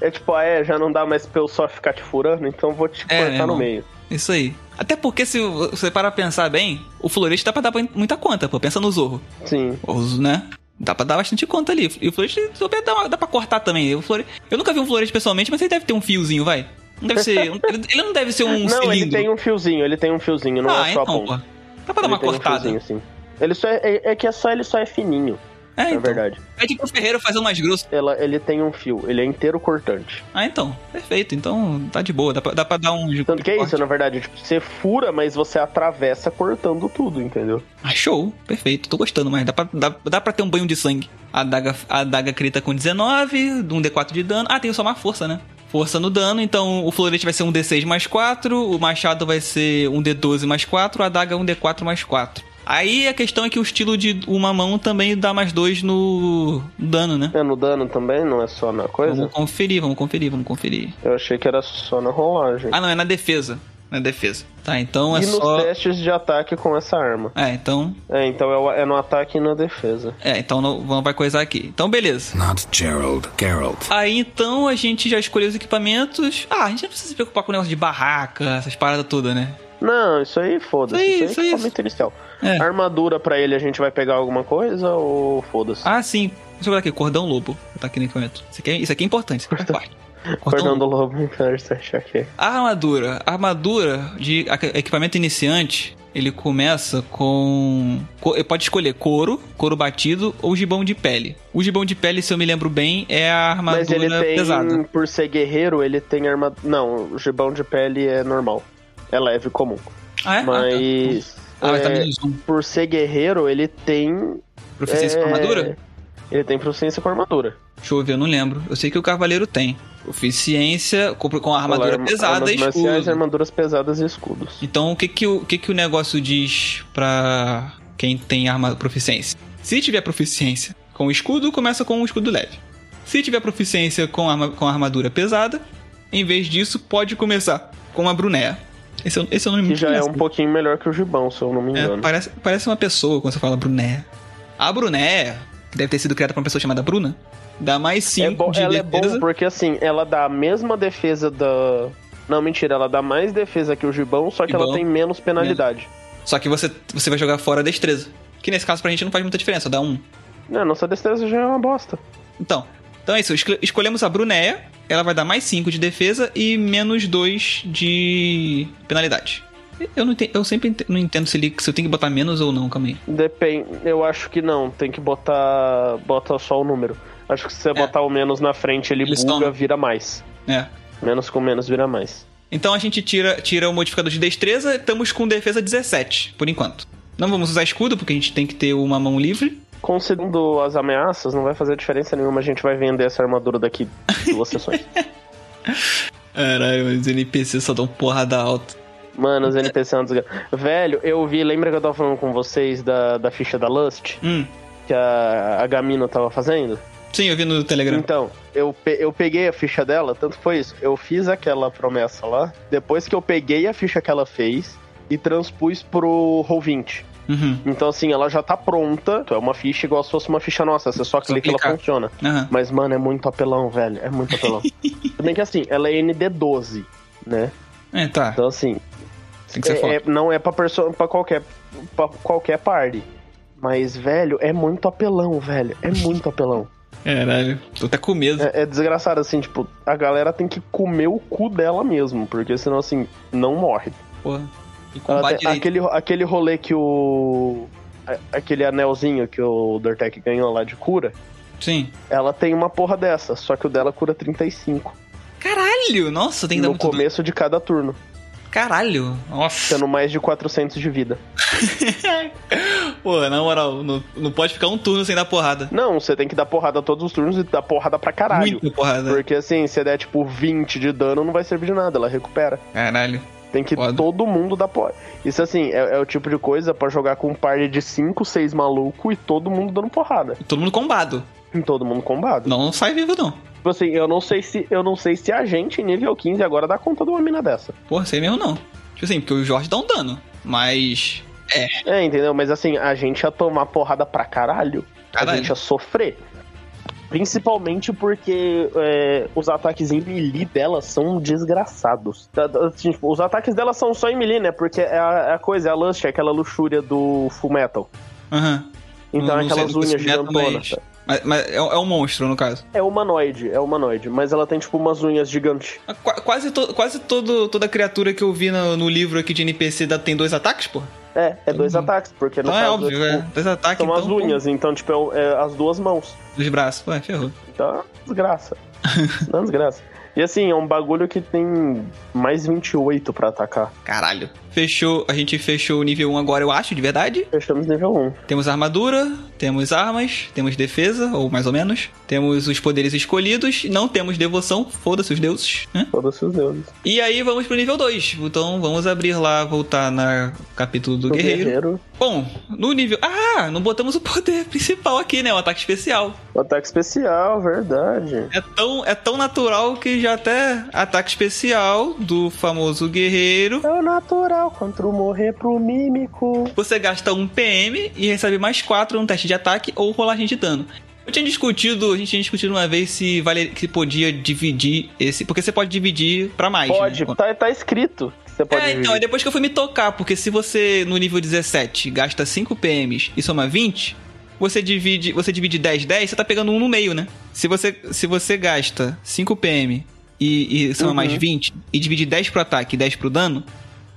É tipo, ah, é, já não dá mais pra eu só ficar te furando, então vou te
É,
cortar no
irmão.
meio.
Isso aí. Até porque se você parar pra pensar bem, o florete dá pra dar pra muita conta, pô. Pensa no Zorro.
Sim.
O Zorro, né? Dá pra dar bastante conta ali. E o florete se souber, dá, uma- dá pra cortar também. O florete... Eu nunca vi um florete pessoalmente, mas ele deve ter um fiozinho, vai. Não deve ser. Ele, ele não deve ser um
não,
cilindro.
ele tem um fiozinho, ele tem um fiozinho, não
ah,
é só a
então,
ponta.
pô. Dá pra dar
Ele
uma
tem um
cortada.
fiozinho, sim. Ele só é, é- é que é só, ele só é fininho,
é,
na
então.
verdade.
Pede pro Ferreiro fazer um mais grosso.
Ela, ele tem um fio, ele é inteiro cortante.
Ah, então. Perfeito. Então tá de boa. Dá pra, dá pra dar um.
Tanto que é isso,
corte.
na verdade, tipo, você fura, mas você atravessa cortando tudo, entendeu?
Ah, show. Perfeito. Tô gostando, mas dá pra, dá, dá pra ter um banho de sangue. A daga, a daga crita com 19, um D4 de dano. Ah, tem só uma força, né? Força no dano, então o florete vai ser um D6 mais 4, o machado vai ser um D12 mais 4, a daga um D4 mais 4. Aí a questão é que o estilo de uma mão também dá mais 2 no dano, né?
É no dano também, não é só na coisa?
Vamos conferir, vamos conferir, vamos conferir.
Eu achei que era só na rolagem.
Ah, não, é na defesa. Na defesa. Tá, então é
e nos
só.
testes de ataque com essa arma.
É, então.
É, então é, o- é no ataque e na defesa.
É, então não, vamos- vai coisar aqui. Então, beleza.
Not Gerald, Gerald.
Aí então a gente já escolheu os equipamentos. Ah, a gente não precisa se preocupar com o negócio de barraca, essas paradas todas, né?
Não, isso aí foda-se.
Isso aí,
Isso,
isso aí,
aí é equipamento inicial.
É.
Armadura pra ele a gente vai pegar alguma coisa ou foda-se?
Ah, sim. Deixa eu botar aqui, cordão lobo. Tá aqui no equipamento. Isso aqui é, isso aqui é importante. Isso aqui é parte.
Cordão
Cordão
do lobo, você achar que
A armadura. A armadura de a- equipamento iniciante, ele começa com. co- Pode escolher couro, couro batido ou gibão de pele. O gibão de pele, se eu me lembro bem, é a armadura
Mas ele tem,
pesada.
por ser guerreiro, ele tem armadura. Não, o gibão de pele é normal. É leve, comum.
Ah, é?
Mas.
Ah, tá. Ah, mas tá
é,
menos um.
por ser guerreiro, ele tem.
Proficiência com
é,
armadura?
Ele tem proficiência com armadura.
Deixa eu ver, eu não lembro. Eu sei que o cavaleiro tem. Proficiência, compra com armadura
Arma-
pesada e
armas marciais,
escudo.
armaduras pesadas e escudos.
Então, o que que o, o que que o negócio diz pra quem tem arma proficiência? Se tiver proficiência com escudo, começa com um escudo leve. Se tiver proficiência com, arma, com armadura pesada, em vez disso, pode começar com uma brunéia. Esse, é- esse é o nome
Que
muito
já é
engraçado.
um pouquinho melhor que o gibão, se eu não me
É,
engano.
parece, parece uma pessoa quando você fala Brunéia. A Brunéia, que deve ter sido criada por uma pessoa chamada Bruna, dá mais 5
É bom-
de
ela é
defesa.
bom porque assim, ela dá a mesma defesa da. Não, mentira, ela dá mais defesa que o gibão, só que ela
Gibão.
tem menos penalidade.
Só que você, você vai jogar fora a destreza. Que nesse caso pra gente não faz muita diferença, dá um.
Não, nossa destreza já é uma bosta.
Então, então é isso. escol- Escolhemos a Brunéia, ela vai dar mais 5 de defesa e menos 2 de penalidade. Eu, não enten- eu sempre ente- não entendo se, ele, se eu tenho que botar menos ou não, calma aí.
Depende. Eu acho que não, tem que botar. Bota só o número. Acho que se você botar o menos na frente, ele
É. Eles
buga,
estão- né?
vira mais.
É.
Menos com menos vira mais.
Então a gente tira, tira o modificador de destreza, estamos com defesa 17, por enquanto. Não vamos usar escudo, porque a gente tem que ter uma mão livre.
Considerando as ameaças, não vai fazer diferença nenhuma, a gente vai vender essa armadura daqui duas sessões.
Caralho, mas NPC só dão porrada alta.
Mano, os NPC é uma desgra... Velho, eu vi, lembra que eu tava falando com vocês da, da ficha da Lust?
Hum,
que a, a Gamino tava fazendo.
sim, eu vi no Telegram.
Então, eu, pe- eu peguei a ficha dela, tanto foi isso. Eu fiz aquela promessa lá, depois que eu peguei a ficha que ela fez e transpus pro Roll20.
Uhum,
Então, assim, ela já tá pronta. Então, É uma ficha igual se fosse uma ficha nossa, você só clica e ela
clicar.
funciona.
aham.
Mas, mano, é muito apelão, velho. É muito apelão. Também que, assim, ela é ND12, né?
É, tá.
Então, assim,
Tem que ser
é-
foda.
é- não é pra, perso- pra qualquer pra qualquer party. Mas, velho, é muito apelão, velho. É muito apelão.
Caralho, tô até com medo.
É, é desgraçado, assim, tipo, a galera tem que comer o cu dela mesmo, porque senão, assim, não morre.
Porra. E
Ela
combate
tem-
direito.
aquele, aquele rolê que o. a- Aquele anelzinho que o Dortec ganhou lá de cura,
Sim.
ela tem uma porra dessa, só que o dela cura 35
Caralho, nossa, tem que dar
no
muito dano.
começo Então de cada turno,
Caralho, nossa.
tendo mais de 400 de vida.
Pô, na moral, não, não pode ficar um turno sem dar porrada.
Não, você tem que dar porrada todos os turnos e dar porrada pra caralho.
Muita porrada.
Porque assim, se der tipo 20 de dano, não vai servir de nada, ela recupera.
Caralho.
Tem que
Foda.
todo mundo dar porrada. Isso assim, é, é o tipo de coisa pra jogar com um par de 5, 6 maluco e todo mundo dando porrada.
Todo mundo combado.
E todo mundo combado.
Não, não sai vivo, não.
Tipo assim, eu não sei se eu não sei se a gente nível 15 agora dá conta de uma mina dessa.
Porra, sei mesmo não. Tipo assim, porque o Jorge dá um dano. Mas. É,
É, entendeu? Mas assim, a gente ia tomar porrada pra caralho. A
Caralho.
gente ia sofrer. Principalmente porque é, os ataques em melee dela são desgraçados. Tá, tá, assim, tipo, Os ataques dela são só em melee, né? Porque é a, é a coisa, é a lust, é aquela luxúria do Full Metal.
aham.
Então
Não-
é
não
aquelas
sei do que
unhas
se meta,
gigantonas.
mas-
tá?
Mas, mas é, é um monstro, no caso.
É humanoide, é humanoide, mas ela tem tipo umas unhas gigantes.
Qu- Ah, quase to- quase todo, toda criatura que eu vi no, no livro aqui de NPC dá- tem dois ataques, pô?
É, é dois ataques, porque no
Então Uhum. é
caso
óbvio,
tipo,
é. Dois ataques,
são
então,
as unhas, então tipo é, o- é as duas mãos.
pô, Dos braços. Ué, ferrou.
Então é uma desgraça. Isso é uma desgraça. E assim, é um bagulho que tem mais 28 pra atacar.
Caralho. Fechou, a gente fechou o nível 1 agora, eu acho, de verdade.
Fechamos nível 1.
Temos armadura, temos armas, temos defesa, ou mais ou menos. Temos os poderes escolhidos, não temos devoção, foda-se os deuses, né?
Todos os deuses.
E aí vamos pro nível 2. Então vamos abrir lá, voltar na capítulo do
O
guerreiro.
guerreiro.
Bom, no nível. Ah, não botamos o poder principal aqui, né? O ataque especial.
O ataque especial, verdade.
É tão, é tão natural que já até ataque especial do famoso guerreiro.
É o natural contra o morrer pro mímico.
Você gasta um PM e recebe mais 4 no teste de ataque ou rolagem de dano. Eu tinha discutido, a gente tinha discutido uma vez se vale, que podia dividir esse. Porque você pode dividir pra mais.
Pode,
né?
tá, tá escrito que você pode
é, então, é
dividir.
depois que eu fui me tocar, porque se você no nível 17 gasta 5 PMs e soma 20, você divide, você divide 10, 10, você tá pegando um no meio, né? Se você, se você gasta 5 PM e, e soma mais
Uhum.
20 e divide 10 pro ataque e 10 pro dano,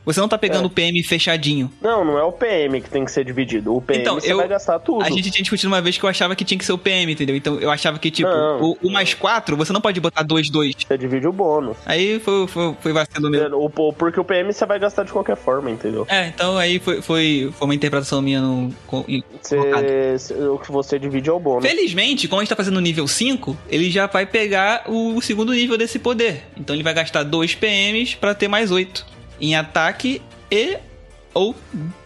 você não tá pegando
É.
o PM fechadinho.
Não, não é o PM que tem que ser dividido. O PM
Então,
você
eu-
vai gastar tudo.
A gente tinha discutido uma vez que eu achava que tinha que ser o PM, entendeu? Então eu achava que, tipo,
Não.
o, o mais 4, você não pode botar 2, 2.
Você divide o bônus.
Aí foi, foi, foi vacilo mesmo.
O- o- porque o PM você vai gastar de qualquer forma, entendeu?
É, então aí foi, foi, foi uma interpretação minha no, com- em- colocada.
Você- se- o que você divide é o bônus.
Felizmente, como a gente tá fazendo nível 5, ele já vai pegar o, o segundo nível desse poder. Então ele vai gastar 2 PMs pra ter mais 8 em ataque e ou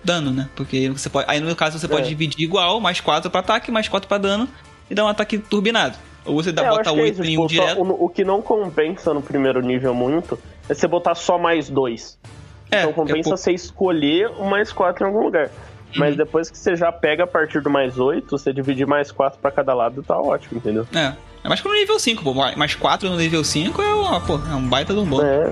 dano, né? Porque você pode, aí no meu caso você
É.
pode dividir igual, mais 4 pra ataque, mais 4 pra dano e dar um ataque turbinado. Ou você dá
É, eu
bota
acho que é
8
isso,
em
tipo,
um
só-
direto.
o, o que não compensa no primeiro nível muito é você botar só mais dois.
É,
então
é
compensa
pouco. Uhum.
você escolher o mais quatro em algum lugar. Mas depois que você já pega a partir do mais oito, você dividir mais quatro pra cada lado tá ótimo, entendeu?
É. É mais que no nível 5, pô. Mais 4 no nível 5 é, uma, pô, é um baita de um bom.
É.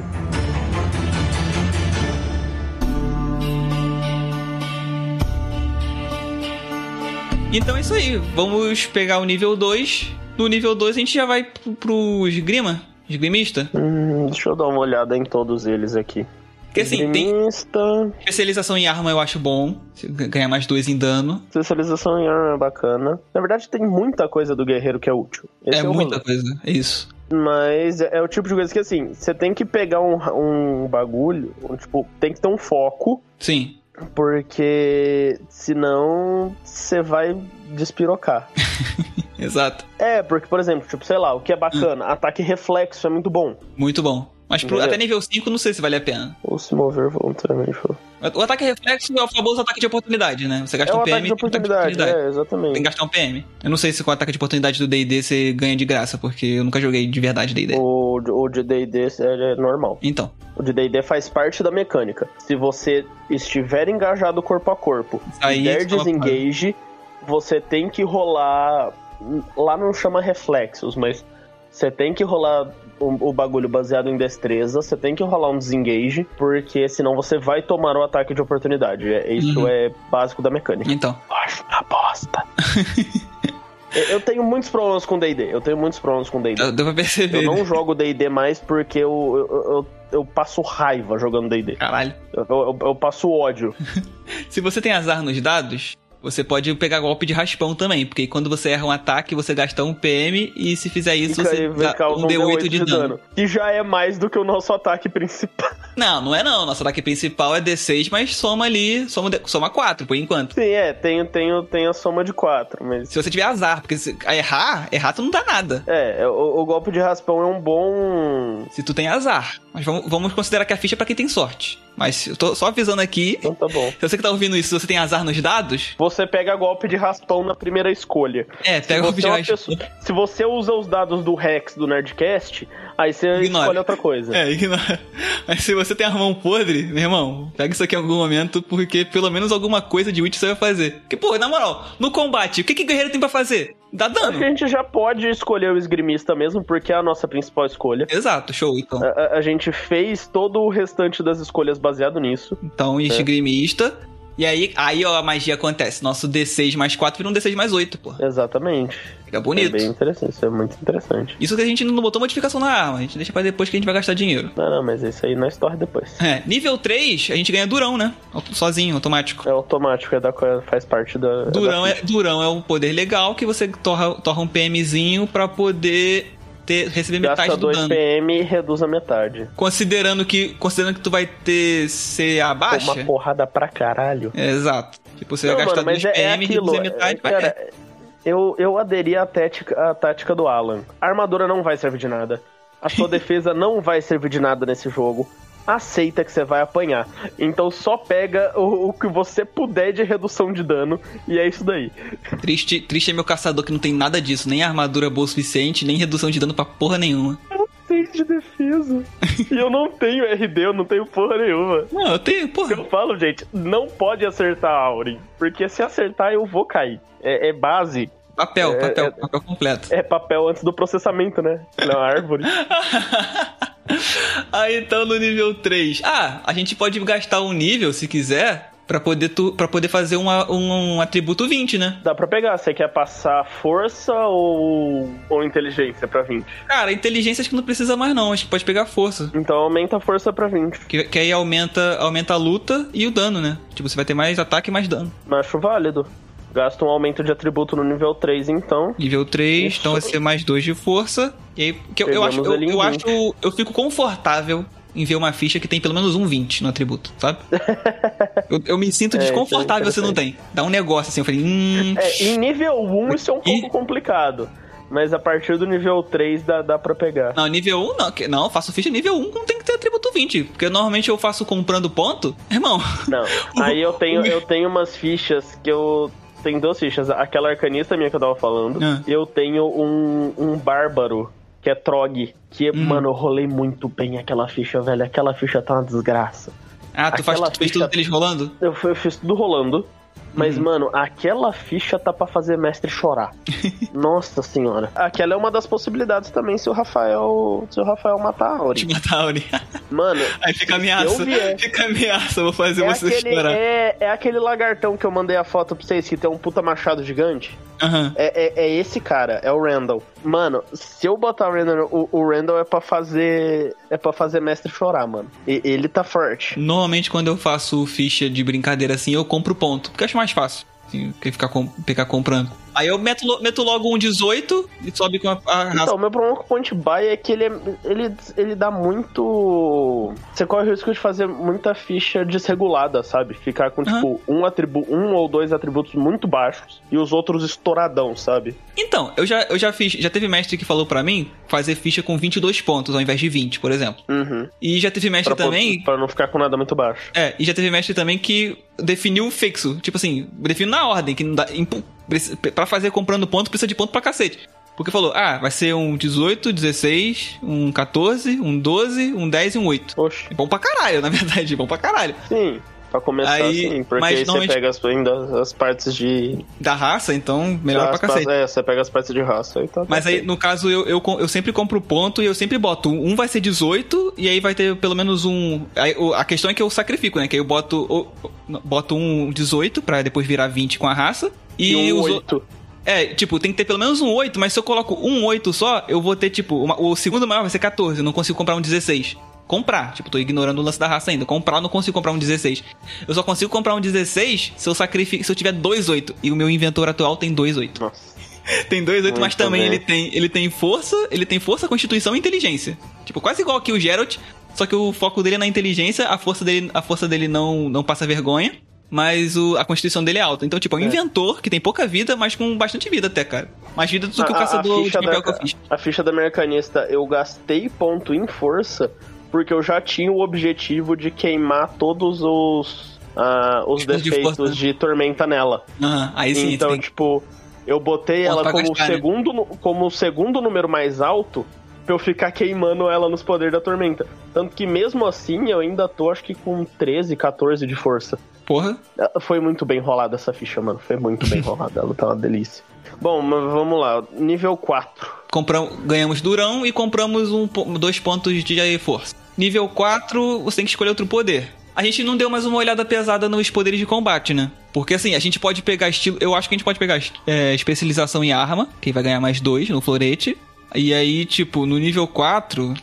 Então é isso aí. Vamos pegar o nível 2. Do nível 2 a gente já vai pro, pro esgrima. Esgrimista.
Hum, deixa eu dar uma olhada em todos eles aqui.
Porque assim, tem
Grimista,
especialização em arma eu acho bom. Você Ganhar mais dois em dano.
especialização em arma é bacana. Na verdade, tem muita coisa do guerreiro que é útil. Esse
é
o
muita
rolê.
coisa. É isso.
Mas é é o tipo de coisa que, assim, você tem que pegar um, um bagulho, um, tipo, tem que ter um foco,
Sim.
porque senão você vai despirocar.
Exato.
É, porque, por exemplo, tipo, sei lá, o que é bacana, ataque reflexo é muito bom.
Muito bom. Mas pro-
Beleza.
até nível 5 não sei se vale a pena.
Ou se mover voluntariamente. pô.
O ataque reflexo é o famoso ataque de oportunidade, né? Você
É
gasta
um
um
ataque
PM
de
tem um ataque de
oportunidade, é,
Tem que
exatamente.
gastar um PM. Eu não sei se com o ataque de oportunidade do D&D você ganha de graça, porque eu nunca joguei de verdade D&D.
O, o de D&D é é normal.
Então,
O de D&D faz parte da mecânica. Se você estiver engajado corpo a corpo
Aí
e der
você fala,
desengage, você tem que rolar... Lá não chama reflexos, mas você tem que rolar o, o bagulho baseado em destreza, você tem que rolar um desengage, porque senão você vai tomar o ataque de oportunidade. É- Isso
Uhum.
é básico da mecânica.
então.
Acho uma bosta. eu, eu tenho muitos problemas com D&D, eu tenho muitos problemas com D&D.
Deu deu pra perceber.
Eu não
né?
jogo D&D mais porque eu, eu, eu, eu passo raiva jogando D&D.
Caralho.
Eu, eu- eu passo ódio.
Se você tem azar nos dados, você pode pegar golpe de raspão também, porque quando você erra um ataque, você gasta um PM e se fizer isso,
Fica-
você
e
dá
causa
um D8 de, dano.
Que já é mais do que o nosso ataque principal.
Não, não é não. Nosso ataque principal é D6, mas soma ali, soma, D- soma 4 por enquanto.
Sim, é, tem, tem, tem a soma de quatro, mas...
Se você tiver azar, porque se a errar, errar tu não dá nada.
É, o, o golpe de raspão é um bom...
Se tu tem azar. Mas vamos, vamos considerar que a ficha é pra quem tem sorte. Mas eu tô só avisando aqui.
Então tá bom.
Se você que tá ouvindo isso, se você tem azar nos dados,
Você pega golpe de raspão na primeira escolha.
é, pega o
você é
vídeo
uma pessoa- Se você usa os dados do Rex do Nerdcast, aí você
Ignora.
escolhe outra coisa.
É, ignora. Mas se você tem a mão podre, meu irmão, pega isso aqui em algum momento, porque pelo menos alguma coisa de útil você vai fazer. Porque, pô, na moral, no combate, o que que guerreiro tem pra fazer? Dá
Acho que
dano.
a gente já pode escolher o esgrimista mesmo, porque é a nossa principal escolha.
Exato, show, então. É.
A, a- a gente fez todo o restante das escolhas baseado nisso.
Então, esgrimista. E aí, aí ó, a magia acontece. Nosso D6 mais 4 vira um D6 mais 8, pô.
Exatamente.
Fica
É
bonito.
bem interessante, isso é muito interessante.
Isso que a gente não botou modificação na arma, a gente deixa pra depois que a gente vai gastar dinheiro.
Não, não, mas isso aí nós torre depois.
É, nível 3, a gente ganha durão, né? Auto- Sozinho, automático.
É automático, é da, co- faz parte da.
Durão
da-
é, durão é um poder legal que você torra, torra um PMzinho pra poder ter, receber é metade
Gasta
do
2
dano.
PM e reduz a metade.
Considerando que, considerando que tu vai ter ser
Pô,
abaixo.
Uma porrada pra caralho.
É, exato. Tipo, você
Não,
vai gastar
mano,
2
mas é, é
PM,
aquilo.
reduzir metade,
é,
vai-
cara, eu, eu aderi à tática, à tática do Alan. A armadura não vai servir de nada. A sua defesa não vai servir de nada nesse jogo. Aceita que você vai apanhar. Então só pega o, o que você puder de redução de dano. E é isso daí.
Triste, triste é meu caçador que não tem nada disso, nem armadura boa o suficiente, nem redução de dano pra porra nenhuma.
Seis de defesa. e eu não tenho RD, eu não tenho porra nenhuma.
Não, eu tenho, porra.
Eu falo, gente, não pode acertar a Aurin. Porque se acertar, eu vou cair. É, é base.
Papel,
É,
papel,
é-
papel completo.
É papel antes do processamento, né? Na árvore.
ah, então no nível 3. Ah, a gente pode gastar um nível, se quiser, pra poder, tu, pra poder fazer uma- um, um atributo 20, né?
Dá pra pegar, você quer passar força ou, ou inteligência pra 20?
Cara, inteligência acho que não precisa mais não, acho que pode pegar força.
Então aumenta a força pra 20.
Que, que aí aumenta, aumenta a luta e o dano, né? Tipo, você vai ter mais ataque e mais dano.
Acho válido. Gasta um aumento de atributo no nível 3, então.
Nível 3,
Isso.
então vai ser mais 2 de força. E aí, que eu, eu acho,
Pegamos
eu,
ele em
eu
20.
acho. Eu fico confortável em ver uma ficha que tem pelo menos um 20 no atributo, sabe? eu, eu me sinto
É, isso é
desconfortável se não tem. Dá um negócio assim, eu falei, hum.
É, em nível 1 isso é um
E-
pouco complicado. Mas a partir do nível 3 dá, dá pra pegar.
Não, nível 1 não, que- não, eu faço ficha nível 1, não tem que ter atributo 20, porque normalmente eu faço comprando ponto. Irmão,
Não. Aí eu tenho, eu tenho umas fichas que eu. Tem duas fichas. Aquela arcanista minha que eu tava falando.
Ah.
Eu tenho um, um bárbaro, que é Trog. Que,
Hum.
mano, eu rolei muito bem aquela ficha, velho. Aquela ficha tá uma desgraça.
ah, tu faz
Aquela
tu fez
ficha-
tudo deles rolando?
Eu, f- eu fiz tudo rolando. Mas,
Uhum.
mano, aquela ficha tá pra fazer mestre chorar. Nossa senhora. Aquela é uma das possibilidades também se o Rafael. Se o Rafael matar a Auri.
Te matar, Auri.
Mano,
Aí fica ameaça.
eu vier.
Fica ameaça, eu vou fazer
é
você
aquele,
chorar.
é, é aquele lagartão que eu mandei a foto pra vocês que tem um puta machado gigante.
Aham.
É, é- é esse cara, é o Randall. Mano, se eu botar o Randall, o, o Randall é pra fazer. É pra fazer mestre chorar, mano. E- ele tá forte.
Normalmente, quando eu faço ficha de brincadeira assim, eu compro ponto, porque eu acho mais fácil assim, que ficar, com, ficar comprando. Aí eu meto, lo- meto logo um 18 e sobe com a, a raça.
Então, o meu problema com o Point Buy é que ele, é- ele, ele dá muito. Você corre o risco de fazer muita ficha desregulada, sabe? Ficar com, tipo, um, atribu um ou dois atributos muito baixos e os outros estouradão, sabe?
Então, eu já, eu já fiz, já teve mestre que falou pra mim fazer ficha com 22 pontos ao invés de 20, por exemplo.
Uhum.
E já teve mestre
Pra,
também.
pra não ficar com nada muito baixo.
É, e já teve mestre também que definiu o fixo. Tipo assim, defino na ordem, que não dá. impu- preci- Pra fazer comprando ponto, precisa de ponto pra cacete. Porque falou, ah, vai ser um 18, 16, um 14, um 12, um 10 e um 8.
Oxe.
É bom pra caralho, na verdade, é bom pra caralho.
Sim. Pra começar
Aí-
assim, porque
mas
aí você
normalmente-
pega as- ainda as partes de,
Da raça, então, melhor
As
pra cacete.
partes- É, você pega as partes de raça. Aí tá,
Mas aí,
tá-
no caso, eu, eu, com- eu sempre compro ponto e eu sempre boto. Um vai ser 18 e aí vai ter pelo menos um. aí o- a questão é que eu sacrifico, né? Que aí eu boto, o- o- boto um 18 pra depois virar 20 com a raça. E,
E um
os o-
oito.
É, tipo, tem que ter pelo menos um 8, mas se eu coloco um 8 só, eu vou ter, tipo, uma- o segundo maior vai ser 14, eu não consigo comprar um 16. Comprar, tipo, tô ignorando o lance da raça ainda. Comprar, eu não consigo comprar um 16. Eu só consigo comprar um 16 se eu sacrifico, se eu tiver dois 8. E o meu inventor atual tem dois 8.
Nossa.
Tem dois 8, mas
Muito
também
bem.
ele tem, ele tem força, ele tem força, constituição e inteligência. Tipo, quase igual aqui o Geralt, só que o foco dele é na inteligência, a força dele, a força dele não, não passa vergonha. Mas o- a constituição dele é alta. Então, tipo, é um inventor que tem pouca vida, mas com bastante vida até, cara. Mais vida do que o caçador de papel que eu fiz.
a ficha da Americanista, eu gastei ponto em força porque eu já tinha o objetivo de queimar todos os, ah, os
Os pontos de
defeitos
força. né?
de tormenta nela.
Aham, aí sim,
então,
tem-
tipo, eu botei
Ponto
ela
pra
como o
gastar, né?
segundo, nu- como o segundo número mais alto pra eu ficar queimando ela nos poderes da tormenta. Tanto que mesmo assim eu ainda tô, acho que com 13, 14 de força. Ah,
porra.
Foi muito bem rolada essa ficha, mano. Foi muito bem rolada. Ela tá uma delícia. Bom, mas vamos lá. Nível 4.
Compram, ganhamos durão e compramos um, po- dois pontos de força. Nível 4, você tem que escolher outro poder. A gente não deu mais uma olhada pesada nos poderes de combate, né? Porque assim, a gente pode pegar estilo. Eu acho que a gente pode pegar é, especialização em arma, quem vai ganhar mais dois no florete. E aí, tipo, no nível 4,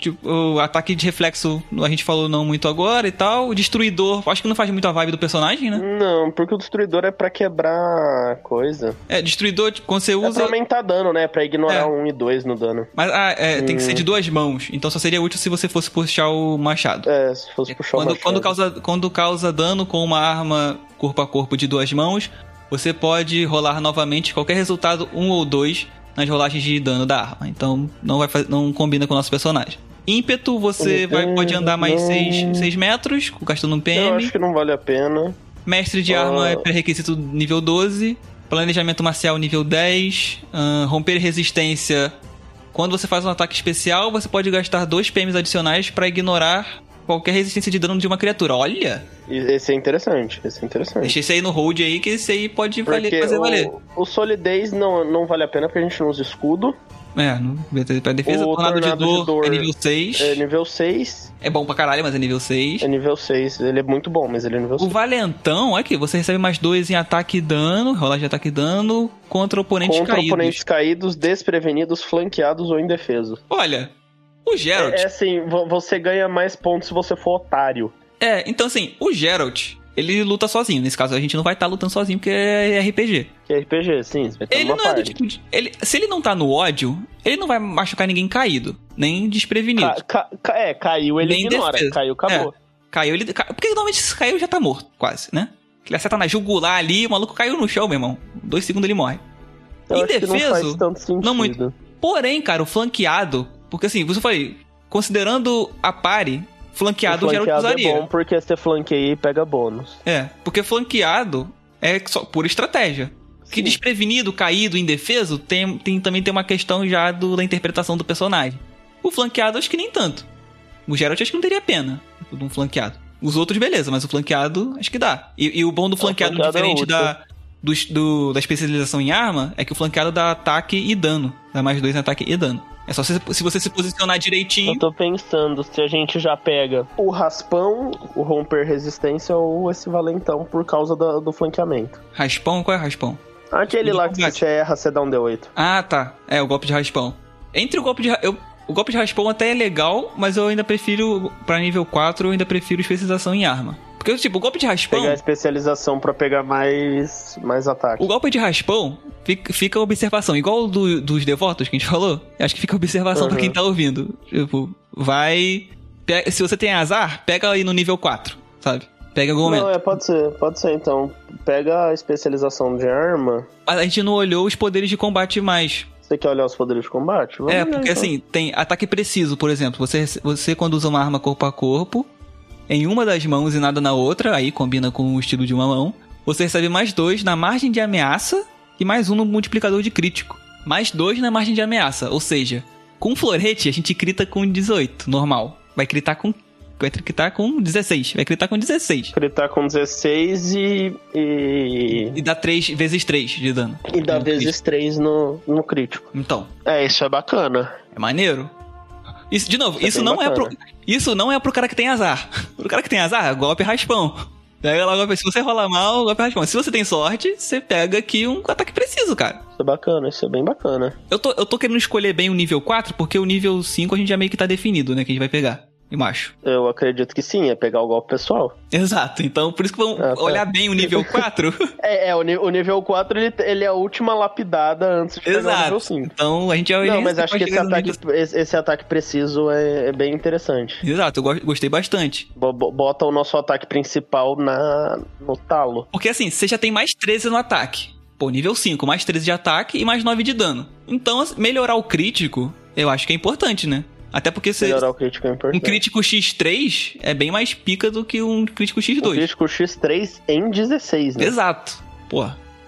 tipo, o ataque de reflexo a gente falou não muito agora e tal. O destruidor, acho que não faz muito a vibe do personagem, né?
Não, porque o destruidor é pra quebrar coisa.
É, destruidor, tipo, quando você
É pra
usa.
aumentar dano, né? Pra ignorar
É.
um e dois no dano.
Mas ah, é, tem que ser de duas mãos. Então só seria útil se você fosse puxar o machado.
É, se fosse puxar
quando,
o machado.
quando causa, quando causa dano com uma arma corpo a corpo de duas mãos, você pode rolar novamente qualquer resultado, um ou dois, nas rolagens de dano da arma. Então não, vai faz- não combina com o nosso personagem. Ímpeto, você vai, pode andar mais
Não.
6 seis metros, gastando um
é, Eu
PM.
acho que não vale a pena.
Mestre de
Ah.
arma é pré-requisito nível 12. Planejamento marcial nível 10. ahn, romper resistência. Quando você faz um ataque especial, você pode gastar dois PMs adicionais pra ignorar qualquer resistência de dano de uma criatura. Olha!
E Esse é interessante, esse é interessante.
Deixa esse aí no hold aí, que esse aí pode valer,
Porque
fazer valer.
o, o solidez não, não vale a pena porque a gente não usa escudo.
É, no- pra defesa,
O
tornado, de,
tornado
dor
de dor
é nível 6.
É
É,
nível 6.
bom pra caralho, mas é nível 6.
É nível 6. Ele é muito bom, mas ele é nível
O
6.
valentão, olha aqui, você recebe mais dois em ataque e dano, rolagem de ataque e dano, contra oponentes
Contra
caídos.
oponentes caídos, desprevenidos, flanqueados ou indefesos.
Olha, o Geralt,
É, é assim, vo- você ganha mais pontos se você for otário.
É, então assim, o Geralt, ele luta sozinho. Nesse caso, a gente não vai estar lutando sozinho porque é RPG.
Que é RPG, sim. Você vai ter
Ele
uma
não é do
parte.
tipo de. Ele, se ele não tá no ódio, ele não vai machucar ninguém caído, nem desprevenido.
Ca- ca- ca- é, caiu, ele
Nem
ignora.
defesa.
Caiu, acabou.
É. Caiu, ele. ca- Porque normalmente se caiu já tá morto, quase, né? Ele acerta na jugular ali, o maluco caiu no chão, meu irmão. Dois segundos ele morre.
Eu acho que não faz
Indefeso,
tanto sentido.
não muito. Porém, cara, o flanqueado. Porque assim, você falei, considerando a pare, flanqueado,
O
o Geralt
flanqueado
usaria.
é bom porque você flanqueia e pega bônus.
É, porque flanqueado é só por estratégia. Que
Sim.
desprevenido, caído, indefeso, tem, tem- também tem uma questão já do- da interpretação do personagem. O flanqueado acho que nem tanto. O Geralt acho que não teria pena de um flanqueado. Os outros, beleza, mas o flanqueado acho que dá. E, e o bom do flanqueado,
flanqueado é
diferente
útil.
da, dos- do- da especialização em arma, é que o flanqueado dá ataque e dano. Dá mais dois em ataque e dano. É só se, se você se posicionar direitinho.
Eu tô pensando se a gente já pega o raspão, o romper resistência ou esse valentão por causa da- do, flanqueamento.
Raspão? Qual é raspão?
Aquele
De
lá que se
combate.
você erra, você dá um D8.
Ah, tá. É, o golpe de raspão. Entre o golpe de ra- eu O golpe de raspão até é legal, mas eu ainda prefiro, pra nível 4, eu ainda prefiro especialização em arma. Porque, tipo, o golpe de raspão.
Pegar a especialização pra pegar mais, mais ataque.
O golpe de raspão fica, fica a observação. Igual o do, dos devotos que a gente falou, acho que fica a observação pra
Uhum.
quem tá ouvindo. Tipo, vai. pe- Se você tem azar, pega aí no nível 4, sabe? Pega em algum momento.
Não, é, pode ser, pode ser então. Pega a especialização de arma.
Mas a gente não olhou os poderes de combate mais.
Você quer olhar os poderes de combate? Vamos
É,
olhar,
porque
então.
assim, tem ataque preciso, por exemplo. Você, você quando usa uma arma corpo a corpo, em uma das mãos e nada na outra, aí combina com o estilo de uma mão, você recebe mais dois na margem de ameaça e mais um no multiplicador de crítico. Mais dois na margem de ameaça, ou seja, com um florete a gente crita com 18, normal. Vai critar com. Vai critar com 16. Vai critar com 16.
Critar tá com 16 e. e...
E dá 3 vezes 3 de dano.
E dá
No
vezes 3 no, no crítico.
crítico. Então,
É, isso é bacana.
É maneiro. Isso, de novo,
Isso é
isso
bem
não, é pro,
bacana.
isso não é pro cara que tem azar. Pro cara que tem azar, golpe raspão. Pega lá, golpe, se você rolar mal, golpe raspão. Se você tem sorte, você pega aqui um ataque preciso, cara.
Isso é bacana, isso é bem bacana.
Eu tô, eu tô querendo escolher bem o nível 4, porque o nível 5 a gente já meio que tá definido, né? Que a gente vai pegar. Eu acho.
Eu acredito que sim, é pegar o golpe pessoal.
Exato. Então, por isso que vamos
Ah, tá.
olhar bem o nível 4.
É, é, o, ni- o nível 4 ele, ele é a última lapidada antes de pegar o nível
Exato.
5.
Então, a gente já
Não,
olha
mas
isso,
acho que
depois
esse
chega no
ataque,
nível-
esse, esse ataque preciso é, é bem interessante.
Exato, eu go- gostei bastante.
Bo- bo- Bota o nosso ataque principal na, no talo.
Porque assim, você já tem mais 13 no ataque. Pô, nível 5, mais 13 de ataque e mais 9 de dano. Então, as- melhorar o crítico, eu acho que é importante, né? Até porque você,
Melhorar o crítico é
um
importante.
crítico X3 é bem mais pica do que um crítico
O
X2.
crítico X3 em 16, né?
Exato. Pô,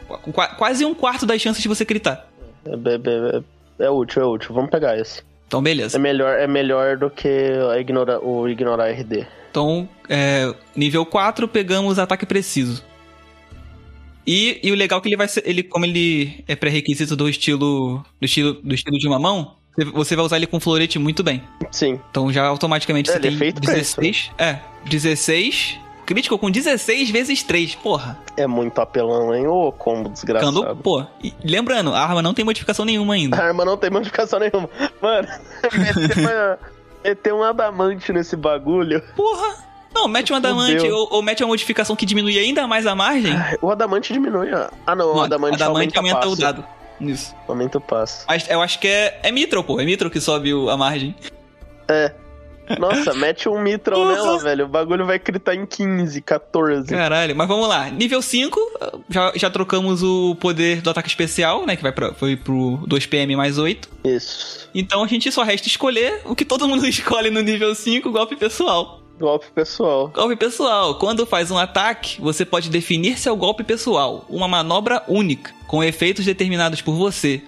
qu- qua- quase um quarto das chances de você critar.
É, é- é- é útil, é útil. Vamos pegar esse.
Então,
É
beleza.
melhor, é melhor do que a ignora, o ignorar RD.
Então, é, nível 4, pegamos ataque preciso. E, e o legal é que ele vai ser. Ele, como ele é pré-requisito do estilo. Do estilo, do estilo de uma mão, Você vai usar ele com florete muito bem.
Sim.
Então já automaticamente
É,
você
ele é
tem
feito pra
16. É, 16. Crítico com 16 vezes 3. Porra.
É muito apelão, hein? Ô, combo desgraçado.
Ficando, pô. E lembrando, a arma não tem modificação nenhuma
A
ainda.
arma não tem modificação nenhuma. Mano, meter, uma, meter um adamante nesse bagulho.
Porra. Não, mete um adamante
Fudeu.
ou, ou mete uma modificação que diminui ainda mais a margem.
O adamante diminui. ó. Ah, não, o
Não,
adamante, aumenta,
aumenta
o
o
passo.
dado. Isso.
Aumenta o passo.
Mas eu acho que é, é mitral, pô. É mitral que sobe o- a margem.
Nossa, mete um mitral
Porra.
nela, velho. O bagulho vai critar em 15, 14.
Caralho, mas vamos lá. Nível 5, já, já trocamos o poder do ataque especial, né? Que vai pra, foi pro 2PM mais 8.
Isso.
Então a gente só resta escolher o que todo mundo escolhe no nível 5, golpe pessoal.
Golpe pessoal.
Golpe pessoal. Quando faz um ataque, você pode definir seu golpe pessoal, uma manobra única, com efeitos determinados por você.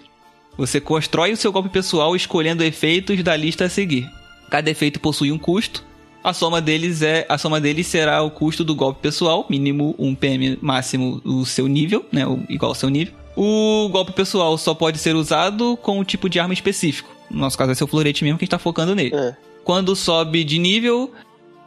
Você constrói o seu golpe pessoal escolhendo efeitos da lista a seguir. Cada efeito possui um custo. A soma deles é, a soma deles será o custo do golpe pessoal, mínimo 1 PM, máximo o seu nível, né, o- igual ao seu nível. O golpe pessoal só pode ser usado com um tipo de arma específico. No nosso caso, é seu florete mesmo que a gente tá focando nele.
É.
Quando sobe de nível,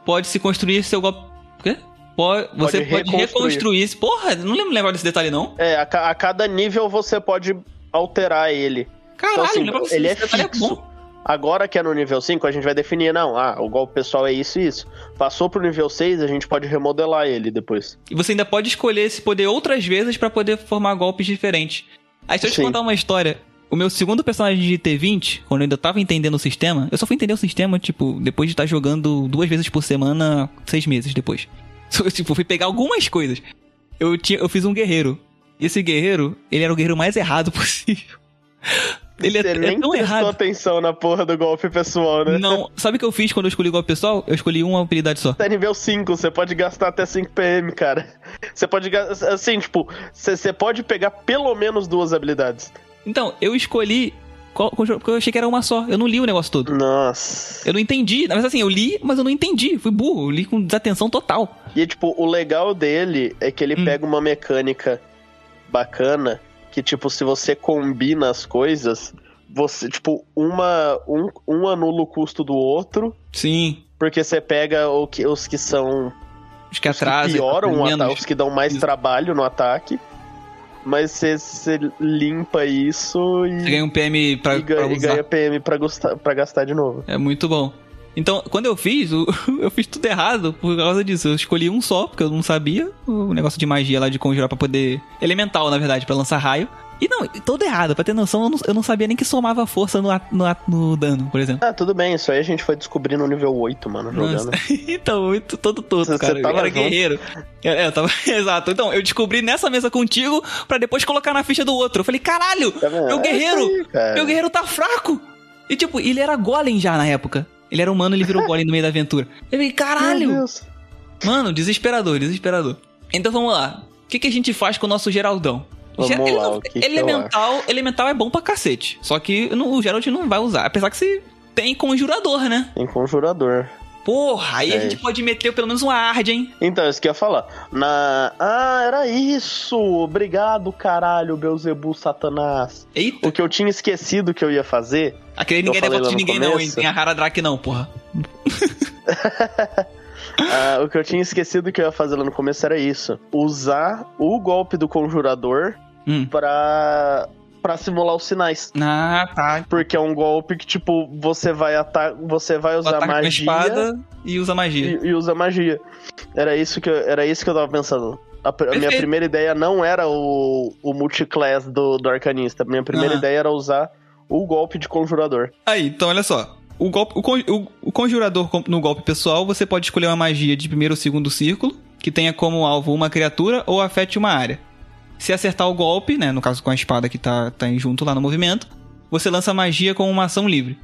pode se construir seu golpe. O quê? Po- você pode
reconstruir.
reconstruir. esse- Porra, não lembro lembrar desse detalhe, não.
É, a, ca- a cada nível você pode alterar ele.
Caralho,
assim,
lembra desse
ele é
detalhe
fixo.
bom.
Agora que é no nível 5, a gente vai definir, não, ah, o golpe pessoal é isso e isso. Passou pro nível 6, a gente pode remodelar ele depois.
E você ainda pode escolher esse poder outras vezes pra poder formar golpes diferentes. Aí deixa eu te
Sim.
contar uma história. O meu segundo personagem de T20, quando eu ainda tava entendendo o sistema, eu só fui entender o sistema, tipo, depois de estar jogando duas vezes por semana, seis meses depois. Só, Tipo, fui pegar algumas coisas. Eu, tinha, eu fiz um guerreiro. E esse guerreiro, ele era o guerreiro mais errado possível. Ele é,
Você
é
nem
tão
prestou
errado.
atenção na porra do golpe pessoal, né?
Não, sabe o que eu fiz quando eu escolhi golpe pessoal? Eu escolhi uma habilidade só.
Até nível 5, você pode gastar até 5 PM, cara. Você pode gastar. Assim, tipo, você você pode pegar pelo menos duas habilidades.
Então, eu escolhi. qual- qual jogo- Porque eu achei que era uma só. Eu não li o negócio todo.
Nossa.
Eu não entendi. Mas assim, eu li, mas eu não entendi. Fui burro. Eu li com desatenção total.
E, tipo, o legal dele é que ele
Hum.
pega uma mecânica bacana que, tipo, se você combina as coisas, você, tipo, uma, um, um anula o custo do outro,
Sim.
porque você pega o que, os que são
Os que
os que
atrasam.
pioram o
tá menos.
ataque, os que dão mais
Isso.
trabalho no ataque. Mas você- você limpa isso e,
Você ganha um PM pra,
e ga-
pra
e
usar.
ganha PM pra, gostar- pra gastar de novo.
É muito bom. Então, quando eu fiz, o- eu fiz tudo errado por causa disso. Eu escolhi um só, porque eu não sabia. O negócio de magia lá de conjurar pra poder. Elemental, na verdade, pra lançar raio. E não, todo errado. Pra ter noção, eu não, eu não sabia nem que somava força no, a- no, a- no dano, por exemplo.
Ah, tudo bem, isso aí a gente foi descobrir no nível 8, mano,
Nossa.
jogando.
então, muito todo todo,
Você- você
cara. eu
tava
era
junto?
guerreiro. Eu, eu tava. Exato. Então, eu descobri nessa mesa contigo pra depois colocar na ficha do outro. Eu falei, caralho,
Tá vendo?
meu
É
guerreiro!
isso aí, cara.
meu guerreiro tá fraco! E tipo, ele era golem já na época. Ele era humano, ele virou golem no meio da aventura. Eu falei,
Meu
caralho!
Deus.
Mano, desesperador, desesperador. Então vamos lá. O que, que a gente faz com o nosso Geraldão?
Vamos
Ger-
lá,
não-
o que que eu
elemental, elemental é bom pra cacete. Só que não- o Gerald não vai usar. Apesar que você tem conjurador, né?
Tem conjurador.
Porra, aí a
É.
gente pode meter pelo menos uma hard, hein?
Então, isso que eu ia falar. Na... Ah, era isso! Obrigado, caralho, Beuzebu Satanás.
Eita,
O que eu tinha esquecido que eu ia fazer
aquele
eu
ninguém
falei
levanta de
lá no
ninguém não, hein?
começo.
Tem a Haradrak não, porra.
Ah, o que eu tinha esquecido que eu ia fazer lá no começo era isso: usar o golpe do conjurador
Hum.
pra, pra simular os sinais.
Ah, tá.
Porque é um golpe que, tipo, você vai ata você vai usar
Ataca com a
magia
espada e usa magia.
e, e usa magia. Era isso que eu, era isso que eu tava pensando. A, pr- a minha
Perfeito.
primeira ideia não era o, o multiclass do, do arcanista. Minha primeira
Aham.
ideia era usar o golpe de conjurador.
Aí, então olha só. O, golpe, o, con- o- o conjurador com- no golpe pessoal, você pode escolher uma magia de primeiro ou segundo círculo, que tenha como alvo uma criatura ou afete uma área. Se acertar o golpe, né, no caso com a espada que tá, tá em- junto lá no movimento, você lança a magia com uma ação livre,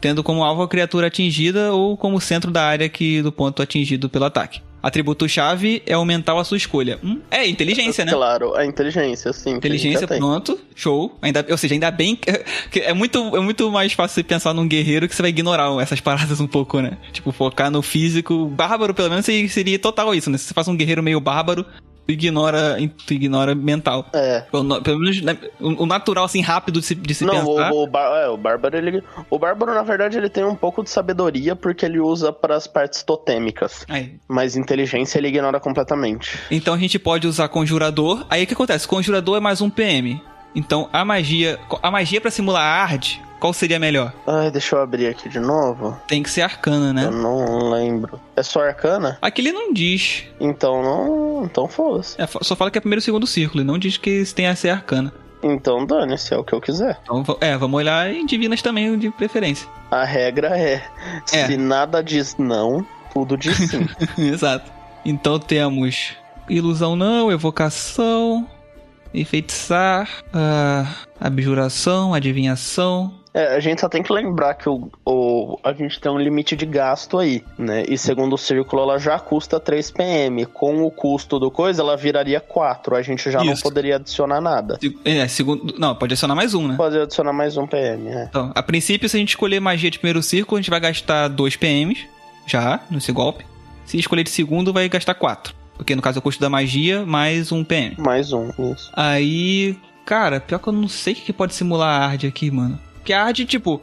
tendo como alvo a criatura atingida ou como centro da área que do ponto atingido pelo ataque. Atributo-chave é aumentar a sua escolha. Hum, é inteligência, né?
Claro, a inteligência, sim. que a gente
Inteligência,
já tem.
pronto, show. Ainda, ou seja, ainda bem que, que é, muito, é muito mais fácil você pensar num guerreiro que você vai ignorar essas paradas um pouco, né? Tipo, focar no físico. Bárbaro, pelo menos, seria seria total isso, né? Se você faz um guerreiro meio bárbaro, tu ignora, tu ignora mental.
É.
Pelo, no- pelo menos né, o, o natural, assim, rápido de se, de se
Não,
pensar.
o, o, Bá- é, o Bárbaro, ele. O Bárbaro, na verdade, ele tem um pouco de sabedoria porque ele usa para as partes totêmicas.
Aí.
Mas inteligência ele ignora completamente.
Então a gente pode usar conjurador. Aí o que acontece? Conjurador é mais um PM. Então a magia. A magia pra simular a arte, qual seria melhor?
Ai, deixa eu abrir aqui de novo.
Tem que ser arcana, né?
Eu não lembro. É só arcana?
Aqui ele não diz.
Então não. Então foda-se.
É, fa- só fala que é primeiro e segundo círculo, e não diz que isso tem a ser arcana.
Então dane-se, é o que eu quiser.
Então, va- é, vamos olhar em divinas também, de preferência.
A regra é:
É.
se nada diz não, tudo diz sim.
Exato. Então temos ilusão não, evocação, enfeitiçar, ah, abjuração, adivinhação.
É, a gente só tem que lembrar que o, o- a gente tem um limite de gasto aí, né? E segundo o círculo, ela já custa 3 PM. Com o custo do coisa, ela viraria 4. A gente já não
Isso.
poderia adicionar nada.
Se- É, segundo. Não, pode adicionar mais um, né?
Pode adicionar mais um PM, é.
Então, a princípio, se a gente escolher magia de primeiro círculo, a gente vai gastar 2 PMs, já, nesse golpe. Se escolher de segundo, vai gastar 4. Porque no caso é o custo da magia, mais um PM.
Mais um, isso.
Aí, cara, pior que eu não sei o que que pode simular a Ard aqui, mano. Porque a Ard, tipo,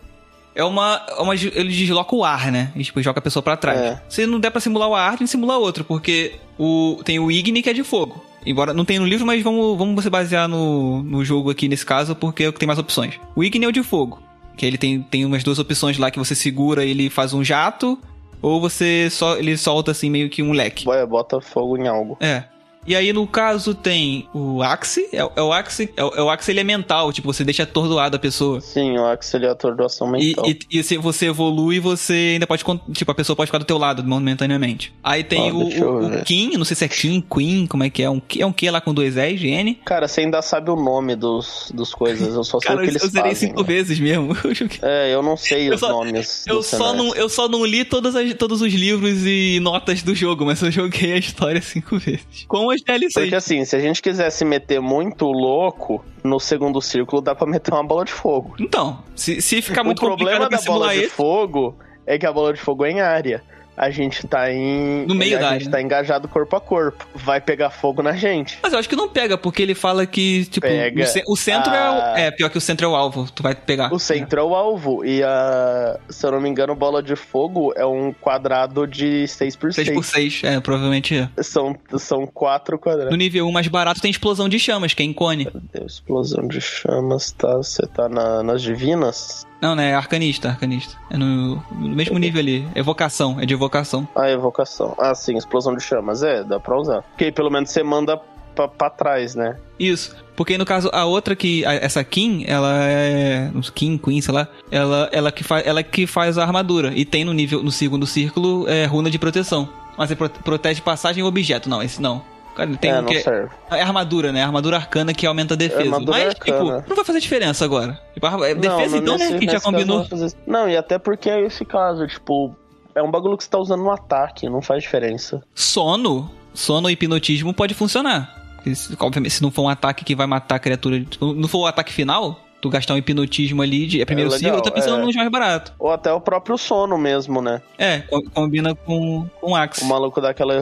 é uma, é uma. Ele desloca o ar, né? E, tipo, joga a pessoa pra trás.
É.
Se não der pra simular o Ard, a gente simula outro, porque o, tem o Igni que é de fogo. Embora não tenha no livro, mas vamos, vamos se basear no, no jogo aqui nesse caso, porque é o que tem mais opções. O Igni é o de fogo. Que ele tem, tem umas duas opções lá que você segura e ele faz um jato, ou você só ele solta assim meio que um leque.
Boy, bota fogo em algo.
É. E aí, no caso, tem o Axe. É, é o Axe. É, o- é o Axe elemental. Tipo, você deixa atordoada a pessoa.
Sim, o acelerador do ação
E,
mental.
e, e se você evolui, você ainda pode. con- Tipo, a pessoa pode ficar do teu lado momentaneamente. Aí tem
Ó,
o,
Ah, deixa eu
o,
ver.
o Kim, não sei se é Kim, Queen, como é que é? Um, Ki- é um Q lá com dois E's, N.
Cara, você ainda sabe o nome dos, dos coisas. Eu só sei
Cara,
o que
eu,
eles
eu zerei
fazem,
cinco
né?
vezes mesmo. Eu joguei-
É, eu não sei
Eu
os
só-
nomes.
Eu
dos
só, não,
cenários.
eu só não li todas as- todos os livros e notas do jogo, mas eu joguei a história cinco vezes. Com as DLCs.
Porque assim, se a gente quiser se meter muito louco, no segundo círculo dá pra meter uma bola de fogo.
Então, se, se ficar muito
o problema
complicado pra
da bola
simular
de
esse.
fogo é que a bola de fogo é em área. A gente tá em.
No meio
a
da
gente
área, né?
tá engajado corpo a corpo. Vai pegar fogo na gente.
Mas eu acho que não pega, porque ele fala que, tipo,
Pega.
o, ce- o centro
Ah.
é o. É, pior que o centro é o alvo, tu vai pegar. né?
O centro é o alvo. E a. Se eu não me engano, bola de fogo é um quadrado de 6 por 6.
6x6, é, provavelmente é.
São, são quatro
No
quadrados.
nível 1 mais barato tem explosão de chamas, que é em cone.
Deus, explosão de chamas, tá? Você tá na- nas divinas?
Não, né? É arcanista, arcanista. É no, no mesmo nível ali. Evocação, é de evocação.
Ah, evocação. Ah, sim, explosão de chamas. É, dá pra usar. Porque aí pelo menos você manda pra, pra trás, né?
Isso. Porque no caso, a outra que. a- essa Kim, ela é. não sei, Kim, Queen, sei lá. Ela, ela, que fa, ela que faz a armadura. E tem no nível. No segundo círculo, é, runa de proteção. Mas você prote- protege passagem e objeto. Não, esse não. Cara, tem
é,
um
não
que é-
serve.
É armadura, né? Armadura arcana que aumenta a defesa.
É Armadura
Mas,
arcana.
tipo, não vai fazer diferença agora. Tipo, arma- é
Não,
defesa
não,
então,
nesse-
né? Que já
nesse caso não
combinou.
vai fazer isso. Não, e até porque é esse caso, tipo, é um bagulho que você tá usando no ataque, não faz diferença.
Sono, sono e hipnotismo pode funcionar. Porque se- Obviamente, se não for um ataque que vai matar a criatura, se não for o ataque final, tu gastar um hipnotismo ali, de, é primeiro
É,
é,
legal,
eu tô pensando
é.
nos mais barato.
Ou até o próprio sono mesmo, né?
É, co- combina com, com Axe.
O maluco dá aquela.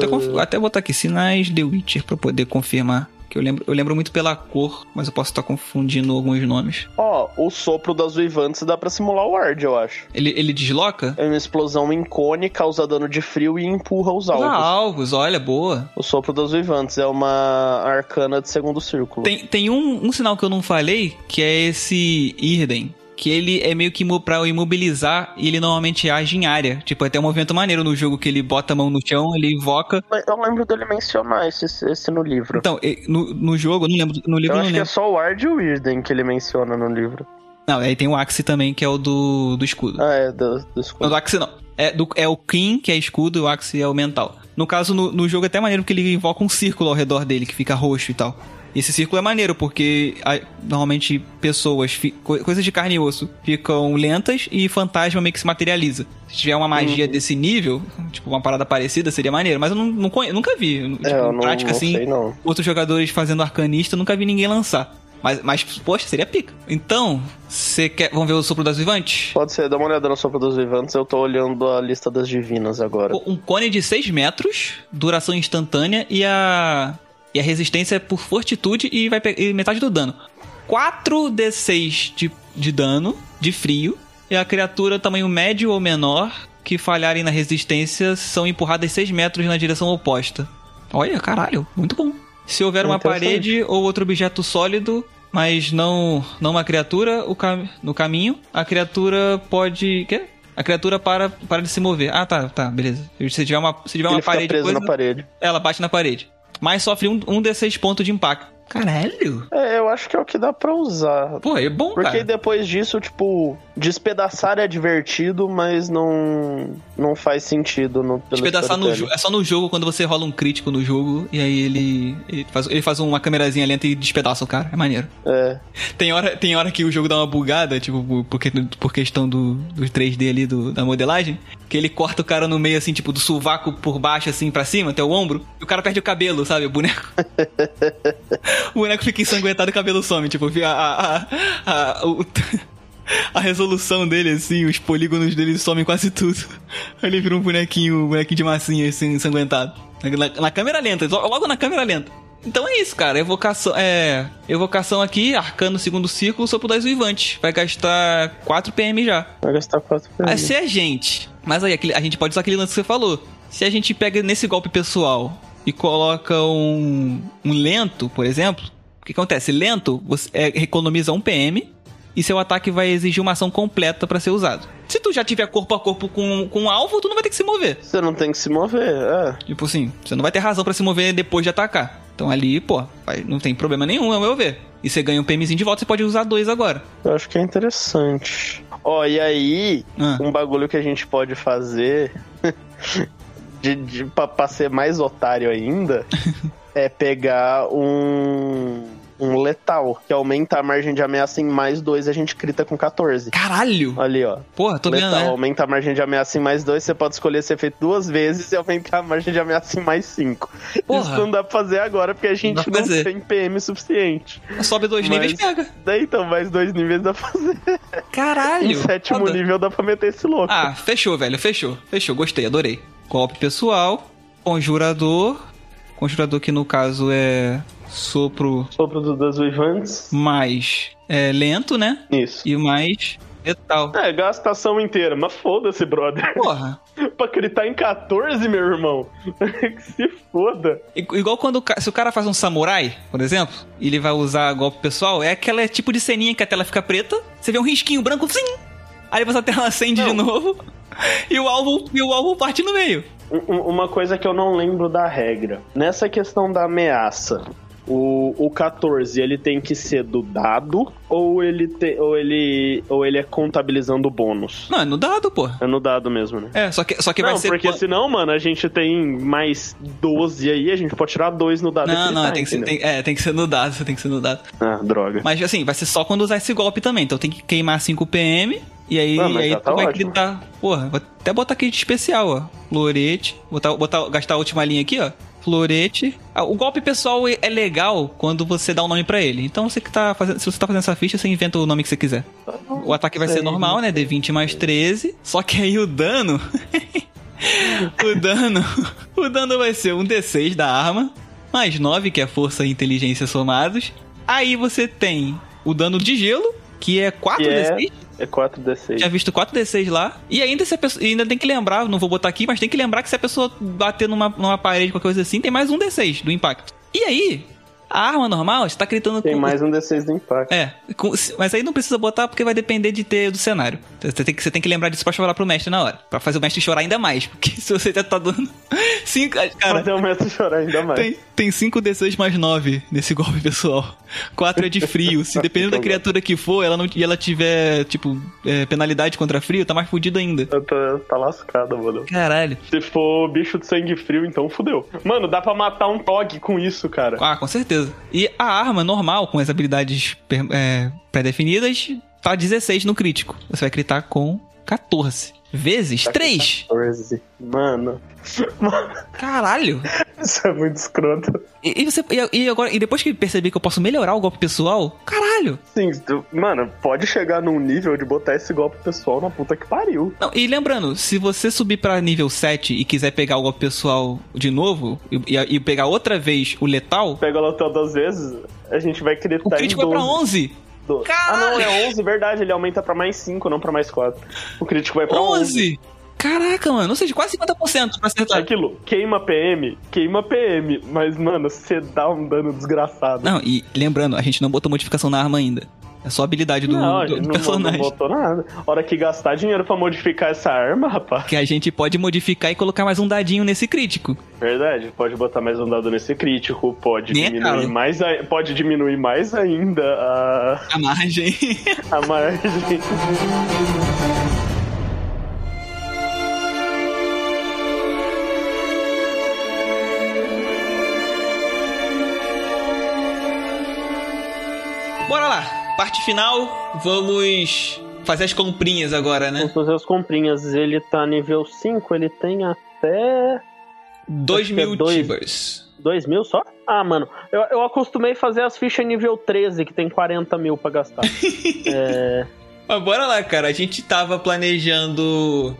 Tô conf- Vou até botar aqui sinais The Witcher pra poder confirmar. Que eu lembro, eu lembro muito pela cor, mas eu posso estar confundindo alguns nomes.
Ó, o sopro das uivantes dá pra simular o ward, eu acho.
Ele, ele desloca?
É uma explosão em cone, causa dano de frio e empurra os
Alvos.
É alvos.
Ah, alvos, olha, boa.
O sopro das uivantes é uma arcana de segundo círculo.
Tem, tem um, um sinal que eu não falei, que é esse Irden. Que ele é meio que imo- pra imobilizar e ele normalmente age em área. Tipo, é até um movimento maneiro no jogo que ele bota a mão no chão, ele invoca.
Mas Eu lembro dele mencionar esse, esse no livro.
Então, e- no, no jogo, eu não lembro. No livro Então,
eu
eu
acho
não
que é
lembro.
só o Ward e o Irden que ele menciona no livro.
Não, aí tem o Axe também, que é o do, do escudo.
Ah, é, do, do
Não,
escudo.
do Axe não. É, do, é o Kim, que é escudo, e o Axe é o mental. No caso, no, no jogo é até maneiro porque ele invoca um círculo ao redor dele, que fica roxo e tal. E esse círculo é maneiro, porque a- normalmente pessoas, fi- co- coisas de carne e osso, ficam lentas e fantasma meio que se materializa. Se tiver uma
Uhum.
magia desse nível, tipo uma parada parecida, seria maneiro. Mas eu não, não conhe- nunca vi. Eu não- tipo,
É, eu não,
prática
não
assim,
sei não.
outros jogadores fazendo arcanista, eu nunca vi ninguém lançar. Mas, mas poxa, seria pica. Então, você quer. Vamos ver o sopro das vivantes?
Pode ser, dá uma olhada no Sopro dos Vivantes, eu tô olhando a
um
lista das divinas agora.
Co- Um cone de 6 metros, duração instantânea e a E a resistência é por fortitude e vai pe- e metade do dano. 4d6 de, de dano de frio. E a criatura tamanho médio ou menor que falharem na resistência são empurradas 6 metros na direção oposta. Olha, caralho, muito bom. Se houver uma
É Interessante.
parede ou outro objeto sólido, mas não, não uma criatura o cam- no caminho, a criatura pode. Quê? A criatura para, para de se mover. Ah, tá, tá, beleza. Se tiver uma, se tiver
Ele
é uma
fica
parede,
preso
coisa,
na parede.
ela bate na parede. Mas sofre um, um D6 ponto de impacto. Caralho!
É, eu acho que é o que dá pra usar.
Pô, é bom,
Porque
cara.
depois disso, tipo, despedaçar é divertido, mas não não faz sentido no pelo
Despedaçar no
storytelling.
jogo. É só no jogo quando você rola um crítico no jogo e aí ele, ele, faz, ele faz uma câmerazinha lenta e despedaça o cara. É maneiro.
É.
Tem hora, tem hora que o jogo dá uma bugada, tipo, por- porque, por questão do, do 3D ali, do- da modelagem, que ele corta o cara no meio, assim, tipo, do sovaco por baixo, assim, pra cima, até o ombro, e o cara perde o cabelo, sabe, o boneco. o boneco fica ensanguentado e o cabelo some, tipo, a, a, a, a, o- a resolução dele, assim, os polígonos dele somem quase tudo. Aí ele vira um bonequinho, um bonequinho de massinha, assim, ensanguentado. Na, na câmera lenta, lo- logo na câmera lenta. Então é isso, cara. Evocação, é, evocação aqui, arcano segundo círculo, sopro das uivante. Vai gastar 4 PM já.
Vai gastar quatro
Aí
pernas.
Ah, se a gente. Mas aí aquele- a gente pode usar aquele lance que você falou. Se a gente pega nesse golpe pessoal e coloca um, um lento, por exemplo, o que acontece? Lento, você é, economiza um PM e seu ataque vai exigir uma ação completa pra ser usado. Se tu já tiver corpo a corpo com, com um alvo, tu não vai ter que se mover.
Você não tem que se mover, é.
Tipo assim, você não vai ter razão pra se mover depois de atacar. Então ali, pô, vai- não tem problema nenhum, ao meu ver. E você ganha um PMzinho de volta, você pode usar dois agora.
Eu acho que é interessante. Ó, e aí,
Ah.
um bagulho que a gente pode fazer de, de, pra, pra ser mais otário ainda é pegar um, um letal, que aumenta a margem de ameaça em mais dois, a gente crita com 14.
Caralho!
Ali, ó.
Porra, tô vendo,
letal,
né?
aumenta a margem de ameaça em mais dois, você pode escolher ser feito duas vezes e aumentar a margem de ameaça em mais cinco.
Porra.
Isso não dá pra fazer agora, porque a
Dá
gente
pra
não
fazer.
tem PM suficiente.
né? Sobe dois
Mas-
níveis e pega.
Daí, então, mais dois níveis dá pra fazer.
Caralho!
No sétimo
foda.
nível dá pra meter esse louco.
Ah, fechou, velho, fechou. Fechou, gostei, adorei. Golpe pessoal, conjurador. Conjurador que no caso é sopro
Sopro do- dos vivantes.
mais é, lento, né?
Isso.
E mais letal.
É, gasta a ação inteira, mas foda-se, brother.
Porra.
pra gritar em 14, meu irmão. que se foda.
I- Igual quando o ca- se o cara faz um samurai, por exemplo, e ele vai usar golpe pessoal, é aquele tipo de ceninha que a tela fica preta, você vê um risquinho branco, sim! Aí você a tela acende de novo e o alvo e o alvo parte no meio.
Um- um- Uma coisa que eu não lembro da regra. Nessa questão da ameaça, o, o 14, ele tem que ser do dado ou ele, te- ou ele, ou ele é contabilizando o bônus?
Não, é no dado, pô.
É no dado mesmo, né?
É, só que, só que
não,
vai ser.
porque
quan-
senão, mano, a gente tem mais 12 aí, a gente pode tirar dois no dado.
Não,
e
não,
fritar,
tem que, ser,
entendeu?
tem, é, tem que ser no dado, tem que ser no dado.
Ah, droga.
Mas assim, vai ser só quando usar esse golpe também. Então tem que queimar 5 PM. E aí,
Ah, mas
aí
já
tu
tá
vai
ótimo.
gritar. Porra, vou até botar aqui de especial, ó. Florete. Botar, botar, gastar a última linha aqui, ó. Florete. Ah, o golpe pessoal é é legal quando você dá o nome pra ele. Então você que tá fazendo. Se você tá fazendo essa ficha, você inventa o nome que você quiser. O ataque vai ser
Sei.
normal, né? D20 mais 13. Só que aí o dano. o dano. O dano vai ser um D6 da arma. Mais 9, que é força e inteligência somados. Aí você tem o dano de gelo, que é 4
Que é-
D6.
É 4d6.
Tinha visto 4 D6 lá. E ainda se a pessoa. e ainda tem que lembrar, não vou botar aqui, mas tem que lembrar que se a pessoa bater numa, numa parede, qualquer coisa assim, tem mais um D6 do impacto. E aí, a arma normal, você tá gritando
Tem
com.
mais um D6 do impacto.
É, com- mas aí não precisa botar porque vai depender de ter do cenário. Você tem que, você tem que lembrar disso pra falar pro mestre na hora. Pra fazer o mestre chorar ainda mais. Porque se você já tá dando. Cinco, cara,
Fazer o mestre chorar ainda mais.
tem, tem 5 D6 mais 9 nesse golpe, pessoal. 4 é de frio. Se dependendo da criatura que for ela não, e ela tiver, tipo, é, penalidade contra frio, tá mais fudida ainda.
Eu tô- tá lascado, mano.
Caralho.
Se for bicho de sangue frio, então fudeu. Mano, dá pra matar um Tog com isso, cara.
Ah, com certeza. E a arma normal, com as habilidades per- é, pré-definidas, tá 16 no crítico. Você vai critar com 14. Vezes 3.
14. Mano. Mano,
Caralho.
isso é muito escroto.
E, e você, e, e agora, e depois que percebi que eu posso melhorar o golpe pessoal, caralho, caralho.
Sim, tu- mano, pode chegar num nível de botar esse golpe pessoal na puta que pariu.
Não, e lembrando, se você subir pra nível 7 e quiser pegar o golpe pessoal de novo e, e- e pegar outra vez o letal,
Pega lá todas as vezes, a gente vai
o
gritar Tá em
crítico vai pra
12.
11.
Do- Ah,
Caralho!
não, é 11, verdade. Ele aumenta pra mais 5, não pra mais 4. O crítico vai pra 11.
11? Caraca, mano. Ou seja, quase 50% pra
É
acertar.
Aquilo, queima PM, queima PM. Mas, mano, você dá um dano desgraçado.
Não, e lembrando, a gente não botou modificação na arma ainda. É só a habilidade do,
Não,
do- do
não,
personagem.
não botou nada. Hora que gastar dinheiro pra modificar essa arma, rapaz.
Que a gente pode modificar e colocar mais um dadinho nesse crítico.
Verdade, pode botar mais um dado nesse crítico, pode
Nem é
diminuir
caro.
mais, ai- pode diminuir mais ainda a,
A margem.
a margem.
Bora lá. Parte final. Vamos fazer as comprinhas agora, né?
Vamos fazer as comprinhas. Ele tá nível 5, ele tem até
2
Acho que é
mil
dois.
tibers.
2 mil só? Ah, mano, eu, eu acostumei fazer as fichas nível 13, que tem 40 mil pra gastar. é,
Mas bora lá, cara. A gente tava planejando...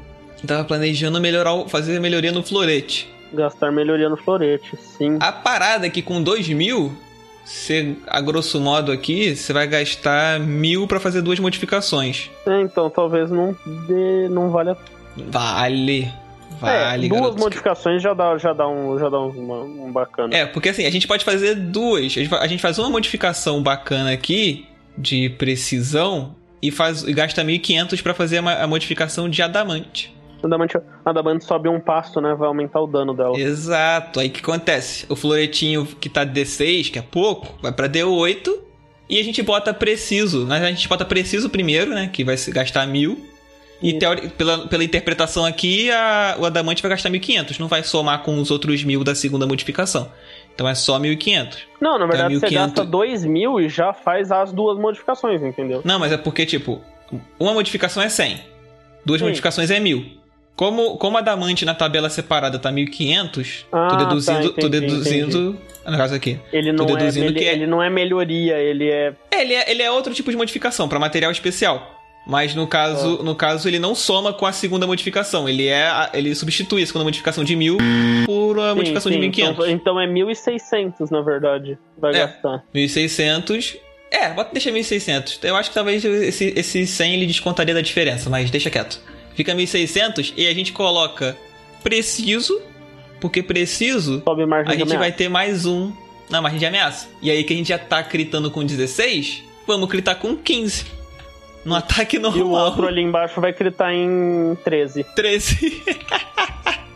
Tava planejando melhorar, o- fazer melhoria no florete.
gastar melhoria no florete, sim.
A parada é que com 2 mil, você, a grosso modo aqui, você vai gastar mil pra fazer duas modificações.
É, então, talvez não dê, não valha
Vale. Vale,
é, duas
Ah, garoto.
modificações já dá, já dá um, já dá um, uma- um bacana.
É, porque assim, a gente pode fazer duas. A gente fa- a gente faz uma modificação bacana aqui, de precisão, e, faz, e gasta 1.500 pra fazer a, ma- a modificação de adamante.
A Damante, a Damante sobe um passo, né? Vai aumentar o dano
É.
dela.
Exato. Aí o que acontece? O floretinho que tá D6, que é pouco, vai pra D8. E a gente bota preciso. Mas a gente bota preciso primeiro, né? Que vai se gastar mil. E
Isso.
teori- pela, pela interpretação aqui, a- o adamante vai gastar 1.500. Não vai somar com os outros mil da segunda modificação. Então é só 1.500.
Não, na verdade você
1500.
gasta 2 mil e já faz as duas modificações, entendeu?
Não, mas é porque, tipo, uma modificação é 100. Duas
Sim.
modificações é 1.000. Como, como a damante na tabela separada tá 1.500,
Ah,
tô
tá,
deduzindo... tô
entendi,
deduzindo No caso aqui.
Ele não, é,
deduzindo
ele,
que é-
ele não é melhoria, ele é.
É, ele é, ele é outro tipo de modificação, pra material especial. Mas no
Ah.
caso, no caso, ele não soma com a segunda modificação. Ele é a- ele substitui a segunda modificação de 1.000 por uma
Sim,
modificação
sim,
de 1.500.
Então, então é 1.600, na verdade. Vai
É.
gastar.
1.600... É, bota, deixa 1.600. Eu acho que talvez esse, esse 100 ele descontaria da diferença, mas deixa quieto. Fica 1.600 e a gente coloca preciso, porque preciso
Sobe margem
a
de
gente vai
ameaça.
ter mais um na margem de ameaça. E aí que a gente já tá critando com 16, vamos critar com 15. No ataque
E o
normal,
outro ali embaixo vai gritar em 13.
13.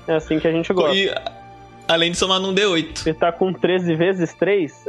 É assim que a gente gosta.
E, além de somar num D8.
Ele tá com 13 vezes 3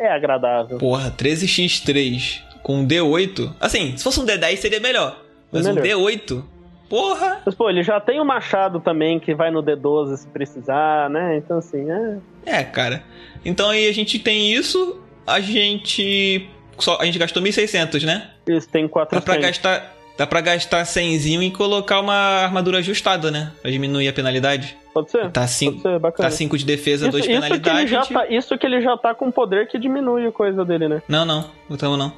é, é agradável.
Porra, 13x3 com um D8. Assim, se fosse um D10 seria melhor. Mas
Melhor.
um D8. Porra!
Mas, pô, ele já tem o machado também, que vai no D12 se precisar, né? Então, assim, é...
É, cara. Então aí a gente tem isso. A gente. Só, a gente gastou 1.600, né?
Isso, tem
Dá
400.
pra gastar. Dá pra gastar 100 e colocar uma armadura ajustada, né? Pra diminuir a penalidade.
Pode ser?
Tá
Pode
5
ser, bacana.
tá cinco de defesa,
É. isso,
2 de
isso, que ele
penalidade.
já tá, isso que ele já tá com poder que diminui a coisa dele, né?
Não, não. Botamos não.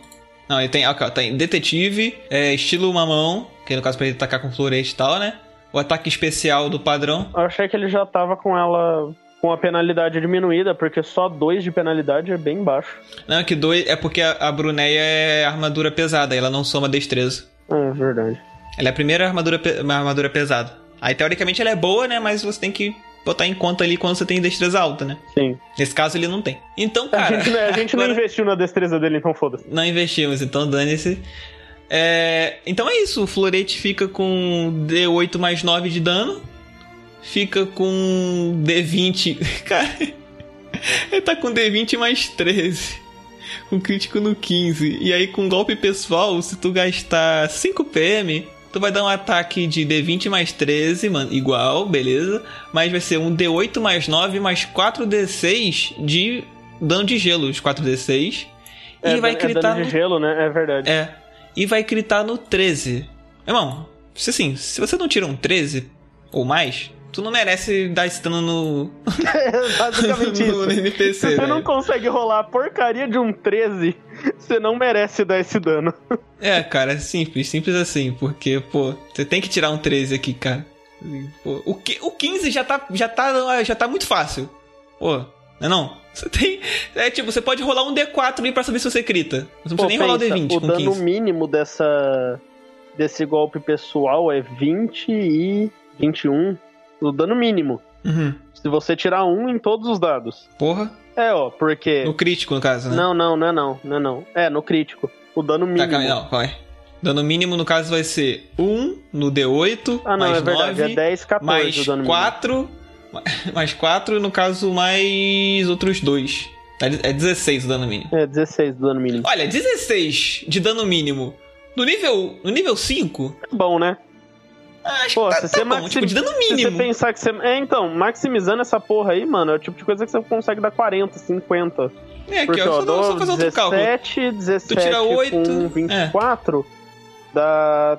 Não, ele tem. ó, Tá em detetive, é, estilo mamão, que no caso pra ele atacar com florete e tal, né? O ataque especial do padrão.
Eu achei que ele já tava com ela... Com a penalidade diminuída, porque só 2 de penalidade é bem baixo.
Não, que dois. É porque a, a Bruneia é armadura pesada, ela não soma destreza.
É verdade.
Ela é a primeira armadura, pe- uma armadura pesada. Aí teoricamente ela é boa, né? Mas você tem que botar em conta ali quando você tem destreza alta, né?
Sim.
Nesse caso ele não tem. Então,
A
cara.
gente, né, a gente não
agora-
investiu na destreza dele, então foda-se.
Não investimos, então dane-se. É, então é isso, o florete fica com D8 mais 9 de dano. Fica com D20. Cara, ele tá com D20 mais 13. Com crítico no 15. E aí com golpe pessoal, se tu gastar 5 PM, tu vai dar um ataque de D20 mais 13, mano, igual, beleza. Mas vai ser um D8 mais 9 mais 4D6 de dano de gelo, os 4D6. E
É,
vai
é
gritar
dano
no
de gelo, né? É verdade.
é. E vai gritar no 13. Irmão, se assim, se você não tira um 13 ou mais, tu não merece dar esse dano no,
É, basicamente
no
isso.
NPC.
Se você
velho.
não consegue rolar a porcaria de um 13, Você não merece dar esse dano.
É, cara, é simples, simples assim, porque, pô, você tem que tirar um 13 aqui, cara. E, pô, o, que, o 15 já tá, já, tá, já tá muito fácil. Pô, não é não? Você tem. É tipo, você pode rolar um D4 ali pra saber se você crita. Você não
Pô,
precisa nem rolar o
pensa,
D20
o
com
dano
15.
mínimo dessa desse golpe pessoal é 20 e 21. O dano mínimo.
Uhum.
Se você tirar um em todos os dados.
Porra.
É, ó, porque.
No crítico, no caso, né?
Não, não, não é não, não é não. É, no crítico. O dano
Tá,
mínimo.
calma aí, não, calma aí. Dano mínimo, no caso, vai ser 1 no D8,
Ah, não,
mais
é verdade.
9,
É 10, 14 o
mais
dano mínimo.
4, mais 4, no caso, mais outros 2. É 16 o dano mínimo.
É 16 do dano mínimo.
Olha, 16 de dano mínimo no nível, no nível 5,
Tá bom, né?
acho
Pô,
que tá,
se
tá
você
bom,
maxi-
tipo, de dano
Se você
mínimo.
pensar que você. É, então, maximizando essa porra aí, mano, é o tipo de coisa que você consegue dar 40, 50.
É, aqui,
Porque
ó,
eu
só, dá- só
dou
fazer outro cálculo.
17, 17
Tu tira oito, é.
com 24, dá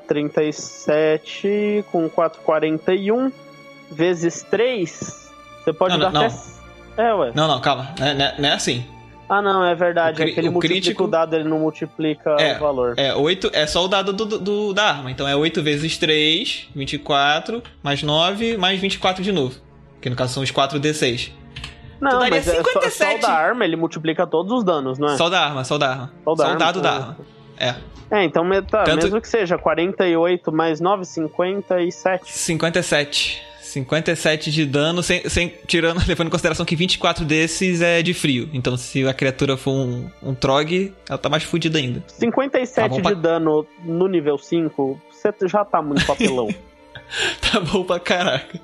37 com 4, 41, vezes 3, você pode
Não, não,
dar até... É, ué.
Não, não, calma, não é, não é- não é assim.
Ah, não, é verdade,
O
é
cri-
que ele
o
multiplica
crítico-
o dado, ele não multiplica
É,
o valor.
É 8, é só o dado do, do- da arma. Então é 8 vezes 3, 24, mais 9, mais 24 de novo. Que no caso são os 4d6.
não,
daria
mas é só- só,
57.
o da arma, ele multiplica todos os danos, não é?
Só da arma, só da arma.
Só o da
só o
arma,
dado da
tá.
arma. É.
É, então meta,
Tanto-
mesmo que seja 48 mais 9, 57.
57. 57 de dano, sem, sem- tirando, levando em consideração que 24 desses é de frio. Então, se a criatura for um, um trog, ela tá mais fudida ainda.
57
Tá bom
de
pra-
dano no nível 5, você já tá muito papelão.
Tá bom pra caraca.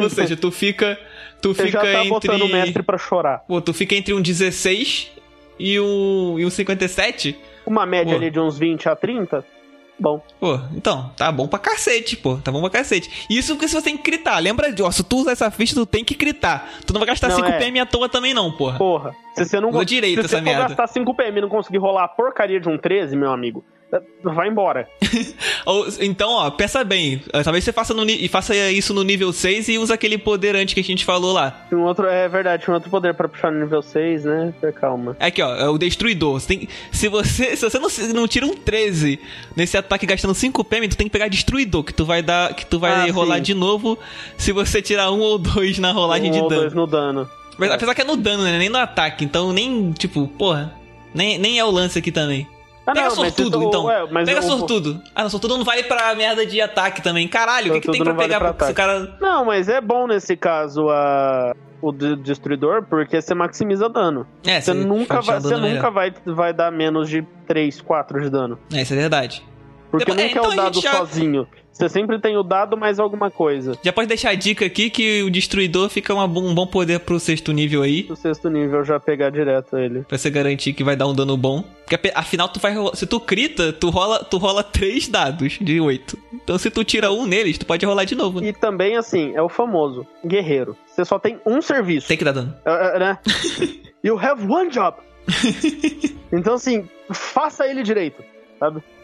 Ou seja, tu fica. Tu
Você
fica
já tá botando o
entre.
mestre pra chorar.
Pô, tu fica entre um 16 e um, e um 57.
Uma média
Pô.
ali de uns 20 a 30. Bom,
Pô, então, tá bom pra cacete, pô. Tá bom pra cacete. Isso porque se você tem que gritar. Lembra, ó, se tu usar essa ficha, tu tem que gritar. Tu não vai gastar
Não,
5
é.
PM à toa também, não, porra.
porra. Se você não
Usa
go-
direito
se você
essa
for
merda.
gastar 5 PM e não conseguir rolar a porcaria de um 13, meu amigo, eh, vai embora.
Ou- então, ó, pensa bem. Talvez você faça, no ni- e faça isso no nível 6 e usa aquele poder antes que a gente falou lá.
Tem um outro, é verdade, tinha um outro poder pra puxar no nível 6, né? Calma.
Aqui, ó, é o destruidor. Você tem- se você, se você não, se não tira um 13 nesse ataque gastando 5 PM, tu tem que pegar destruidor, que tu vai dar, que tu vai
Ah,
rolar
sim.
de novo se você tirar um ou dois na rolagem
um
de
ou
dano.
dois no dano.
Mas apesar que é no dano, né? Nem no ataque. Então, nem, tipo, porra. Nem, nem é o lance aqui também.
Ah,
Pega
não, mas
sortudo,
isso-
então.
ué, mas
Pega
o-
sortudo. Ah, não, sortudo não vale pra merda de ataque também. Caralho, o que, que tem
Sortudo
pra
não vale
pegar
pra
pra esse cara.
ataque. Não, mas é bom nesse caso a... o de- destruidor, porque você maximiza dano.
É,
Você nunca,
pode tirar
vai,
um
você
dano
nunca
melhor.
vai, vai dar menos de 3, 4 de dano.
É, isso é verdade.
Porque
Depois- é,
nunca é,
então a
o dado
gente já-
sozinho. Você sempre tem o dado mais alguma coisa.
Já pode deixar a dica aqui que o destruidor fica uma bo- um bom poder pro sexto nível aí.
O sexto nível já pegar direto ele.
Pra você garantir que vai dar um dano bom. Porque ape- afinal, tu vai rolar- se tu crita, tu rola, tu rola três dados de oito. Então se tu tira um neles, tu pode rolar de novo. né?
E também, assim, é o famoso guerreiro. Você só tem um serviço,
Tem que dar dano.
é, é, né? you have one job. então, assim, faça ele direito.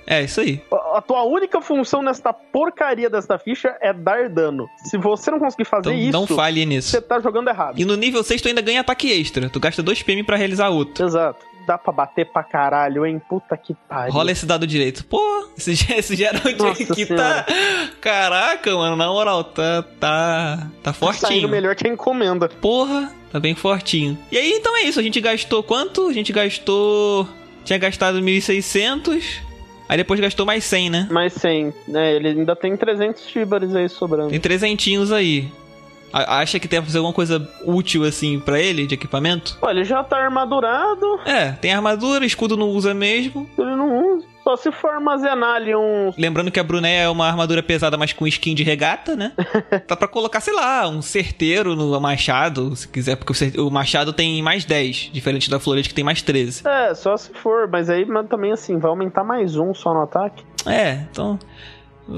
É, isso aí.
A a tua única função nesta porcaria desta ficha é dar dano. Se você não conseguir fazer
Então não
isso,
falhe nisso.
você tá jogando errado.
E no nível 6 tu ainda ganha ataque extra. Tu gasta 2 PM pra realizar outro.
Exato. Dá pra bater pra caralho, hein? Puta que pariu.
Rola esse dado direito. Pô, esse, ge- esse Geralt
Nossa
aqui
Senhora.
tá. Caraca, mano, na moral, tá. Tá. Tá
Tá Saindo
fortinho.
melhor que a encomenda.
Porra, tá bem fortinho. E aí, então é isso. A gente gastou quanto? A gente gastou. Tinha gastado 1.600. Aí depois gastou mais 100, né?
Mas sem, né? Ele ainda tem 300 tíbares aí sobrando.
Tem trezentinhos aí. A- Acha que tem pra fazer alguma coisa útil assim pra ele de equipamento?
Pô, ele já tá armadurado,
É, tem armadura, escudo não usa mesmo.
ele não usa. Só se for armazenar ali uns.
Lembrando que a Bruné é uma armadura pesada, mas com skin de regata, né? Dá pra colocar, sei lá, um certeiro no machado, se quiser, porque o certe- o machado tem mais 10, diferente da florete que tem mais 13.
É, só se for, mas aí mas também assim, vai aumentar mais um só no ataque.
É, então.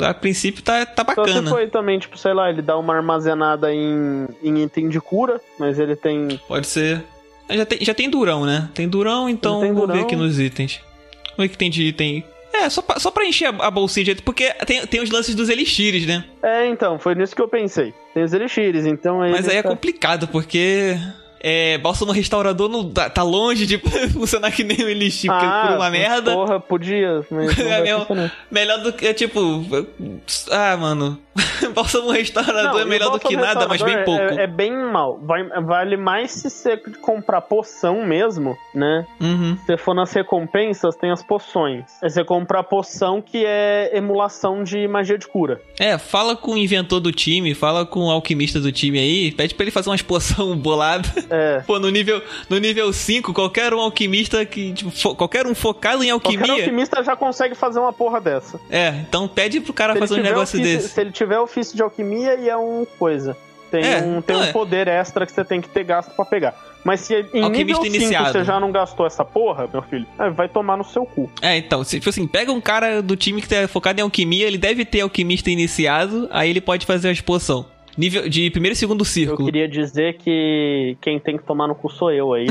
A princípio tá, tá
Só se
bacana.
for aí também, tipo, sei lá, ele dá uma armazenada em, em item de cura, mas ele tem.
Pode ser. É, Já tem, já tem durão, né? Tem durão, então
tem
vou ver
durão.
aqui nos itens. Vamos ver o que tem de item. É, só pra, só pra encher a, a bolsinha de porque tem, tem os lances dos elixires, né?
É, então, foi nisso que eu pensei. Tem os elixires, então aí.
Mas
ele
aí é
tá-
complicado, porque É, Bálsamo Restaurador não, tá, tá longe de funcionar que nem o Elixir, porque
Ah,
por uma merda.
Porra, podia, mas não
É
vai
mesmo.
funcionar.
melhor do que, é tipo. Ah, mano. Bálsamo Restaurador
Não,
é
e o
melhor do que
Balsam
nada, mas bem pouco.
Restaurador É, é bem mal. Vai- vale mais se você comprar poção mesmo, né?
Uhum.
Se você for nas recompensas, tem as poções. Aí você compra a poção que é emulação de magia de cura.
É, fala com o inventor do time, fala com o alquimista do time aí, pede pra ele fazer umas poção bolada.
É.
Pô, no nível, no nível 5, qualquer um alquimista que. tipo, fo- qualquer um focado em alquimia.
Qualquer alquimista já consegue fazer uma porra dessa.
É, então pede pro cara
Se ele
fazer um
tiver
negócio
ofício-
desse.
Se ele tiver ofício de alquimia, e é um coisa. Tem
É,
um, tem
não
um
é.
poder extra que você tem que ter gasto pra pegar. Mas se em
Alquimista
nível 5
iniciado.
você já não gastou essa porra, meu filho, aí vai tomar no seu cu.
É, então, se- tipo assim, pega um cara do time que tá focado em alquimia, ele deve ter alquimista iniciado, aí ele pode fazer as poção. Nível de primeiro e segundo
Eu
círculo.
queria dizer que quem tem que tomar no cu sou eu aí.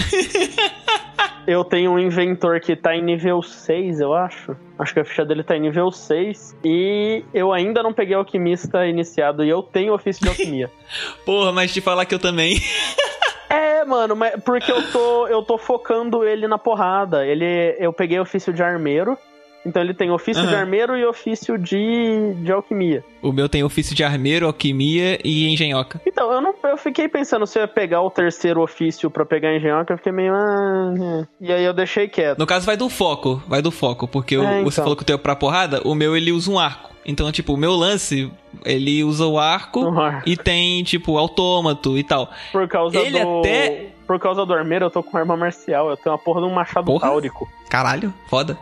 eu tenho um inventor que tá em nível 6, eu acho. Acho que a ficha dele tá em nível 6. E eu ainda não peguei alquimista iniciado e eu tenho ofício de alquimia.
Porra, mas te falar que eu também.
é, mano, mas porque eu tô, eu tô focando ele na porrada. Ele, eu peguei ofício de armeiro. Então ele tem ofício de
Aham.
armeiro e ofício de, de alquimia.
O meu tem ofício de armeiro, alquimia e engenhoca.
Então, eu não eu fiquei pensando se eu ia pegar o terceiro ofício pra pegar engenhoca, eu fiquei meio. "Ah, é." E aí eu deixei quieto.
No caso, vai do foco, vai do foco, porque o-
É,
você
então.
falou que o teu é pra porrada, o meu ele usa um arco. Então, tipo, o meu lance, ele usa o arco
No ar.
e tem, tipo, autômato e tal.
Por causa
Ele
do.
até-
Por causa do armeiro, eu tô com arma marcial. Eu tenho uma porra de um machado
Porra.
táurico.
Caralho, foda.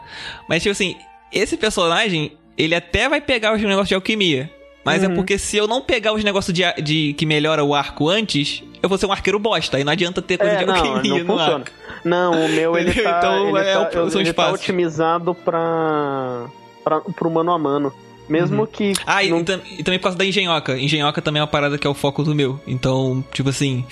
Mas, tipo assim, esse personagem, ele até vai pegar os negócios de alquimia. Mas é
Uhum.
porque se eu não pegar os negócios de, a- de- que melhora o arco antes, eu vou ser um arqueiro bosta. E não adianta ter coisa
É,
de
não,
alquimia
não
no
funciona.
arco.
Não, o meu ele
Entendeu?
tá.
Então,
ele
é,
tá,
o- são
ele tá
espaços.
otimizado pra, pra. pro mano a mano. Mesmo que.
Ah, e,
não-
tam- e também por causa da engenhoca. Engenhoca também é uma parada que é o foco do meu. Então, tipo assim,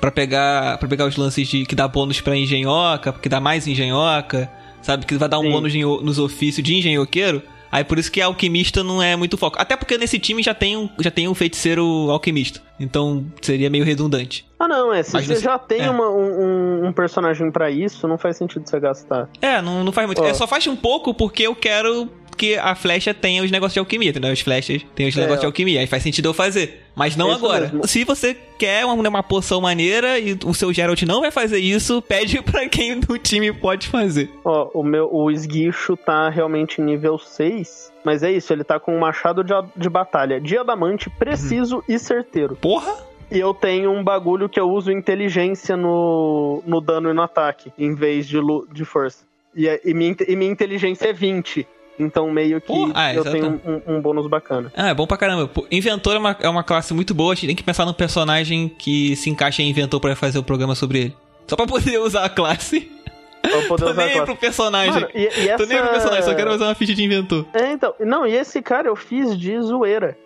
pra pegar para pegar os lances de que dá bônus pra engenhoca, que dá mais engenhoca, sabe? Que vai dar um
Sim.
bônus em o- nos ofícios de engenhoqueiro. Aí por isso que alquimista não é muito foco. Até porque nesse time já tem um, já tem um feiticeiro alquimista. Então seria meio redundante.
Ah, não, é. Se
então- Mas
você
você-
já tem
é.
uma- um, um- um personagem pra isso, não faz sentido você gastar.
É, não, não faz muito.
Ó.
É, só faz um pouco porque eu quero que a flecha tenha os negócios de alquimia, entendeu? As flechas têm os
É,
negócios de
ó.
alquimia. Aí faz sentido eu fazer. Mas não
É isso
agora.
mesmo.
Se você quer uma, uma poção maneira e o seu Geralt não vai fazer isso, pede pra quem do time pode fazer.
Ó, o meu o esguicho tá realmente em nível 6, mas é isso, ele tá com um machado de, de batalha, diamante, preciso
Uhum.
e certeiro.
Porra!
E eu tenho um bagulho que eu uso inteligência no, no dano e no ataque, em vez de, lu- de força. E, é- e minha, inte- e minha inteligência é 20. Então meio que
Porra, ah,
eu
exato.
tenho um, um- um bônus bacana.
Ah, é bom pra caramba. Pô, Inventor é uma, é uma classe muito boa, a gente tem que pensar num personagem que se encaixa em inventor pra fazer o programa sobre ele. Só pra poder usar a classe.
Pra eu poder
Tô
usar
nem aí
a
pro
classe.
personagem.
Mano, e, e
Tô nem aí pro
essa-
personagem, só quero usar uma ficha de inventor.
É, então. Não, e esse cara eu fiz de zoeira.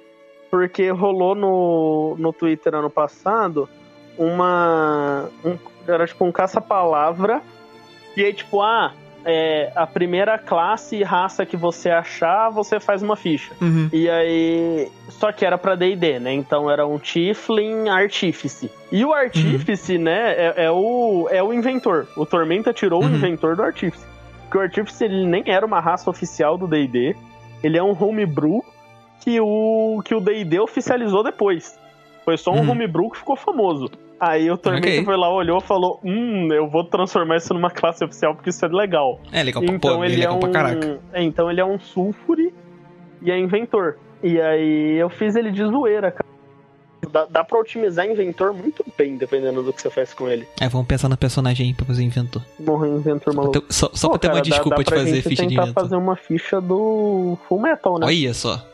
Porque rolou no, no Twitter ano passado uma. um- era tipo um caça-palavra. E aí, tipo, ah, é, a primeira classe e raça que você achar, você faz uma ficha.
Uhum.
E aí. Só que era pra DD, né? Então era um Tiflin Artífice. E o Artífice, né, é, é o, é o inventor. O Tormenta tirou
Uhum.
o inventor do Artífice. Porque o Artífice ele nem era uma raça oficial do DD. Ele é um homebrew que o que o DD oficializou depois. Foi só um
Uhum.
homebrew que ficou famoso. Aí o Tormenta
Ok.
foi lá, olhou e falou: Hum, eu vou transformar isso numa classe oficial porque isso é legal.
É legal pra
Então
pô,
ele, é
legal
um,
pra caraca.
é, então ele é um sulfure e é inventor. E aí eu fiz ele de zoeira, cara. Dá, dá pra otimizar inventor muito bem, dependendo do que você faz com ele.
É, vamos pensar no personagem aí pra fazer inventor.
Morrer inventor
Pra
maluco.
ter- só só
Pô,
pra ter Então, uma
cara, dá-
desculpa
dá
de
pra
fazer
gente
ficha de
tentar
inventor.
fazer uma ficha do Full Metal, né?
Olha só.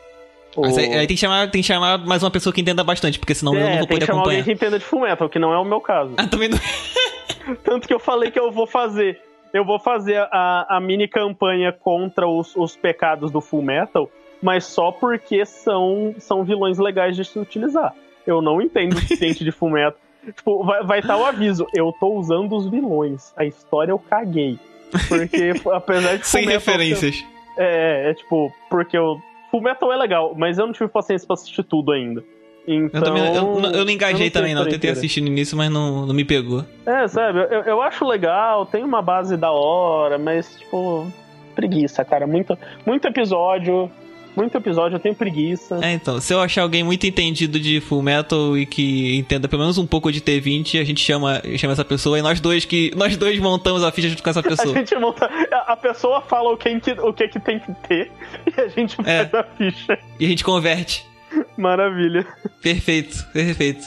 O-
Mas aí, aí tem, que chamar, tem que chamar mais uma pessoa que entenda bastante, porque senão é eu não
É,
vou
tem
poder
que chamar alguém
acompanhar.
que entenda de Full Metal, que não é o meu caso.
Ah, também não.
Tanto que eu falei que eu vou fazer. Eu vou fazer a, a mini campanha contra os, os pecados do Full Metal, mas só porque são, são vilões legais de se utilizar. Eu não entendo o suficiente de Full Metal. Tipo, vai estar o aviso. Eu tô usando os vilões. A história eu caguei. Porque, apesar de.
Sem
Full Metal ser-
referências.
é, é tipo, porque o Full Metal é legal, mas eu não tive paciência pra assistir tudo ainda. Então,
Eu, também, eu, eu não engajei
tenho
também, não.
história
Tentei
inteira.
assistir no início, mas não, não me pegou.
É, sabe, eu, eu acho legal, tem uma base da hora, mas, tipo, preguiça, cara. Muito, muito episódio, muito episódio, eu tenho preguiça.
É, então, se eu achar alguém muito entendido de Full Metal e que entenda pelo menos um pouco de T20, a gente chama, chama essa pessoa e nós dois que nós dois montamos a ficha junto com essa
A
pessoa.
gente monta. A a pessoa fala o que, que- o que, é que tem que ter e a gente
É.
faz a ficha.
E a gente converte.
Maravilha.
Perfeito, perfeito.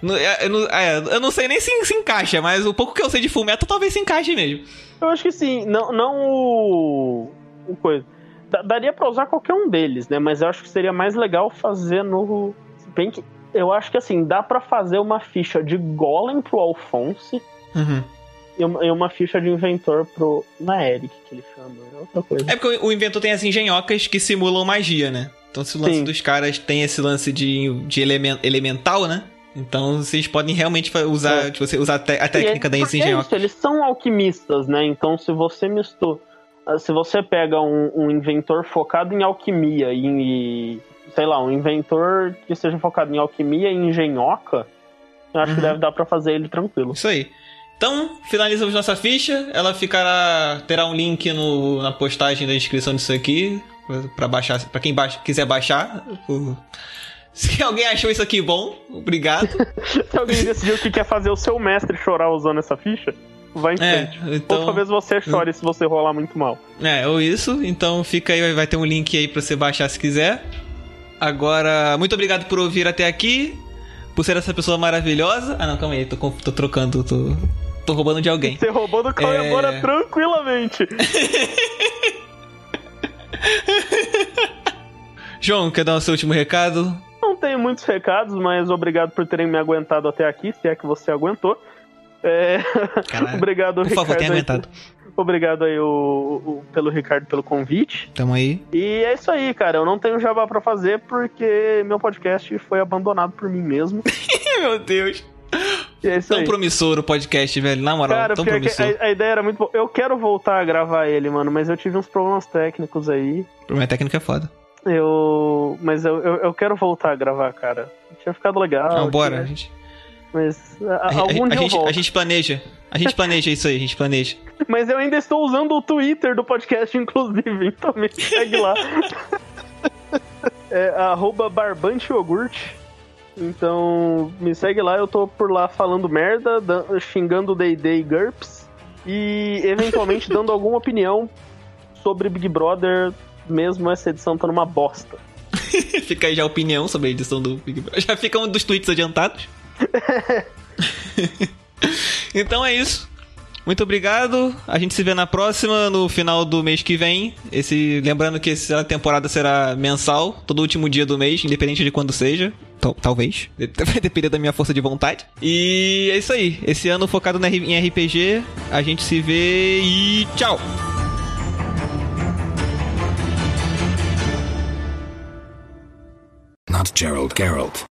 Não- é, Eu não, é, eu não sei nem se, se encaixa, mas o pouco que eu sei de Full Metal talvez se encaixe mesmo.
Eu acho que sim, não, não o. o coisa. Da- daria pra usar qualquer um deles, né? Mas eu acho que seria mais legal fazer no. Se bem que. Eu acho que assim, dá pra fazer uma ficha de Golem pro Alphonse Uhum. e uma, e uma ficha de inventor pro. Na Eric, que ele chama, é outra coisa.
É porque o o inventor tem as engenhocas que simulam magia, né? Então se o lance
Sim.
dos caras tem esse lance de, de elemen- elemental, né? Então vocês podem realmente fa- usar,
É.
tipo, você usar a, te- a
E
técnica
é-
da
porque é
engenhoca.
isso, eles são alquimistas, né? Então, se você mistura. ah, Se você pega um, um inventor focado em alquimia e, em- Sei lá, um inventor que seja focado em alquimia e engenhoca, eu acho que
Uhum.
deve dar pra fazer ele tranquilo.
Isso aí. Então, finalizamos nossa ficha. Ela ficará. terá um link no- na postagem da descrição disso aqui. Pra baixar. para quem baixa- quiser baixar. O- Se alguém achou isso aqui bom, obrigado.
Se alguém decidiu que quer fazer o seu mestre chorar usando essa ficha, vai em
É,
frente. Ou
então.
talvez você chore se você rolar muito mal.
É, ou isso. Então fica aí, vai ter um link aí pra você baixar se quiser. Agora, muito obrigado por ouvir até aqui. Por ser essa pessoa maravilhosa. Ah, não, calma aí, tô, com- tô trocando, tô, tô roubando de alguém.
Você roubou do Cauê
É.
Moura tranquilamente.
João, quer dar o seu último recado?
Não tenho muitos recados, mas obrigado por terem me aguentado até aqui, se é que você aguentou. É,
Caralho.
obrigado,
Por
Ricardo.
favor, tenha
aí
aguentado.
por- Obrigado aí o, o- pelo Ricardo pelo convite.
Tamo aí.
E é isso aí, cara. Eu não tenho jabá pra fazer porque meu podcast foi abandonado por mim mesmo.
Meu Deus.
E é isso
Tão
aí.
promissor o podcast, velho. Na moral,
Cara,
tão
porque
promissor.
a, a ideia era muito boa. Eu quero voltar a gravar ele, mano, mas eu tive uns problemas técnicos aí.
Problema técnico é foda.
Eu. Mas eu, eu, eu quero voltar a gravar, cara. Tinha ficado legal.
Não, bora. A
tinha-
gente,
Mas a-
a,
a- Ah, algum
a- a
dia eu
gente,
volto.
a gente planeja. A gente planeja isso aí, a gente planeja.
Mas eu ainda estou usando o Twitter do podcast, inclusive, então me segue lá. é arroba barbante iogurte. Então me segue lá, eu tô por lá falando merda, dan- xingando D&D e GURPS. E eventualmente dando alguma opinião sobre Big Brother, mesmo essa edição tá numa bosta.
fica aí já a opinião sobre a edição do Big Brother. Já fica um dos tweets adiantados. então é isso. Muito obrigado. A gente se vê na próxima, no final do mês que vem. Esse, lembrando que essa temporada será mensal, todo último dia do mês, independente de quando seja. Tal- talvez. Vai depender da minha força de vontade. E é isso aí. Esse ano focado na R- em RPG. A gente se vê e tchau!
Not Gerald, Gerald.